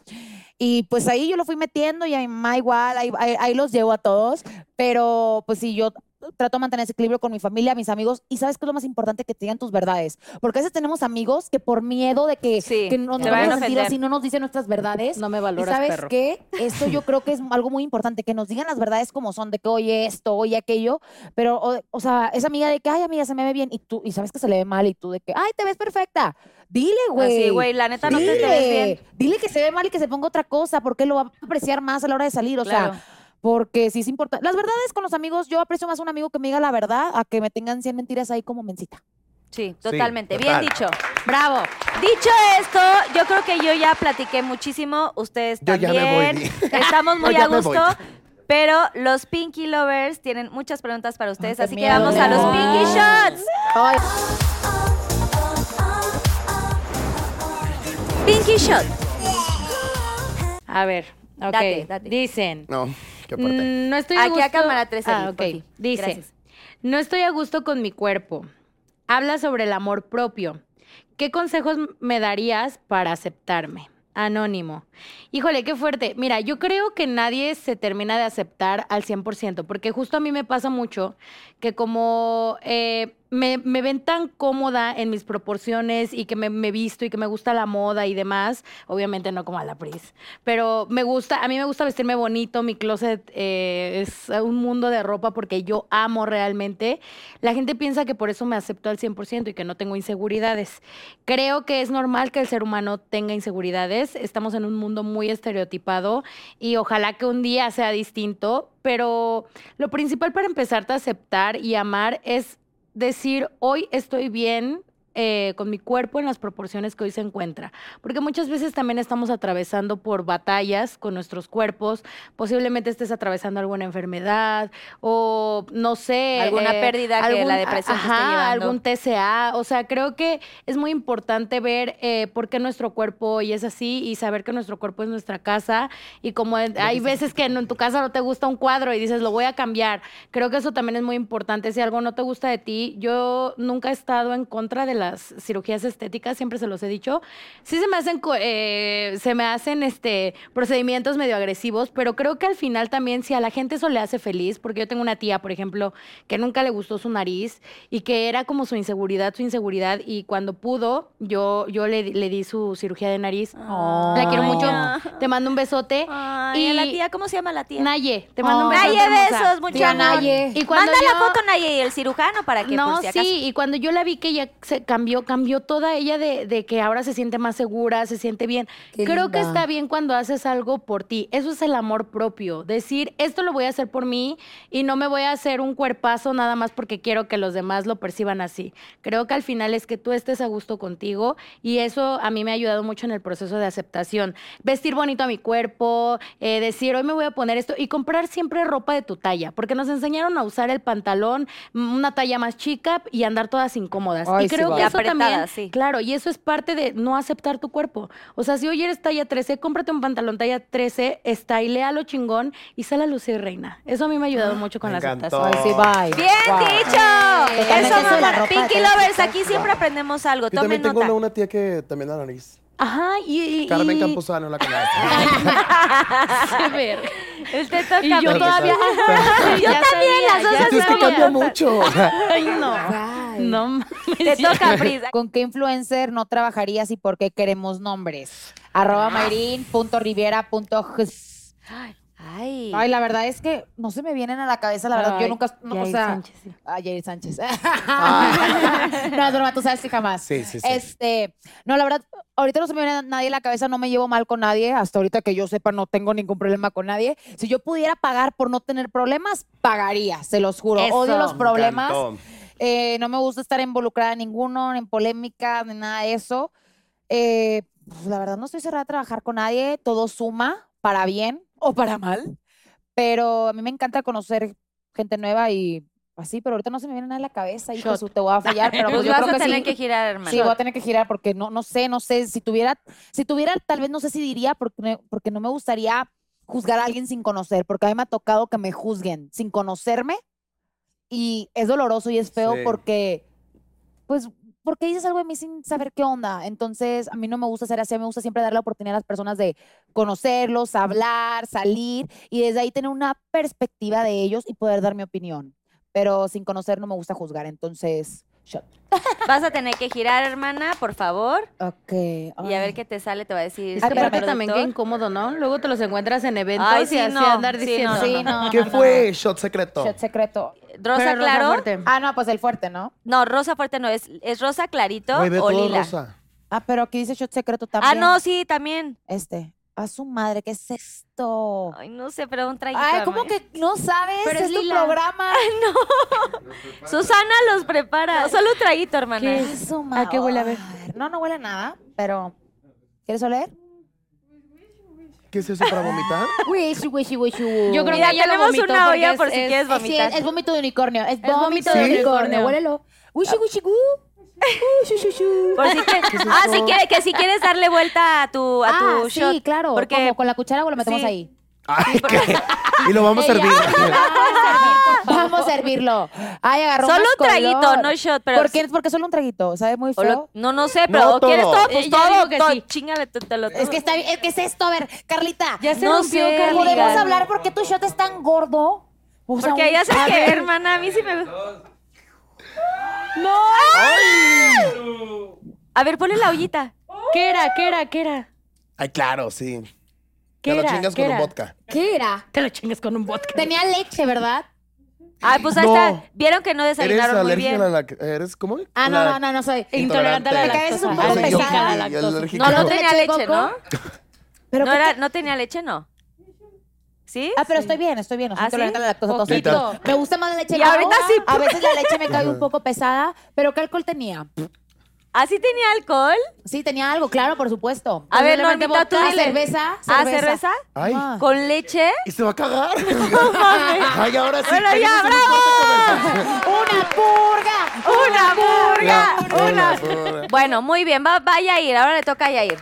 Speaker 6: Y pues ahí yo lo fui metiendo y a mi mamá igual, ahí, ahí- ahí los llevo a todos, pero pues sí, yo trato de mantener ese equilibrio con mi familia, mis amigos, y sabes que es lo más importante que te digan tus verdades, porque a veces tenemos amigos que por miedo de que,
Speaker 7: Sí,
Speaker 6: que no
Speaker 7: te
Speaker 6: nos
Speaker 7: vayan
Speaker 6: vamos
Speaker 7: a
Speaker 6: a sentir
Speaker 7: ofender.
Speaker 6: así, no nos dicen nuestras verdades,
Speaker 5: No me
Speaker 6: y
Speaker 5: valoras,
Speaker 6: sabes
Speaker 5: perro.
Speaker 6: qué, esto yo creo que es algo muy importante, que nos digan las verdades como son, de que oye esto, oye aquello, pero, o, o sea, esa amiga de que, ay amiga, se me ve bien, y tú, y sabes que se le ve mal, y tú de que, ay, te ves perfecta, dile, güey.
Speaker 7: Así, Ah, güey, la neta no te, te ves bien.
Speaker 6: Dile, dile que se ve mal y que se ponga otra cosa, porque él lo va a apreciar más a la hora de salir, o
Speaker 7: Claro.
Speaker 6: sea, porque sí es importante. Las verdades con los amigos, yo aprecio más a un amigo que me diga la verdad a que me tengan 100 mentiras ahí como mencita.
Speaker 7: Sí, totalmente.
Speaker 4: total.
Speaker 7: Bien dicho. Bravo. Dicho esto, yo creo que yo ya platiqué muchísimo. Ustedes
Speaker 4: Yo ya
Speaker 7: también.
Speaker 4: me voy.
Speaker 7: Estamos muy
Speaker 4: Yo ya
Speaker 7: a
Speaker 4: me
Speaker 7: gusto.
Speaker 4: voy.
Speaker 7: Pero los Pinky Lovers tienen muchas preguntas para ustedes,
Speaker 6: qué
Speaker 7: así que
Speaker 6: miedo.
Speaker 7: vamos a los Pinky Shots.
Speaker 6: Ay,
Speaker 7: Pinky Shot.
Speaker 5: A ver, ok.
Speaker 7: Date, date.
Speaker 5: Dicen.
Speaker 4: No, qué parte.
Speaker 5: Mm, No estoy a
Speaker 7: Aquí
Speaker 5: gusto.
Speaker 7: a cámara 13.
Speaker 5: Ah, ok. Dice,
Speaker 7: Gracias.
Speaker 5: no estoy a gusto con mi cuerpo. Habla sobre el amor propio. ¿Qué consejos me darías para aceptarme? Anónimo. Híjole, qué fuerte. Mira, yo creo que nadie se termina de aceptar al 100%, porque justo a mí me pasa mucho que como eh, me, me ven tan cómoda en mis proporciones y que me, me visto y que me gusta la moda y demás, obviamente no como a la Pris, pero me gusta, a mí me gusta vestirme bonito, mi closet eh, es un mundo de ropa porque yo amo realmente. La gente piensa que por eso me acepto al 100% y que no tengo inseguridades. Creo que es normal que el ser humano tenga inseguridades, estamos en un mundo muy estereotipado y ojalá que un día sea distinto, pero lo principal para empezarte a aceptar y amar es decir, hoy estoy bien eh, con mi cuerpo en las proporciones que hoy se encuentra. Porque muchas veces también estamos atravesando por batallas con nuestros cuerpos. Posiblemente estés atravesando alguna enfermedad o no sé. eh,
Speaker 7: Alguna pérdida que la depresión te esté
Speaker 5: ajá,
Speaker 7: llevando.
Speaker 5: algún TCA. O sea, creo que es muy importante ver eh, por qué nuestro cuerpo hoy es así y saber que nuestro cuerpo es nuestra casa. Y como en- hay veces que en en tu casa no te gusta un cuadro y dices, lo voy a cambiar. Creo que eso también es muy importante. Si algo no te gusta de ti, yo nunca he estado en contra de la las cirugías estéticas, siempre se los he dicho. Sí se me hacen, co- eh, se me hacen este, procedimientos medio agresivos, pero creo que al final también si a la gente eso le hace feliz, porque yo tengo una tía, por ejemplo, que nunca le gustó su nariz y que era como su inseguridad, su inseguridad, y cuando pudo, yo, yo le, le di su cirugía de nariz. La quiero mucho. Te mando un besote.
Speaker 7: Ay, a
Speaker 5: y
Speaker 7: la tía, ¿cómo se llama la tía? Oh.
Speaker 5: Naye, te mando un besote.
Speaker 7: Naye,
Speaker 5: hermosa.
Speaker 7: besos, mucho
Speaker 6: Tía
Speaker 7: amor.
Speaker 6: Naye.
Speaker 5: Y cuando
Speaker 7: Manda la
Speaker 5: yo-
Speaker 7: foto, Naye, y el cirujano para que
Speaker 5: no,
Speaker 7: por si acaso.
Speaker 5: sí, y cuando yo la vi que ella se cambió, cambió toda ella de, de que ahora se siente más segura, se siente bien.
Speaker 6: Qué
Speaker 5: Creo que
Speaker 6: linda.
Speaker 5: está bien cuando haces algo por ti. Eso es el amor propio. Decir, esto lo voy a hacer por mí y no me voy a hacer un cuerpazo nada más porque quiero que los demás lo perciban así. Creo que al final es que tú estés a gusto contigo y eso a mí me ha ayudado mucho en el proceso de aceptación. Vestir bonito a mi cuerpo, eh, decir, hoy me voy a poner esto y comprar siempre ropa de tu talla, porque nos enseñaron a usar el pantalón, mm, una talla más chica y andar todas incómodas.
Speaker 6: Ay,
Speaker 5: y
Speaker 6: sí,
Speaker 5: creo
Speaker 6: va.
Speaker 5: que
Speaker 7: Y
Speaker 5: eso también,
Speaker 7: apretadas, sí.
Speaker 5: claro, y eso es parte de no aceptar tu cuerpo. O sea, si hoy eres talla 13, cómprate un pantalón talla 13, stylealo chingón y sal a lucir reina. Eso a mí me ha ayudado mucho con
Speaker 4: Ah, Me
Speaker 5: la
Speaker 4: encantó.
Speaker 5: aceptación.
Speaker 6: Ay, sí, bye.
Speaker 7: Bien
Speaker 6: Wow.
Speaker 7: dicho.
Speaker 6: Totalmente
Speaker 7: Eso,
Speaker 6: eso de la
Speaker 7: mamá.
Speaker 6: ropa,
Speaker 7: Pinky
Speaker 6: todo
Speaker 7: Lovers,
Speaker 6: está-
Speaker 7: aquí siempre aprendemos algo.
Speaker 4: Yo
Speaker 7: Tomen
Speaker 4: también tengo
Speaker 7: nota.
Speaker 4: una, una tía que también da la nariz.
Speaker 5: Ajá, y... y-
Speaker 4: Carmen
Speaker 5: y-
Speaker 4: Camposano la canasta.
Speaker 5: A ver.
Speaker 7: Este toca
Speaker 5: Y yo
Speaker 4: Pero que
Speaker 5: todavía...
Speaker 4: sabe.
Speaker 5: yo también,
Speaker 7: las dos
Speaker 4: es que cambia mucho. O sea,
Speaker 5: Ay, no.
Speaker 6: Bye.
Speaker 5: No mames.
Speaker 7: Te toca, Pris.
Speaker 6: ¿Con qué influencer no trabajarías y por qué queremos nombres? Arroba mayrin punto Riviera punto js.
Speaker 7: Ay.
Speaker 6: Ay, la verdad es que no se me vienen a la cabeza, la verdad. yo
Speaker 5: Ay,
Speaker 6: nunca. no, o
Speaker 5: Yair
Speaker 6: sea,
Speaker 5: Sánchez, sí.
Speaker 6: Ah, Yair Sánchez. no, es broma, tú sabes que jamás.
Speaker 4: Sí, sí, sí.
Speaker 6: Este, no, la verdad, ahorita no se me viene a nadie a la cabeza, no me llevo mal con nadie. Hasta ahorita que yo sepa, no tengo ningún problema con nadie. Si yo pudiera pagar por no tener problemas, pagaría, se los juro.
Speaker 7: Eso.
Speaker 6: Odio los
Speaker 7: Me
Speaker 6: problemas.
Speaker 4: Encantó.
Speaker 6: Eh, no me gusta estar involucrada en ninguno, en polémica, ni nada de eso. Eh, pues, la verdad, no estoy cerrada a trabajar con nadie. Todo suma para bien o para mal. Pero a mí me encanta conocer gente nueva y así, pero ahorita no se me viene nada en la cabeza. Hijo, de
Speaker 5: Shot.
Speaker 6: su, te voy a fallar, pero pues
Speaker 7: Pues
Speaker 6: yo
Speaker 7: vas
Speaker 6: creo
Speaker 7: a
Speaker 6: que
Speaker 7: tener
Speaker 6: sí.
Speaker 7: que girar, hermano.
Speaker 6: Sí, voy a tener que girar porque no, no sé, no sé. Si tuviera, si tuviera, tal vez no sé si diría porque, me- porque no me gustaría juzgar a alguien sin conocer, porque a mí me ha tocado que me juzguen sin conocerme y es doloroso y es feo
Speaker 4: Sí.
Speaker 6: porque, pues, porque dices algo de mí sin saber qué onda. Entonces, a mí no me gusta ser así, a mí me gusta siempre dar la oportunidad a las personas de conocerlos, hablar, salir y desde ahí tener una perspectiva de ellos y poder dar mi opinión. Pero sin conocer no me gusta juzgar, entonces, shot.
Speaker 7: Vas a tener que girar, hermana, por favor.
Speaker 6: Ok.
Speaker 7: Y a
Speaker 6: ay.
Speaker 7: ver qué te sale, te va a decir.
Speaker 5: Es
Speaker 6: Ah,
Speaker 5: que
Speaker 7: el
Speaker 5: aparte
Speaker 6: pero-
Speaker 5: también qué
Speaker 7: productor.
Speaker 5: incómodo, ¿no? Luego te los encuentras en eventos
Speaker 7: Ay, sí,
Speaker 5: y así
Speaker 7: no,
Speaker 5: andar
Speaker 7: sí,
Speaker 5: diciendo.
Speaker 7: no,
Speaker 6: Sí, no.
Speaker 4: ¿Qué
Speaker 6: no,
Speaker 4: fue? Shot secreto.
Speaker 6: no. Shot secreto.
Speaker 7: Rosa
Speaker 5: Pero Rosa
Speaker 7: Claro.
Speaker 5: Fuerte.
Speaker 6: Ah, no, pues el fuerte, ¿no?
Speaker 7: no, Rosa Fuerte no, es, es Rosa Clarito
Speaker 4: Güey, ve
Speaker 7: o
Speaker 4: todo
Speaker 7: Lila.
Speaker 4: rosa.
Speaker 6: Ah, pero aquí dice shot secreto
Speaker 7: Ah,
Speaker 6: también.
Speaker 7: no, sí, también.
Speaker 6: Este. A su madre, ¿qué es esto?
Speaker 7: Ay, no sé, pero un traguito.
Speaker 6: Ay, ¿cómo
Speaker 7: amor.
Speaker 6: que no sabes?
Speaker 5: Pero es
Speaker 6: es tu
Speaker 5: lila.
Speaker 6: programa.
Speaker 7: Susana los prepara. solo un traguito, hermana.
Speaker 6: A su ma-
Speaker 5: ¿A qué huele? A ver.
Speaker 6: Ay, No, no huele a nada, pero. ¿Quieres oler?
Speaker 4: ¿Qué es eso para vomitar?
Speaker 6: Wishy, wishy, wishy.
Speaker 5: Yo creo
Speaker 7: Mira,
Speaker 5: que ella lo
Speaker 7: tenemos
Speaker 5: vomitó
Speaker 7: una olla
Speaker 5: porque
Speaker 7: por si quieres
Speaker 6: es, sí,
Speaker 7: vomitar.
Speaker 6: es, es vómito de unicornio. Es
Speaker 5: vómito
Speaker 6: vómito
Speaker 5: de
Speaker 6: de unicornio.
Speaker 5: unicornio.
Speaker 6: Huélelo. Wishy, wishy, goo. Wishy, wishy, goo.
Speaker 7: Por si que- ah, sí que, que si quieres darle vuelta a tu, a
Speaker 6: Ah,
Speaker 7: tu
Speaker 6: sí,
Speaker 7: shot.
Speaker 6: claro.
Speaker 7: Porque-
Speaker 6: Como con la cuchara o lo metemos
Speaker 7: Sí.
Speaker 6: ahí.
Speaker 4: Ay, ¿qué? Y lo vamos a servir.
Speaker 6: Vamos a servirlo. Ay, agarró
Speaker 7: Solo
Speaker 6: más
Speaker 7: un traguito,
Speaker 6: color.
Speaker 7: no shot, pero
Speaker 6: ¿Por
Speaker 7: sí.
Speaker 6: qué, por qué solo un traguito? ¿Sabe muy
Speaker 7: O
Speaker 6: feo?
Speaker 7: lo- no, no sé,
Speaker 4: No,
Speaker 7: pero ¿o ¿quieres
Speaker 4: todo.
Speaker 7: todo? Pues
Speaker 5: Eh, yo
Speaker 7: todo,
Speaker 5: digo que
Speaker 7: todo.
Speaker 5: sí.
Speaker 7: Chingale, tú te lo
Speaker 6: Es que está bien. es que es esto? A ver, Carlita.
Speaker 5: Ya se
Speaker 7: No
Speaker 5: rompió,
Speaker 7: sé,
Speaker 5: Carlita.
Speaker 6: ¿Podemos
Speaker 7: amiga.
Speaker 6: hablar por qué tu shot es tan gordo? O sea,
Speaker 7: Porque
Speaker 6: un-
Speaker 7: ya sé
Speaker 6: a
Speaker 7: que,
Speaker 6: ver.
Speaker 7: hermana, a mí sí me...
Speaker 5: ¡No!
Speaker 7: A ver, ponle la ollita.
Speaker 5: ¿Qué era? ¿Qué era? ¿Qué era?
Speaker 4: Ay, claro, sí.
Speaker 5: ¿Qué
Speaker 4: Te lo
Speaker 5: era?
Speaker 4: chingas
Speaker 5: ¿Qué
Speaker 4: con un
Speaker 5: era?
Speaker 4: vodka.
Speaker 6: ¿Qué era?
Speaker 5: Te lo chingas con un vodka.
Speaker 6: Tenía leche, ¿verdad?
Speaker 7: Ah, pues ahí
Speaker 4: No.
Speaker 7: está. Vieron que no
Speaker 4: Eres
Speaker 7: desayunaron muy
Speaker 4: alérgica
Speaker 7: bien.
Speaker 4: a la... ¿Eres cómo?
Speaker 6: Ah, no,
Speaker 4: La-
Speaker 6: no, no, no soy.
Speaker 5: Intolerante a la
Speaker 6: Porque a veces
Speaker 5: lactosa.
Speaker 6: es un poco
Speaker 5: Alérgica a
Speaker 6: pesada.
Speaker 5: la
Speaker 4: Y
Speaker 5: lactosa.
Speaker 4: alérgica.
Speaker 7: No, no
Speaker 4: Claro.
Speaker 7: tenía
Speaker 6: ¿Leche de
Speaker 7: leche, ¿no?
Speaker 6: coco? Pero
Speaker 7: No,
Speaker 6: ¿qué
Speaker 7: era,
Speaker 6: te-
Speaker 7: no tenía leche, ¿no. ¿Sí?
Speaker 6: Ah, pero estoy bien, estoy bien. No soy
Speaker 7: ¿Ah, sí?
Speaker 6: intolerante a la lactosa. todo estoy
Speaker 4: Poquito.
Speaker 6: bien. Me gusta más la leche
Speaker 7: Y
Speaker 6: de
Speaker 7: ahorita
Speaker 6: vaca.
Speaker 7: sí.
Speaker 6: A veces la leche me cae un poco pesada, pero ¿qué alcohol tenía?
Speaker 7: ¿Así tenía alcohol?
Speaker 6: Sí, tenía algo, claro, por supuesto.
Speaker 7: A ver,
Speaker 5: Probablemente
Speaker 7: Normita, tú
Speaker 5: vodka,
Speaker 6: Ah,
Speaker 7: dile.
Speaker 6: cerveza, cerveza.
Speaker 7: ¿Ah, cerveza?
Speaker 4: Ay,
Speaker 6: Ah.
Speaker 7: ¿Con leche?
Speaker 4: y se va a cagar. Ay, ahora sí.
Speaker 7: Bueno,
Speaker 4: tenemos
Speaker 7: ya,
Speaker 4: un
Speaker 7: bravo.
Speaker 4: corte comercial.
Speaker 6: Una purga.
Speaker 7: ¡Una burga!
Speaker 4: Una, una, una.
Speaker 7: Bueno, muy bien, va, vaya a ir. Ahora le toca a Yair.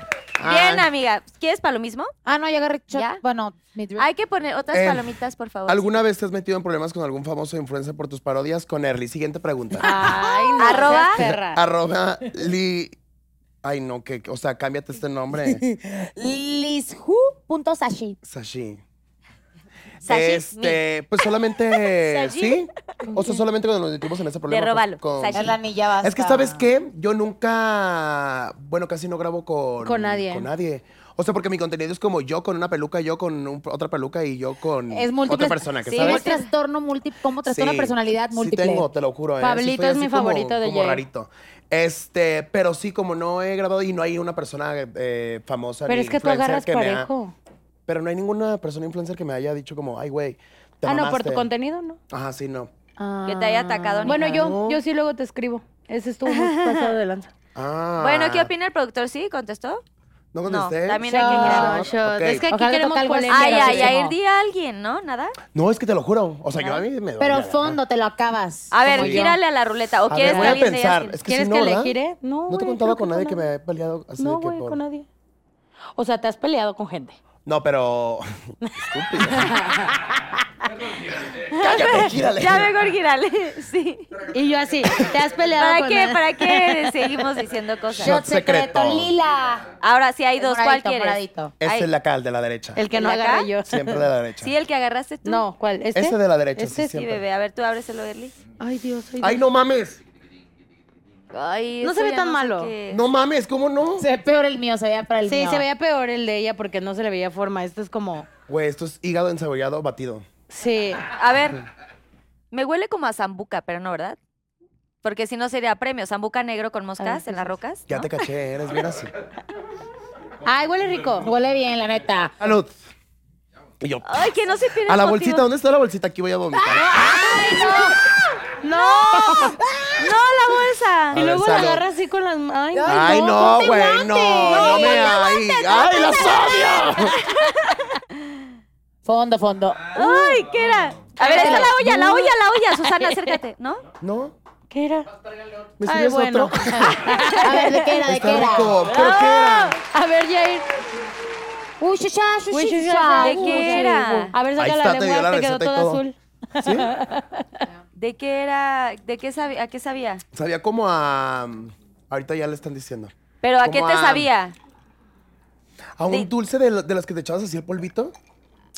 Speaker 7: Bien,
Speaker 4: Ah,
Speaker 7: amiga. ¿Quieres para lo mismo?
Speaker 6: Ah, no, ya agarré. shot.
Speaker 7: ¿Ya?
Speaker 6: Bueno, mi drink.
Speaker 7: Hay que poner otras
Speaker 4: Eh,
Speaker 7: palomitas, por favor.
Speaker 4: ¿Alguna vez te has metido en problemas con algún famoso influencer por tus parodias con Erly? Siguiente
Speaker 6: Ah,
Speaker 4: pregunta.
Speaker 5: Ay, no,
Speaker 7: Arroba.
Speaker 5: seas
Speaker 4: Ah.
Speaker 5: perra.
Speaker 4: Arroba Li. Ay, no, que. O sea, cámbiate este nombre.
Speaker 6: Lishu.sashi.
Speaker 4: Sashi.
Speaker 7: Sashi,
Speaker 4: Este, pues solamente.
Speaker 7: Sashi.
Speaker 4: ¿Sí? O sea, solamente cuando nos metimos en ese problema. pues,
Speaker 7: róbalo,
Speaker 4: con-
Speaker 7: Sashi.
Speaker 6: Es la anilla basta.
Speaker 4: Es que, ¿sabes qué? Yo nunca. Bueno, casi no grabo con.
Speaker 5: Con nadie.
Speaker 4: Con nadie. O sea, porque mi contenido es como yo con una peluca, yo con un- otra peluca y yo con
Speaker 6: Es múltiple.
Speaker 4: otra persona, que
Speaker 6: sí,
Speaker 4: ¿sabes?
Speaker 6: es trastorno múltiple, como trastorno
Speaker 4: Sí,
Speaker 6: de personalidad múltiple.
Speaker 4: Sí tengo, te lo juro. eh, sí
Speaker 5: Pablito
Speaker 4: soy
Speaker 5: es
Speaker 4: así
Speaker 5: mi
Speaker 4: como-
Speaker 5: favorito de
Speaker 4: como
Speaker 5: Jay.
Speaker 4: rarito. Este, pero sí, como no he grabado y no hay una persona eh, famosa
Speaker 5: Pero
Speaker 4: ni
Speaker 5: es que tú
Speaker 4: influencer
Speaker 5: agarras
Speaker 4: que me ha-
Speaker 5: parejo.
Speaker 4: Pero no hay ninguna persona influencer que me haya dicho como, ay, güey, te
Speaker 5: Ah, no, por
Speaker 4: mamaste".
Speaker 5: tu contenido, ¿no?
Speaker 4: Ajá, sí, no.
Speaker 6: Ah,
Speaker 7: Que te haya atacado. ni
Speaker 5: Bueno,
Speaker 7: nada.
Speaker 5: yo, yo sí luego te escribo. Ese estuvo muy pasado de lanza.
Speaker 4: Ah.
Speaker 7: Bueno, ¿qué opina el productor? ¿Sí? ¿Contestó?
Speaker 4: ¿No
Speaker 7: No,
Speaker 4: contesté?
Speaker 7: también
Speaker 4: Sí.
Speaker 7: hay que mirar.
Speaker 4: Ah, ok.
Speaker 5: Es que aquí
Speaker 6: Ojalá le
Speaker 5: queremos
Speaker 6: toque algo
Speaker 5: polémica.
Speaker 7: Ay,
Speaker 6: sí,
Speaker 7: ay,
Speaker 6: sí,
Speaker 7: ay,
Speaker 6: no.
Speaker 7: di a alguien, ¿no? ¿Nada?
Speaker 4: No, es que te lo juro. O sea,
Speaker 5: Ah.
Speaker 4: yo a mí me
Speaker 6: Pero
Speaker 4: duele,
Speaker 6: fondo, te lo acabas.
Speaker 7: A ver,
Speaker 6: Como yo.
Speaker 7: gírale a la ruleta. ¿O
Speaker 4: A
Speaker 7: quieres
Speaker 4: ver, voy
Speaker 7: que
Speaker 4: a
Speaker 7: alguien diga
Speaker 4: pensar.
Speaker 7: sí?
Speaker 4: Es que
Speaker 5: ¿Quieres
Speaker 4: si
Speaker 5: que
Speaker 4: no,
Speaker 5: le
Speaker 4: ¿verdad?
Speaker 5: gire? No,
Speaker 4: No te he
Speaker 5: güey,
Speaker 4: contado
Speaker 5: creo
Speaker 4: con
Speaker 5: que
Speaker 4: nadie
Speaker 5: no.
Speaker 4: que me haya peleado así
Speaker 5: No,
Speaker 4: de que
Speaker 5: güey,
Speaker 4: por-
Speaker 5: con nadie. O sea, te has peleado con gente.
Speaker 4: No, pero. Estúpido. Cállate, gírale.
Speaker 7: Ya mejor gírale, sí.
Speaker 5: Y yo así, te has peleado
Speaker 7: ¿Para
Speaker 5: con
Speaker 7: qué?
Speaker 5: nadie.
Speaker 7: ¿Para qué seguimos diciendo cosas?
Speaker 4: Shot
Speaker 6: Shot secreto,
Speaker 4: secreto.
Speaker 6: lila.
Speaker 7: Ahora sí hay dos. ¿Cuál
Speaker 6: Moradito,
Speaker 7: quieres?
Speaker 6: moradito.
Speaker 4: Ese
Speaker 7: Ay.
Speaker 4: es la cal de la derecha.
Speaker 5: El que no
Speaker 7: ¿El de acá?
Speaker 5: agarré yo.
Speaker 4: Siempre de la derecha.
Speaker 7: Sí, el que agarraste tú.
Speaker 5: No, ¿cuál? ¿Este?
Speaker 4: Ese de la derecha,
Speaker 5: Este
Speaker 4: sí,
Speaker 7: Sí,
Speaker 4: siempre.
Speaker 7: bebé. A ver, tú ábreselo, Erly.
Speaker 5: Ay, Dios, ay, Dios.
Speaker 4: Ay, no mames.
Speaker 7: Ay,
Speaker 5: No
Speaker 7: eso
Speaker 5: se ve
Speaker 7: ya
Speaker 5: tan
Speaker 7: sé
Speaker 5: malo.
Speaker 7: qué es.
Speaker 4: No mames, ¿cómo no?
Speaker 6: Se ve peor el mío, se veía para el
Speaker 5: Sí,
Speaker 6: mío.
Speaker 5: se veía peor el de ella porque no se le veía forma. Este es como...
Speaker 4: Güey, esto es hígado encebollado batido.
Speaker 5: Sí.
Speaker 7: A ver, me huele como a zambuca, pero no, ¿verdad? Porque si no sería premio. Zambuca negro con moscas en las rocas.
Speaker 4: Ya
Speaker 7: ¿no?
Speaker 4: te caché, eres bien así.
Speaker 5: Ay, huele rico.
Speaker 6: Huele bien, la neta.
Speaker 4: Salud. Y yo.
Speaker 7: Ay, que no se pierda
Speaker 4: A
Speaker 7: el
Speaker 4: la
Speaker 7: motivo.
Speaker 4: bolsita, ¿dónde está la bolsita? Aquí voy a vomitar.
Speaker 5: ¡No!
Speaker 7: No, la
Speaker 4: A
Speaker 7: bolsa.
Speaker 5: Y
Speaker 4: ver,
Speaker 5: luego la
Speaker 4: salud.
Speaker 5: agarra así con las... Ay,
Speaker 4: Ay, no, güey, no, no me ahí. Ay, las odio.
Speaker 6: Fondo, fondo.
Speaker 7: Ay, ¿qué era? A ver, está la olla, la olla, la olla. Susana, acércate, ¿no?
Speaker 4: No,
Speaker 5: ¿Qué era?
Speaker 4: me
Speaker 5: Ay,
Speaker 4: sirves
Speaker 5: bueno.
Speaker 4: otro.
Speaker 6: A ver, ¿de qué era? ¿De qué
Speaker 4: Está
Speaker 6: era?
Speaker 4: rico, creo que era.
Speaker 5: A ver, Jair.
Speaker 6: Uy, shusha,
Speaker 5: Uy, sí,
Speaker 6: shusha,
Speaker 5: sí,
Speaker 7: ¿De
Speaker 5: sí,
Speaker 7: qué
Speaker 5: sí,
Speaker 7: era?
Speaker 5: sí. A ver, saca
Speaker 4: Ahí
Speaker 5: la
Speaker 4: está, te dio
Speaker 5: lengua,
Speaker 4: la
Speaker 5: te quedó
Speaker 4: receta y
Speaker 5: todo
Speaker 4: todo.
Speaker 5: azul.
Speaker 4: ¿Sí?
Speaker 7: ¿De qué era? ¿De qué sabía? ¿A qué sabía?
Speaker 4: Sabía como a. Ahorita ya le están diciendo.
Speaker 7: ¿Pero a qué
Speaker 4: Como
Speaker 7: te
Speaker 4: a-
Speaker 7: sabía?
Speaker 4: A un
Speaker 7: Sí.
Speaker 4: dulce de, lo- de las que te echabas así el polvito.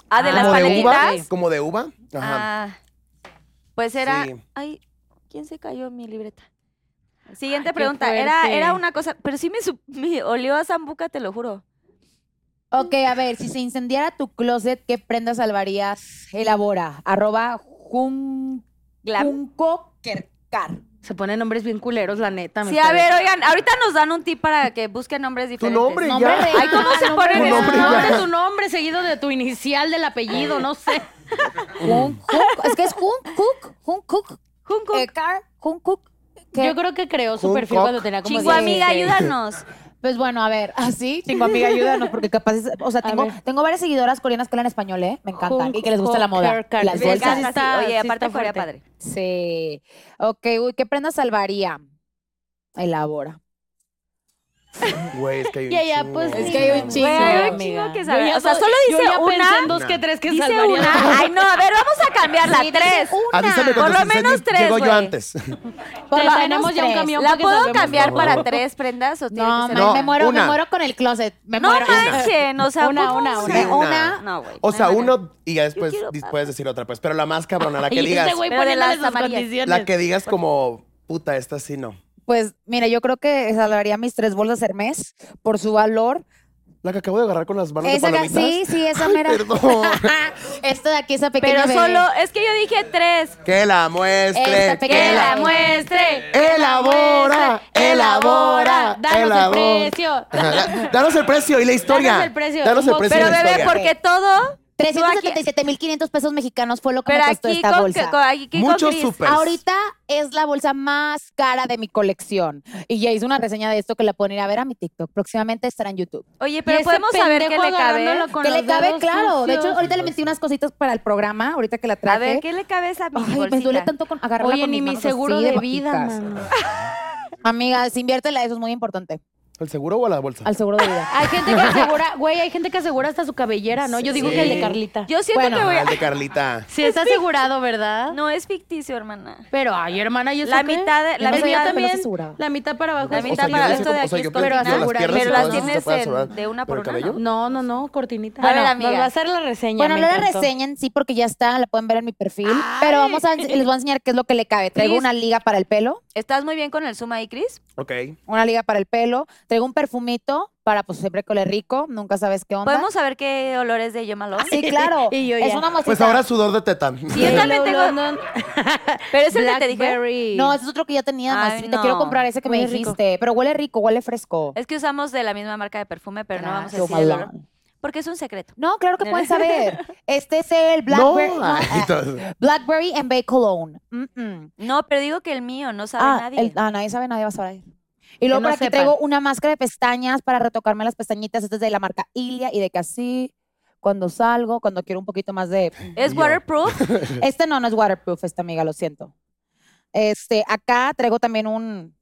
Speaker 7: ¿Ah, de
Speaker 5: Ah,
Speaker 7: las
Speaker 4: como de uva.
Speaker 7: paletitas?
Speaker 4: Como de uva. Ajá.
Speaker 7: Ah, pues era...
Speaker 4: Sí.
Speaker 7: Ay, ¿quién se cayó mi libreta? Siguiente
Speaker 5: Ay, qué
Speaker 7: pregunta. Era,
Speaker 5: fuerte.
Speaker 7: era una cosa... Pero sí me, su- me olió a zambuca, te lo juro.
Speaker 6: Ok, a ver, si se incendiara tu closet, ¿qué prenda salvarías? Elabora. Arroba jun...
Speaker 7: Glam.
Speaker 6: Juncoquercar.
Speaker 5: Se ponen nombres bien culeros, la neta. me
Speaker 7: Sí, a
Speaker 5: parece.
Speaker 7: ver, oigan, ahorita nos dan un tip para que busquen nombres
Speaker 4: Tu
Speaker 7: diferentes.
Speaker 4: nombre
Speaker 6: Nombre
Speaker 4: ya.
Speaker 6: real.
Speaker 7: Ay, ¿cómo se
Speaker 6: nombre
Speaker 7: ponen
Speaker 4: Tu
Speaker 7: esos
Speaker 4: nombre
Speaker 5: No,
Speaker 4: ya.
Speaker 7: nombres?
Speaker 5: de tu nombre seguido de tu inicial del apellido, no sé.
Speaker 6: Jun- Jun- Es que es Juncook. Juncook.
Speaker 7: Junco.
Speaker 6: eh, Car. Juncook. que-
Speaker 5: Yo creo que creó su
Speaker 4: Un
Speaker 5: perfil
Speaker 4: cock.
Speaker 5: cuando tenía como
Speaker 7: Chingo,
Speaker 5: 16.
Speaker 7: amiga, ayúdanos.
Speaker 6: Pues bueno, a ver, así, chingo amiga, ayúdanos, porque capaz es- O sea,
Speaker 5: A
Speaker 6: tengo,
Speaker 5: ver.
Speaker 6: tengo varias seguidoras coreanas que hablan español, ¿eh? Me encantan. Y que les gusta la moda.
Speaker 5: Juncoquercar.
Speaker 6: y Las
Speaker 5: Me
Speaker 7: Me
Speaker 6: bolsas.
Speaker 5: sí
Speaker 7: encanta, sí.
Speaker 5: está- sí
Speaker 7: Oye,
Speaker 5: está
Speaker 7: aparte Corea
Speaker 5: fuerte.
Speaker 7: padre.
Speaker 6: Sí. Ok, uy, ¿qué prenda salvaría? Elabora.
Speaker 4: Güey, es que hay un
Speaker 5: Y ella,
Speaker 4: chingo.
Speaker 5: pues.
Speaker 6: Es
Speaker 5: ni
Speaker 6: que hay un
Speaker 5: modo.
Speaker 6: chingo,
Speaker 5: Güey, hay un
Speaker 7: amiga.
Speaker 5: chingo que
Speaker 7: Yo
Speaker 5: sabe.
Speaker 7: ya
Speaker 5: O sea,
Speaker 7: so-
Speaker 5: solo
Speaker 7: yo
Speaker 5: dice
Speaker 7: ya
Speaker 5: una.
Speaker 7: pensé en
Speaker 5: dos que tres que
Speaker 7: Dice una. Ay, no, a ver, vamos a cambiarla. tres.
Speaker 4: Avísame
Speaker 7: Por
Speaker 4: cuando
Speaker 7: lo
Speaker 4: se incendie,
Speaker 7: menos tres,
Speaker 4: Llego
Speaker 7: güey.
Speaker 4: yo antes.
Speaker 6: Por lo
Speaker 5: tenemos
Speaker 6: menos
Speaker 5: ya un
Speaker 6: tres.
Speaker 5: camión.
Speaker 7: ¿La
Speaker 5: porque nos
Speaker 7: puedo
Speaker 5: vemos,
Speaker 7: cambiar
Speaker 4: por favor.
Speaker 7: para tres prendas o tiene
Speaker 6: No,
Speaker 7: que
Speaker 6: me,
Speaker 7: ser
Speaker 4: No,
Speaker 6: me muero,
Speaker 4: una.
Speaker 6: me muero con el closet. Me
Speaker 7: No
Speaker 6: muero.
Speaker 7: manchen, o sea,
Speaker 5: Una,
Speaker 7: ¿cómo
Speaker 5: una,
Speaker 7: se-
Speaker 4: una. Sí, una.
Speaker 7: No, güey.
Speaker 4: O sea,
Speaker 7: no hay manera.
Speaker 4: uno y ya después
Speaker 7: quiero
Speaker 4: dis-
Speaker 7: papas.
Speaker 4: puedes decir otra, pues. Pero la más cabrona, la
Speaker 5: Y
Speaker 4: que
Speaker 5: este
Speaker 4: digas.
Speaker 5: güey
Speaker 7: Pero de
Speaker 5: poniéndole
Speaker 7: las
Speaker 5: sus
Speaker 7: amarillas.
Speaker 5: condiciones.
Speaker 4: La que digas como, puta, esta sí no.
Speaker 6: Pues mira, yo creo que salvaría mis tres bolsas Hermes por su valor.
Speaker 4: La que acabo de agarrar con las manos
Speaker 6: Esa
Speaker 4: de
Speaker 6: que-
Speaker 4: palomitas.
Speaker 6: sí, sí, esa
Speaker 4: Ay,
Speaker 6: mera.
Speaker 4: perdón.
Speaker 6: Esta de aquí, esa pequeña.
Speaker 7: Pero
Speaker 6: bebé.
Speaker 7: solo, es que yo dije tres.
Speaker 4: que la muestre.
Speaker 6: Esta pequeña-
Speaker 7: Que
Speaker 6: la-
Speaker 7: la muestre.
Speaker 4: Elabora, elabora,
Speaker 5: Danos el
Speaker 4: elabora.
Speaker 5: precio.
Speaker 4: Ajá, Danos el precio y la historia.
Speaker 5: Danos el precio.
Speaker 4: Danos el
Speaker 5: Mo-
Speaker 4: precio y
Speaker 7: Pero
Speaker 4: la
Speaker 7: bebé,
Speaker 4: historia.
Speaker 7: porque todo. tú aquí-
Speaker 6: 377.500 pesos mexicanos fue lo que
Speaker 7: Pero
Speaker 6: me costó
Speaker 7: aquí
Speaker 6: esta
Speaker 7: con,
Speaker 6: bolsa.
Speaker 7: con- aquí con
Speaker 4: Muchos
Speaker 7: Cris.
Speaker 4: supers.
Speaker 6: Ahorita es la bolsa más cara de mi colección. Y ya hice una reseña de esto que la pueden ir a ver a mi TikTok. Próximamente estará en YouTube.
Speaker 7: Oye,
Speaker 5: Y
Speaker 7: pero
Speaker 5: ese
Speaker 7: podemos saber qué
Speaker 5: pendejo
Speaker 7: le cabe.
Speaker 5: agarrándolo con
Speaker 6: que le
Speaker 5: los
Speaker 6: cabe,
Speaker 5: dedos
Speaker 6: claro. De hecho,
Speaker 5: sucios.
Speaker 6: ahorita le metí unas cositas para el programa, ahorita que la traje.
Speaker 7: A ver, ¿qué le cabe a esa mini
Speaker 6: Ay, me duele
Speaker 7: bolsita?
Speaker 6: tanto con agarrarla
Speaker 5: Oye,
Speaker 6: con
Speaker 5: ni
Speaker 6: mis
Speaker 5: mi
Speaker 6: manos así
Speaker 5: seguro de vida,
Speaker 6: bajitas.
Speaker 5: mano.
Speaker 6: Amigas, inviértela, eso es muy importante.
Speaker 4: ¿Al seguro o a la bolsa?
Speaker 6: al seguro de vida.
Speaker 5: Hay gente que asegura, güey, hay gente que asegura hasta su cabellera, ¿no? Yo digo que el de Carlita.
Speaker 7: Yo siento
Speaker 6: Bueno,
Speaker 7: que voy a...
Speaker 4: Al Ah, de Carlita.
Speaker 5: sí, está asegurado, ¿verdad?
Speaker 7: No es ficticio, hermana.
Speaker 5: Pero, ay, hermana, ¿y eso
Speaker 7: La
Speaker 5: qué?
Speaker 7: mitad de- la
Speaker 5: Pero
Speaker 7: mitad
Speaker 5: yo
Speaker 7: de-
Speaker 5: también,
Speaker 6: asegurado.
Speaker 5: la mitad para abajo.
Speaker 7: La
Speaker 5: es
Speaker 7: mitad
Speaker 5: cortina.
Speaker 7: para
Speaker 4: yo
Speaker 7: abajo.
Speaker 4: esto
Speaker 7: esto de
Speaker 4: o sea,
Speaker 7: aquí
Speaker 4: yo
Speaker 7: es
Speaker 4: pensé que
Speaker 5: cortina.
Speaker 4: las piernas
Speaker 5: Pero
Speaker 4: y
Speaker 5: las
Speaker 4: todo eso se
Speaker 7: tienes
Speaker 4: puede
Speaker 7: en-
Speaker 4: asegurar.
Speaker 7: de una
Speaker 4: ¿Pero
Speaker 7: por
Speaker 4: el
Speaker 7: una,
Speaker 4: cabello?
Speaker 5: No, no, no, cortinita.
Speaker 7: A ver,
Speaker 5: no,
Speaker 7: amiga.
Speaker 5: Nos va a hacer la reseña.
Speaker 6: Bueno,
Speaker 5: me
Speaker 6: no la
Speaker 5: encantó.
Speaker 6: reseñan, sí, porque ya está, la pueden ver en mi perfil. Pero vamos a, les voy a enseñar qué es lo que le cabe. Traigo
Speaker 7: Cris.
Speaker 6: una liga para el pelo,
Speaker 7: ¿Estás muy bien con el Zoom ahí, Cris?
Speaker 4: Ok.
Speaker 6: una liga para el pelo. Traigo un perfumito para, pues, siempre que le rico, nunca sabes qué onda. Ah,
Speaker 7: ¿Podemos saber qué olores de Yo Malone?
Speaker 6: Sí, claro.
Speaker 5: Y yo
Speaker 6: es
Speaker 5: ya.
Speaker 6: una mosquita.
Speaker 4: Pues ahora sudor de teta.
Speaker 7: Sí, yo también tengo... Pero es el que te dije.
Speaker 5: Blackberry.
Speaker 6: No, ese es otro que ya tenía,
Speaker 7: Ay,
Speaker 6: maestro. Te quiero
Speaker 7: no.
Speaker 6: comprar ese que me
Speaker 5: Huele rico.
Speaker 6: dijiste. Pero huele rico, huele fresco.
Speaker 7: Es que usamos de la misma marca de perfume, pero no vamos a
Speaker 6: Yo
Speaker 7: decir el
Speaker 6: malón.
Speaker 7: olor. Porque es un secreto.
Speaker 6: No, claro que pueden saber. Este es el Blackberry,
Speaker 4: No.
Speaker 6: no,
Speaker 4: ay,
Speaker 6: ah,
Speaker 4: todo.
Speaker 6: Blackberry and Bay Cologne. Mm-mm.
Speaker 7: No, pero digo que el mío no sabe
Speaker 6: Ah,
Speaker 7: nadie.
Speaker 6: el- ah, nadie sabe, nadie va a saber. Y luego
Speaker 5: no
Speaker 6: por aquí
Speaker 5: sepan.
Speaker 6: traigo una máscara de pestañas para retocarme las pestañitas. Esta es de la marca Ilia y de que así, cuando salgo, cuando quiero un poquito más de...
Speaker 7: ¿Es
Speaker 4: Yo.
Speaker 7: waterproof?
Speaker 6: Este no, no es waterproof, esta amiga, lo siento. Este, acá traigo también un...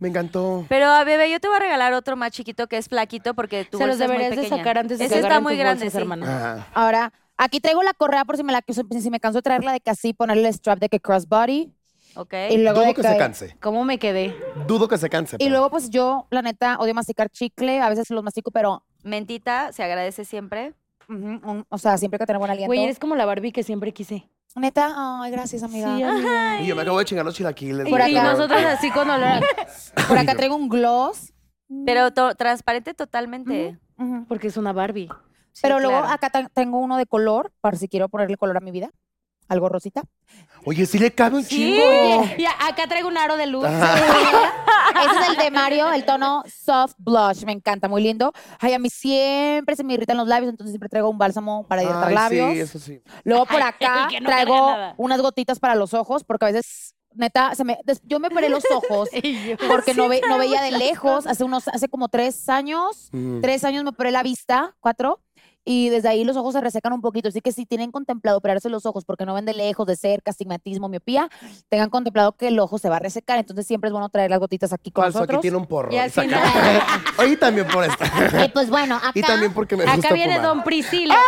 Speaker 4: Me encantó.
Speaker 7: Pero, a bebé, yo te voy a regalar otro más chiquito que es flaquito porque tú
Speaker 5: Se los deberías de sacar antes de
Speaker 7: Ese
Speaker 5: que
Speaker 7: está
Speaker 5: agarren
Speaker 7: muy
Speaker 5: tus
Speaker 7: grande,
Speaker 5: bolsas,
Speaker 7: sí.
Speaker 5: hermana.
Speaker 4: Ajá.
Speaker 6: Ahora, aquí traigo la correa por si me, la, si me canso de traerla de que así, ponerle el strap de que crossbody.
Speaker 7: Ok.
Speaker 6: Y luego
Speaker 4: Dudo
Speaker 6: de
Speaker 4: que se
Speaker 6: que-
Speaker 4: canse.
Speaker 5: ¿Cómo me quedé?
Speaker 4: Dudo que se canse.
Speaker 6: Y
Speaker 4: pero-
Speaker 6: luego, pues yo, la neta, odio masticar chicle. A veces los mastico, pero,
Speaker 7: Mentita, se agradece siempre.
Speaker 6: ujú, un- o sea, siempre hay que tener buen aliento.
Speaker 5: Güey, eres como la Barbie que siempre quise.
Speaker 6: Neta, ay, gracias, amiga.
Speaker 5: Sí, amiga.
Speaker 4: Y yo me acabo de chingar los chilaquiles.
Speaker 5: Y,
Speaker 6: Por
Speaker 4: güey,
Speaker 5: y
Speaker 6: acá.
Speaker 4: pero-
Speaker 5: nosotros así con olor a-
Speaker 6: Por acá traigo un gloss.
Speaker 7: Pero to- transparente totalmente.
Speaker 6: Ujú.
Speaker 5: Porque es una Barbie.
Speaker 6: Pero luego
Speaker 7: claro.
Speaker 6: acá ta- tengo uno de color, para si quiero ponerle color a mi vida. Algo rosita.
Speaker 4: Oye, sí le cabe un chingo.
Speaker 5: Y a- acá traigo un aro de luz.
Speaker 6: Ese es el de Mario, el tono soft blush. Me encanta, muy lindo. Ay, a mí siempre se me irritan los labios, entonces siempre traigo un bálsamo para hidratar
Speaker 4: Ay,
Speaker 6: labios.
Speaker 4: Sí, eso sí.
Speaker 6: Luego por
Speaker 5: Ay,
Speaker 6: acá
Speaker 5: y que no
Speaker 6: traigo
Speaker 5: carga nada.
Speaker 6: unas gotitas para los ojos, porque a veces, neta, se me, des- yo me operé los ojos
Speaker 5: Y yo-
Speaker 6: porque no, ve- no veía de lejos. Hace unos, hace como tres años,
Speaker 4: Mm.
Speaker 6: tres años me operé la vista, cuatro, y desde ahí los ojos se resecan un poquito. Así que si tienen contemplado operarse los ojos porque no ven de lejos, de cerca, astigmatismo, miopía, tengan contemplado que el ojo se va a resecar. Entonces siempre es bueno traer las gotitas aquí con
Speaker 4: Falso, aquí
Speaker 6: nosotros.
Speaker 4: tiene un porro.
Speaker 5: Y
Speaker 4: Y
Speaker 5: al
Speaker 4: saca-
Speaker 5: final-
Speaker 4: Oye, y también por esta.
Speaker 6: Y pues bueno, acá
Speaker 4: y también porque me gusta
Speaker 5: Acá viene
Speaker 4: fumar.
Speaker 5: Don Priscila.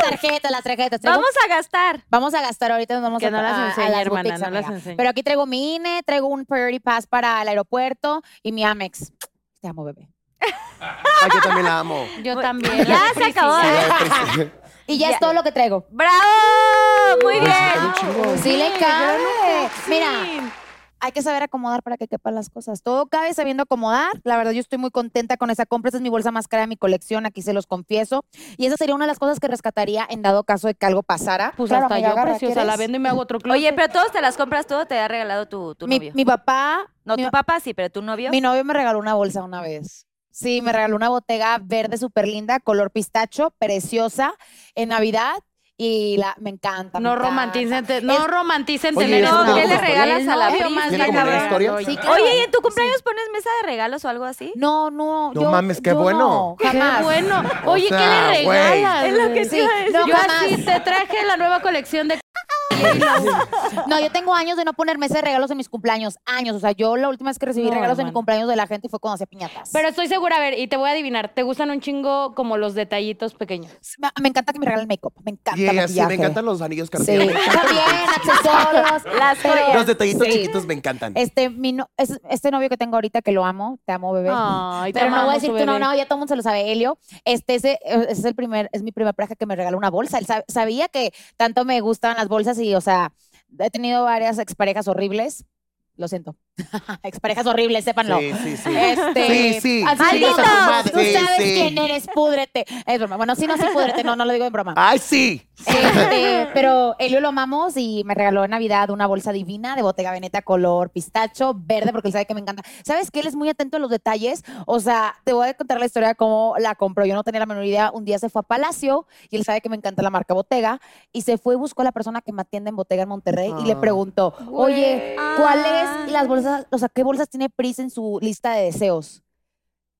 Speaker 6: las tarjetas, las tarjetas. Traigo-
Speaker 7: Vamos a gastar.
Speaker 6: Vamos a gastar ahorita, nos vamos
Speaker 5: Que
Speaker 6: a
Speaker 5: no las enseñe, hermana,
Speaker 6: boutiques,
Speaker 5: no las
Speaker 6: amiga.
Speaker 5: enseñe.
Speaker 6: Pero aquí traigo mi INE, traigo un Priority Pass para el aeropuerto y mi Amex. Te amo, bebé.
Speaker 4: Ay, yo también la amo.
Speaker 5: Yo
Speaker 7: Bu-
Speaker 5: también.
Speaker 7: Ya
Speaker 5: la
Speaker 7: se acabó.
Speaker 5: Priscila.
Speaker 6: Y ya es todo lo que traigo.
Speaker 7: ¡Bravo! Muy
Speaker 4: Oye, sí, está bien
Speaker 7: bien.
Speaker 4: chido.
Speaker 6: Sí, le cabe. Mira,
Speaker 5: Sí.
Speaker 6: hay que saber acomodar para que quepan las cosas. Todo cabe sabiendo acomodar. La verdad, yo estoy muy contenta con esa compra. Esa es mi bolsa más cara de mi colección, aquí se los confieso. Y esa sería una de las cosas que rescataría en dado caso de que algo pasara.
Speaker 5: Pues
Speaker 6: Claro,
Speaker 5: hasta
Speaker 6: amiga,
Speaker 5: yo,
Speaker 6: agarra,
Speaker 5: preciosa,
Speaker 6: ¿quieres?
Speaker 5: la vendo y me hago otro closet.
Speaker 7: Oye, pero todos te las compras tú o te ha regalado tu, tu
Speaker 6: Mi,
Speaker 7: novio.
Speaker 6: mi papá,
Speaker 7: no,
Speaker 6: mi-
Speaker 7: tu papá sí, pero tu novio.
Speaker 6: Mi novio me regaló una bolsa una vez. Sí, me regaló una botega verde súper linda, color pistacho, preciosa, en Navidad. Y la, me encanta. me
Speaker 5: No
Speaker 6: encanta.
Speaker 5: romanticen, te- no
Speaker 6: Es-
Speaker 5: romanticen
Speaker 4: Oye,
Speaker 5: tener
Speaker 4: ¿eso
Speaker 5: un
Speaker 4: no?
Speaker 5: novio.
Speaker 4: ¿Qué le
Speaker 7: regalas a la
Speaker 5: El novio
Speaker 7: Pris?
Speaker 5: más
Speaker 4: ¿Tiene como una
Speaker 5: cabrón.
Speaker 4: historia?
Speaker 6: Sí, claro.
Speaker 7: Oye, ¿y en tu cumpleaños pones mesa de regalos o algo así?
Speaker 6: No, no.
Speaker 4: No
Speaker 6: yo-
Speaker 4: mames, qué
Speaker 6: yo
Speaker 4: bueno.
Speaker 6: No, jamás.
Speaker 5: Qué bueno. Oye,
Speaker 4: sea,
Speaker 5: ¿qué le
Speaker 4: güey.
Speaker 5: regalas?
Speaker 7: Es lo que
Speaker 6: Sí, no,
Speaker 5: Yo
Speaker 6: jamás.
Speaker 5: así te traje la nueva colección de...
Speaker 6: No, yo tengo años de no poner mesa de regalos en mis cumpleaños. Años. O sea, yo la última vez que recibí
Speaker 5: No,
Speaker 6: regalos en mi
Speaker 5: hermana.
Speaker 6: cumpleaños de la gente fue cuando hacía piñatas.
Speaker 5: Pero estoy segura, a ver, y te voy a adivinar, te gustan un chingo como los detallitos pequeños.
Speaker 6: me, me encanta que me regalen make-up. Me encanta.
Speaker 4: Y así,
Speaker 6: maquillaje.
Speaker 4: me encantan los anillos
Speaker 6: Sí,
Speaker 4: cartier.
Speaker 6: también, accesorios.
Speaker 7: Las
Speaker 6: pero-
Speaker 7: joyas.
Speaker 4: Los detallitos
Speaker 6: Sí.
Speaker 4: chiquitos me encantan.
Speaker 6: Este, mi no- es- este novio que tengo ahorita, que lo amo, te amo, bebé.
Speaker 5: Ay, te
Speaker 6: Pero no voy a
Speaker 5: amamos,
Speaker 6: decir tu no,
Speaker 5: bebé.
Speaker 6: no, ya todo el mundo se lo sabe, Helio. Este ese, eh, ese es el primer, es mi primer pareja que me regaló una bolsa. Él sab- sabía que tanto me gustaban las bolsas y, o sea, he tenido varias exparejas horribles. Lo siento. exparejas horribles, sépanlo.
Speaker 4: Sí, sí, sí.
Speaker 6: Este,
Speaker 4: Sí, sí.
Speaker 6: así que,
Speaker 4: Maldito.
Speaker 6: Tú
Speaker 4: Sí,
Speaker 6: sabes
Speaker 4: sí.
Speaker 6: quién eres, púdrete. Es broma. Bueno, sí, no, sí, púdrete. No, no lo digo en broma.
Speaker 4: ¡Ay, sí!
Speaker 6: Este, pero Elio lo amamos y me regaló en Navidad una bolsa divina de Bottega Veneta color pistacho, verde, porque él sabe que me encanta. ¿Sabes que Él es muy atento a los detalles. O sea, te voy a contar la historia de cómo la compró. Yo no tenía la menor idea. Un día se fue a Palacio y él sabe que me encanta la marca Bottega y se fue y buscó a la persona que me atiende en Bottega en Monterrey y le
Speaker 4: Ah.
Speaker 6: preguntó,
Speaker 5: Ah,
Speaker 6: oye, ¿cuáles las bolsas, o sea, qué bolsas tiene Pris en su lista de deseos?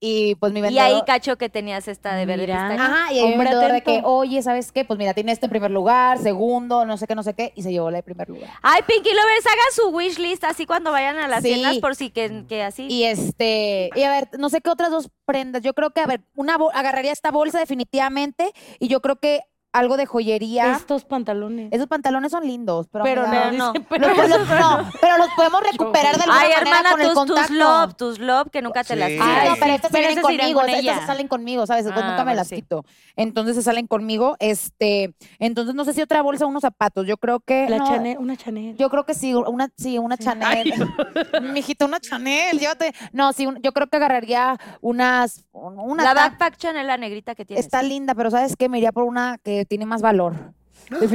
Speaker 6: y pues mi
Speaker 7: Y
Speaker 6: vendedor...
Speaker 7: ahí cacho que tenías esta de ver el
Speaker 5: Mira.
Speaker 7: pistacho.
Speaker 6: Ajá, y ahí mi
Speaker 5: Hombre
Speaker 6: vendedor de
Speaker 5: atento.
Speaker 6: que, oye, ¿sabes qué? Pues mira, tiene este en primer lugar, segundo, no sé qué, no sé qué, y se llevó la de primer lugar.
Speaker 7: Ay, Pinky Lovers, hagan su wish list así cuando vayan a las
Speaker 6: Sí.
Speaker 7: tiendas por si que, que así.
Speaker 6: Y este, y a ver, no sé qué otras dos prendas. Yo creo que, a ver, una bol- agarraría esta bolsa definitivamente y yo creo que algo de joyería.
Speaker 5: Estos pantalones.
Speaker 6: Esos pantalones son lindos, pero.
Speaker 5: Pero
Speaker 6: mira,
Speaker 5: no,
Speaker 7: no.
Speaker 5: dice,
Speaker 6: los-
Speaker 5: pero
Speaker 6: los- pues no, pero los podemos recuperar de alguna
Speaker 7: Ay,
Speaker 6: manera
Speaker 7: hermana,
Speaker 6: con el
Speaker 7: tus, tus
Speaker 6: contacto.
Speaker 7: love, tus love que nunca te
Speaker 4: Sí.
Speaker 7: las
Speaker 4: Ay,
Speaker 6: Ah,
Speaker 7: quitas.
Speaker 6: no, pero estas
Speaker 5: Pero
Speaker 6: se vienen
Speaker 5: esas irán
Speaker 6: conmigo,
Speaker 5: con
Speaker 6: estas se
Speaker 5: ella.
Speaker 6: salen conmigo, ¿sabes? Después
Speaker 7: Ah,
Speaker 6: nunca me
Speaker 7: bueno,
Speaker 6: las
Speaker 7: sí.
Speaker 6: quito. Entonces se salen conmigo, este, entonces no sé si otra bolsa o unos zapatos. Yo creo que
Speaker 5: La
Speaker 6: no,
Speaker 5: Chanel, una Chanel.
Speaker 6: Yo creo que sí, una, sí, una Chanel. Mijito, una Chanel, llévate. No, sí, un- yo creo que agarraría unas. un- Una
Speaker 7: La
Speaker 6: ta-
Speaker 7: backpack Chanel, la negrita que tienes.
Speaker 6: está linda, pero ¿sabes qué? Me iría por una que tiene más valor.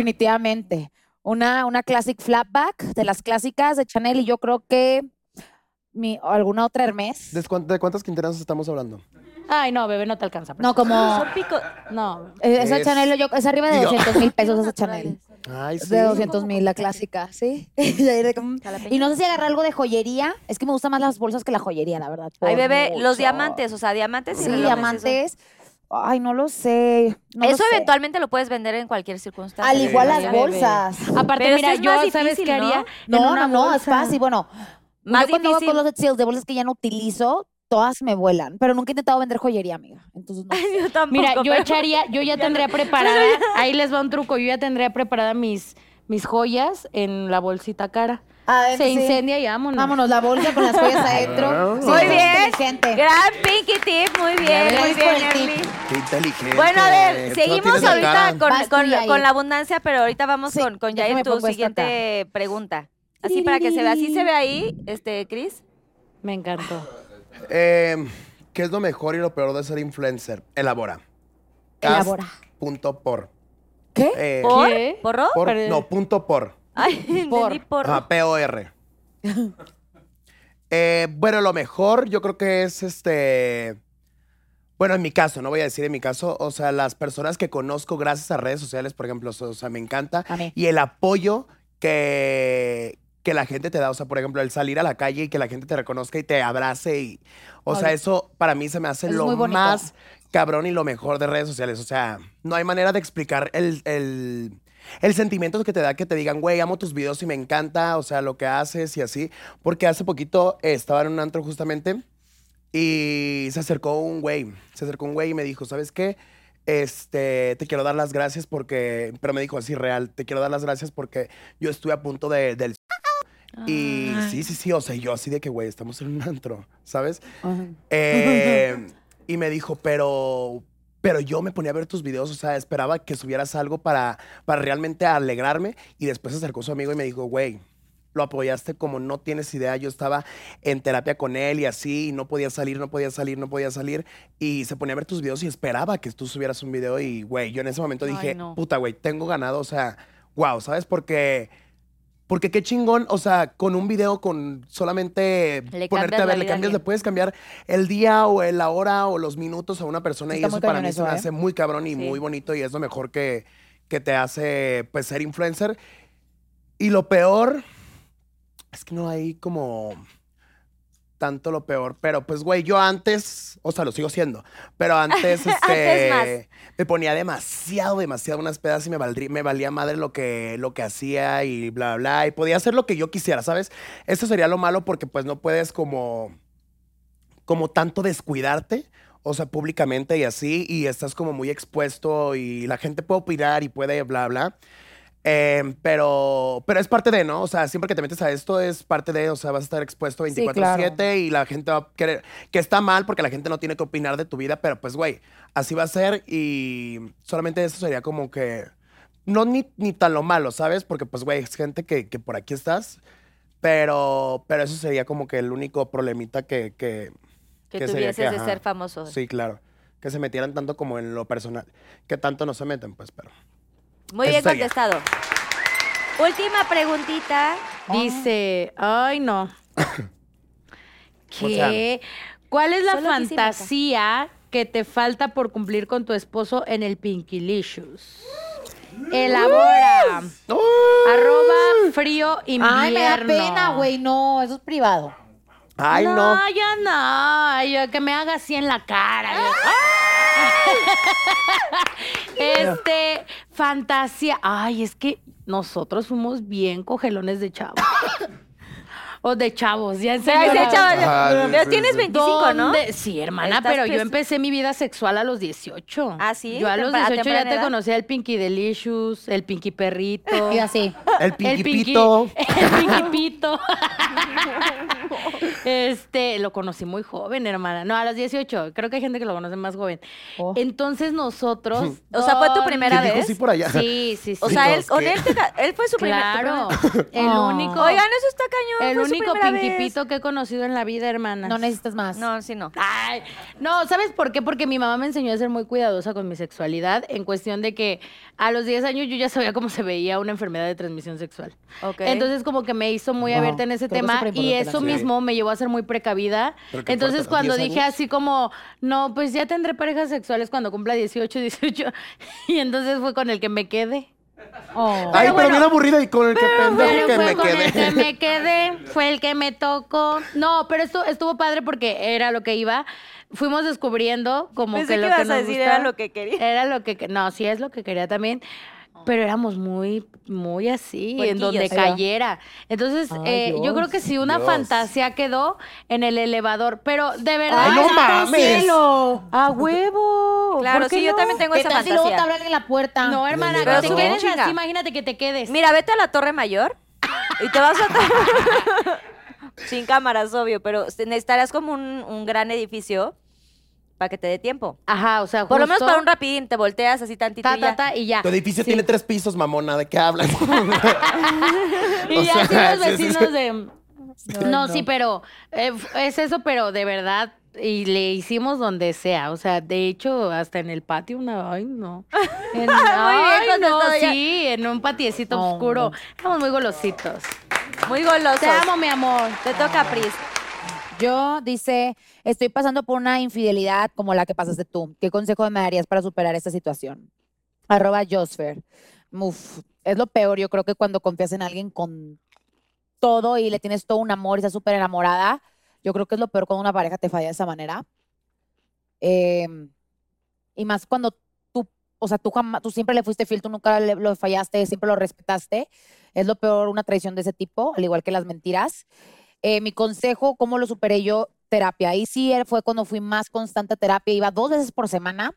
Speaker 6: Definitivamente. Una, una classic flatback de las clásicas de Chanel y yo creo que mi, alguna otra Hermes.
Speaker 4: ¿De, cuán- de cuántas quinteras estamos hablando?
Speaker 5: Ay, no, bebé, no te alcanza.
Speaker 6: No, como.
Speaker 7: Son pico-
Speaker 5: No.
Speaker 6: eh, Esa
Speaker 4: Es-
Speaker 6: Chanel yo- es arriba de
Speaker 4: Digo-
Speaker 6: 200 mil pesos esa Chanel.
Speaker 4: Ay, sí.
Speaker 6: De 200 mil, la clásica, ¿sí? Y ahí de como-
Speaker 7: Jalapeño.
Speaker 6: y no sé si agarrar algo de joyería. Es que me gustan más las bolsas que la joyería, la verdad.
Speaker 7: Ay,
Speaker 6: por
Speaker 7: bebé,
Speaker 6: mucho.
Speaker 7: los diamantes, o sea, diamantes y
Speaker 6: Sí,
Speaker 7: relojes, eso.
Speaker 6: diamantes. Ay, no lo sé. no lo sé.
Speaker 7: Eso eventualmente lo puedes vender en cualquier circunstancia.
Speaker 6: Al igual
Speaker 7: Vale,
Speaker 6: las
Speaker 7: bebé.
Speaker 6: bolsas.
Speaker 5: Aparte,
Speaker 7: Pero
Speaker 5: mira,
Speaker 7: sí es
Speaker 5: yo,
Speaker 7: más
Speaker 5: ¿sabes
Speaker 7: difícil,
Speaker 5: qué
Speaker 7: ¿no?
Speaker 5: haría? En
Speaker 6: No,
Speaker 5: una
Speaker 6: no, no, es
Speaker 5: bolsa.
Speaker 6: fácil. Bueno,
Speaker 7: Más
Speaker 6: yo cuando hago
Speaker 7: difícil.
Speaker 6: closet sales de bolsas que ya no utilizo, todas me vuelan. Pero nunca he intentado vender joyería, amiga. Entonces no. sé.
Speaker 7: Yo tampoco.
Speaker 5: Mira, yo
Speaker 7: pero-
Speaker 5: echaría, yo ya tendría preparada, ahí les va un truco, yo ya tendría preparada mis, mis joyas en la bolsita cara.
Speaker 6: Adentro,
Speaker 5: Se
Speaker 6: Ah, sí.
Speaker 5: incendia y vámonos.
Speaker 6: Vámonos, la bolsa con las joyas
Speaker 7: Ah,
Speaker 6: adentro. Sí,
Speaker 7: Muy
Speaker 6: eres
Speaker 7: bien.
Speaker 6: inteligente.
Speaker 7: Gran Pinky Tip, muy bien,
Speaker 6: ves,
Speaker 7: muy
Speaker 6: por
Speaker 7: bien,
Speaker 6: el tip.
Speaker 7: Erly.
Speaker 4: Qué inteligente.
Speaker 7: Bueno, a ver,
Speaker 4: Tú no
Speaker 7: seguimos
Speaker 4: tienes la
Speaker 7: ahorita
Speaker 4: cara.
Speaker 7: con,
Speaker 6: Vas tú,
Speaker 7: con-
Speaker 6: Yair.
Speaker 7: con la abundancia, pero ahorita vamos
Speaker 6: Sí,
Speaker 7: con, con Yair,
Speaker 6: déjame
Speaker 7: tu
Speaker 6: pongo esto
Speaker 7: siguiente pregunta. Así para que se vea, así se ve ahí, este, Cris.
Speaker 5: Me encantó.
Speaker 4: Eh, ¿Qué es lo mejor y lo peor de ser influencer? Elabora. Cast
Speaker 6: Elabora.
Speaker 4: Punto por.
Speaker 6: ¿Qué?
Speaker 4: Eh,
Speaker 7: ¿Por?
Speaker 5: ¿Qué?
Speaker 7: ¿Porro?
Speaker 4: por- Ah,
Speaker 5: Pero-
Speaker 4: no, punto por.
Speaker 7: Ay,
Speaker 5: Por.
Speaker 7: entendí por.
Speaker 4: Ajá, P-O-R. Eh, bueno, lo mejor yo creo que es este. Bueno, en mi caso, no voy a decir en mi caso, o sea, las personas que conozco gracias a redes sociales, por ejemplo, o sea, me encanta.
Speaker 6: A mí.
Speaker 4: Y el apoyo que, que la gente te da, o sea, por ejemplo, el salir a la calle y que la gente te reconozca y te abrace. Y, o sea,
Speaker 6: Ay.
Speaker 4: eso para mí se me hace
Speaker 6: Eso es
Speaker 4: lo
Speaker 6: muy bonito.
Speaker 4: más cabrón y lo mejor de redes sociales. O sea, no hay manera de explicar el, el, el sentimiento que te da que te digan, güey, amo tus videos y me encanta, o sea, lo que haces y así. Porque hace poquito eh, estaba en un antro justamente y se acercó un güey. Se acercó un güey y me dijo, ¿sabes qué? Este, te quiero dar las gracias porque, pero me dijo así real, te quiero dar las gracias porque yo estuve a punto de, del...
Speaker 7: Ah.
Speaker 4: Y sí, sí, sí, o sea, yo así de que, güey, estamos en un antro, ¿sabes? Eh, y me dijo, pero, pero yo me ponía a ver tus videos, o sea, esperaba que subieras algo para, para realmente alegrarme. Y después se acercó su amigo y me dijo, güey, lo apoyaste como no tienes idea. Yo estaba en terapia con él y así, y no podía salir, no podía salir, no podía salir. Y se ponía a ver tus videos y esperaba que tú subieras un video. Y, güey, yo en ese momento
Speaker 7: Ay,
Speaker 4: dije,
Speaker 7: no.
Speaker 4: puta, güey, tengo ganado, o sea, wow, ¿sabes? Porque... Porque qué chingón, o sea, con un video, con solamente
Speaker 7: Le
Speaker 4: ponerte a
Speaker 7: cambias la
Speaker 4: ver, le
Speaker 7: vida a
Speaker 4: cambias, le
Speaker 7: alguien.
Speaker 4: puedes cambiar el día o el- la hora o los minutos a una persona y
Speaker 6: Sí, está
Speaker 4: eso
Speaker 6: muy
Speaker 4: para
Speaker 6: cañón
Speaker 4: mí se me
Speaker 6: eso, ¿eh?
Speaker 4: hace muy cabrón y
Speaker 7: Sí.
Speaker 4: muy bonito y es lo mejor que, que te hace pues ser influencer. Y lo peor es que no hay como tanto lo peor, pero pues güey, yo antes, o sea, lo sigo siendo, pero antes, este, me ponía demasiado, demasiado unas pedas y me, valdrí- me valía madre lo que, lo que hacía y bla, bla, y podía hacer lo que yo quisiera, ¿sabes? Esto sería lo malo porque pues no puedes como, como tanto descuidarte, o sea, públicamente y así, y estás como muy expuesto y la gente puede opinar y puede bla, bla. Eh, pero, pero es parte de, ¿no? O sea, siempre que te metes a esto es parte de, o sea, vas a estar expuesto 24/7 y la gente va a querer, que está mal porque la gente no tiene que opinar de tu vida, pero pues, güey, así va a ser y solamente eso sería como que, no ni, ni tan lo malo, ¿sabes? Porque pues, güey, es gente que, que por aquí estás, pero, pero eso sería como que el único problemita que... que
Speaker 7: Que
Speaker 4: que sería
Speaker 7: tuvieses
Speaker 4: que,
Speaker 7: de
Speaker 4: ajá.
Speaker 7: ser famoso.
Speaker 4: sí, claro. Que se metieran tanto como en lo personal. Que tanto no se meten, pues, pero...
Speaker 7: Muy
Speaker 4: Eso
Speaker 7: bien
Speaker 4: sería.
Speaker 7: contestado. Última preguntita.
Speaker 5: Dice, ay no. ¿Qué? ¿Cuál es la
Speaker 7: Solo aquí sí, Maca.
Speaker 5: fantasía que te falta por cumplir con tu esposo en el Pinkilicious? Elabora. Arroba frío invierno.
Speaker 6: Ay, me da pena, güey. No, eso es privado.
Speaker 4: Ay, no.
Speaker 5: yo no. Yo que me haga así en la cara. yo- este, fantasía. Ay, es que nosotros fuimos bien cogelones de chavos. o de chavos, ya en
Speaker 7: Ay, sí,
Speaker 5: señoras.
Speaker 7: chaval,
Speaker 4: Ajá,
Speaker 7: pero
Speaker 4: sí,
Speaker 7: tienes
Speaker 4: sí.
Speaker 7: 25, ¿no?
Speaker 5: ¿Dónde? Sí, hermana,
Speaker 7: Estás
Speaker 5: pero yo
Speaker 7: pres-
Speaker 5: empecé mi vida sexual a los 18.
Speaker 7: ¿Ah, sí?
Speaker 5: Yo a los
Speaker 7: Tempra- a
Speaker 5: 18 ya
Speaker 7: temprana
Speaker 5: te
Speaker 7: edad.
Speaker 5: conocía el Pinky Delicious, el Pinky Perrito.
Speaker 6: Y así.
Speaker 4: El
Speaker 5: El pinky,
Speaker 4: piquipito.
Speaker 5: el Pinky Pito. este, lo conocí muy joven, hermana. No, a los 18. Creo que hay gente que lo conoce más joven.
Speaker 7: Oh.
Speaker 5: Entonces nosotros.
Speaker 7: O sea, ¿fue tu primera
Speaker 4: Que dijo
Speaker 7: vez?
Speaker 4: sí por allá.
Speaker 5: Sí, sí, sí.
Speaker 7: O sea, él,
Speaker 4: Chicos,
Speaker 7: con
Speaker 4: ¿qué?
Speaker 7: él, te ca- él fue su primer tu
Speaker 5: claro.
Speaker 7: primer-
Speaker 5: El
Speaker 6: Oh.
Speaker 5: único.
Speaker 7: Oigan, eso está cañón.
Speaker 5: el
Speaker 7: fue su
Speaker 5: único
Speaker 7: primera
Speaker 5: Pinky
Speaker 7: vez.
Speaker 5: Pito que he conocido en la vida, hermana.
Speaker 6: No necesitas más.
Speaker 7: No, sí, no.
Speaker 5: Ay, no, ¿sabes por qué? Porque mi mamá me enseñó a ser muy cuidadosa con mi sexualidad en cuestión de que a los 10 años yo ya sabía cómo se veía una enfermedad de transmisión sexual.
Speaker 7: Ok.
Speaker 5: Entonces como que me hizo muy
Speaker 6: Wow,
Speaker 5: abierta en ese
Speaker 6: creo que es
Speaker 5: tema y
Speaker 6: superimportante la
Speaker 5: eso
Speaker 4: ansiedad.
Speaker 5: mismo me llevó a ser muy precavida.
Speaker 4: Pero qué
Speaker 5: Entonces
Speaker 4: fuerte, ¿no?
Speaker 5: cuando
Speaker 4: 10
Speaker 5: dije
Speaker 4: años.
Speaker 5: así como, no, pues ya tendré parejas sexuales cuando cumpla 18, 18 y entonces fue con el que me quedé.
Speaker 6: Oh.
Speaker 4: Ay, pero
Speaker 5: bueno.
Speaker 4: bien aburrida y con el que
Speaker 5: Pero
Speaker 4: pendejo que
Speaker 5: fue
Speaker 4: me
Speaker 5: con el que
Speaker 4: quedé.
Speaker 5: me quedé, fue el que me tocó. No, pero esto estuvo padre porque era lo que iba. Fuimos descubriendo como
Speaker 7: Pensé
Speaker 5: que
Speaker 7: que
Speaker 5: lo
Speaker 7: Eh, ibas
Speaker 5: que
Speaker 7: a
Speaker 5: nos
Speaker 7: decir
Speaker 5: gustaba-
Speaker 7: era lo que quería.
Speaker 5: Era lo que que- no, sí es lo que quería también. Pero éramos muy, muy así, en donde
Speaker 7: Puerquillos. Ahí va.
Speaker 5: cayera. Entonces, eh, yo creo que sí, una
Speaker 4: Dios.
Speaker 5: fantasía quedó en el elevador. Pero de verdad.
Speaker 4: Ay, no
Speaker 5: santo
Speaker 4: mames.
Speaker 5: cielo, ¡A huevo!
Speaker 7: Claro,
Speaker 5: ¿por qué
Speaker 7: sí, yo
Speaker 5: no?
Speaker 7: también tengo
Speaker 6: ¿Qué
Speaker 7: esa
Speaker 6: tal si luego te
Speaker 7: fantasía.
Speaker 6: abren en la puerta?
Speaker 5: No, hermana,
Speaker 7: Pero
Speaker 5: que te
Speaker 7: tú,
Speaker 5: quedes
Speaker 7: chinga.
Speaker 5: así, imagínate que te quedes.
Speaker 7: Mira, vete a la Torre Mayor y te vas a... Sin cámaras, obvio, pero necesitarás como un, un gran edificio para que te dé tiempo.
Speaker 5: Ajá, o sea,
Speaker 7: Por lo menos
Speaker 5: justo-
Speaker 7: para un rapidín, te volteas así tantito
Speaker 5: ta,
Speaker 7: y
Speaker 5: ta,
Speaker 7: ya.
Speaker 5: ta, y ya.
Speaker 4: Tu edificio
Speaker 5: Sí.
Speaker 4: tiene tres pisos, mamona. ¿De qué hablas?
Speaker 5: Y
Speaker 4: O
Speaker 5: ya
Speaker 4: sea,
Speaker 5: así los
Speaker 4: sí, sí,
Speaker 5: vecinos
Speaker 4: sí.
Speaker 5: de... No, sí, pero eh, f- es eso, pero de verdad, y le hicimos donde sea. O sea, de hecho, hasta en el patio, una, ay, no. En- ay, no,
Speaker 7: contestado ya.
Speaker 5: sí, en un patiecito oscuro. Éramos muy golositos.
Speaker 7: Muy golosos.
Speaker 5: Te amo, mi amor.
Speaker 7: Te toca, Pris.
Speaker 6: Yo, dice, estoy pasando por una infidelidad como la que pasaste tú. ¿Qué consejo me darías para superar esta situación? Arroba Josfer. Uf, es lo peor, yo creo que cuando confías en alguien con todo y le tienes todo un amor y estás súper enamorada, yo creo que es lo peor cuando una pareja te falla de esa manera. Em, y más cuando tú, o sea, tú, jamás, tú siempre le fuiste fiel, tú nunca le- lo fallaste, siempre lo respetaste. Es lo peor una traición de ese tipo, al igual que las mentiras. Eh, mi consejo, ¿cómo lo superé yo? Terapia. Y sí, él fue cuando fui más constante a terapia. Iba dos veces por semana,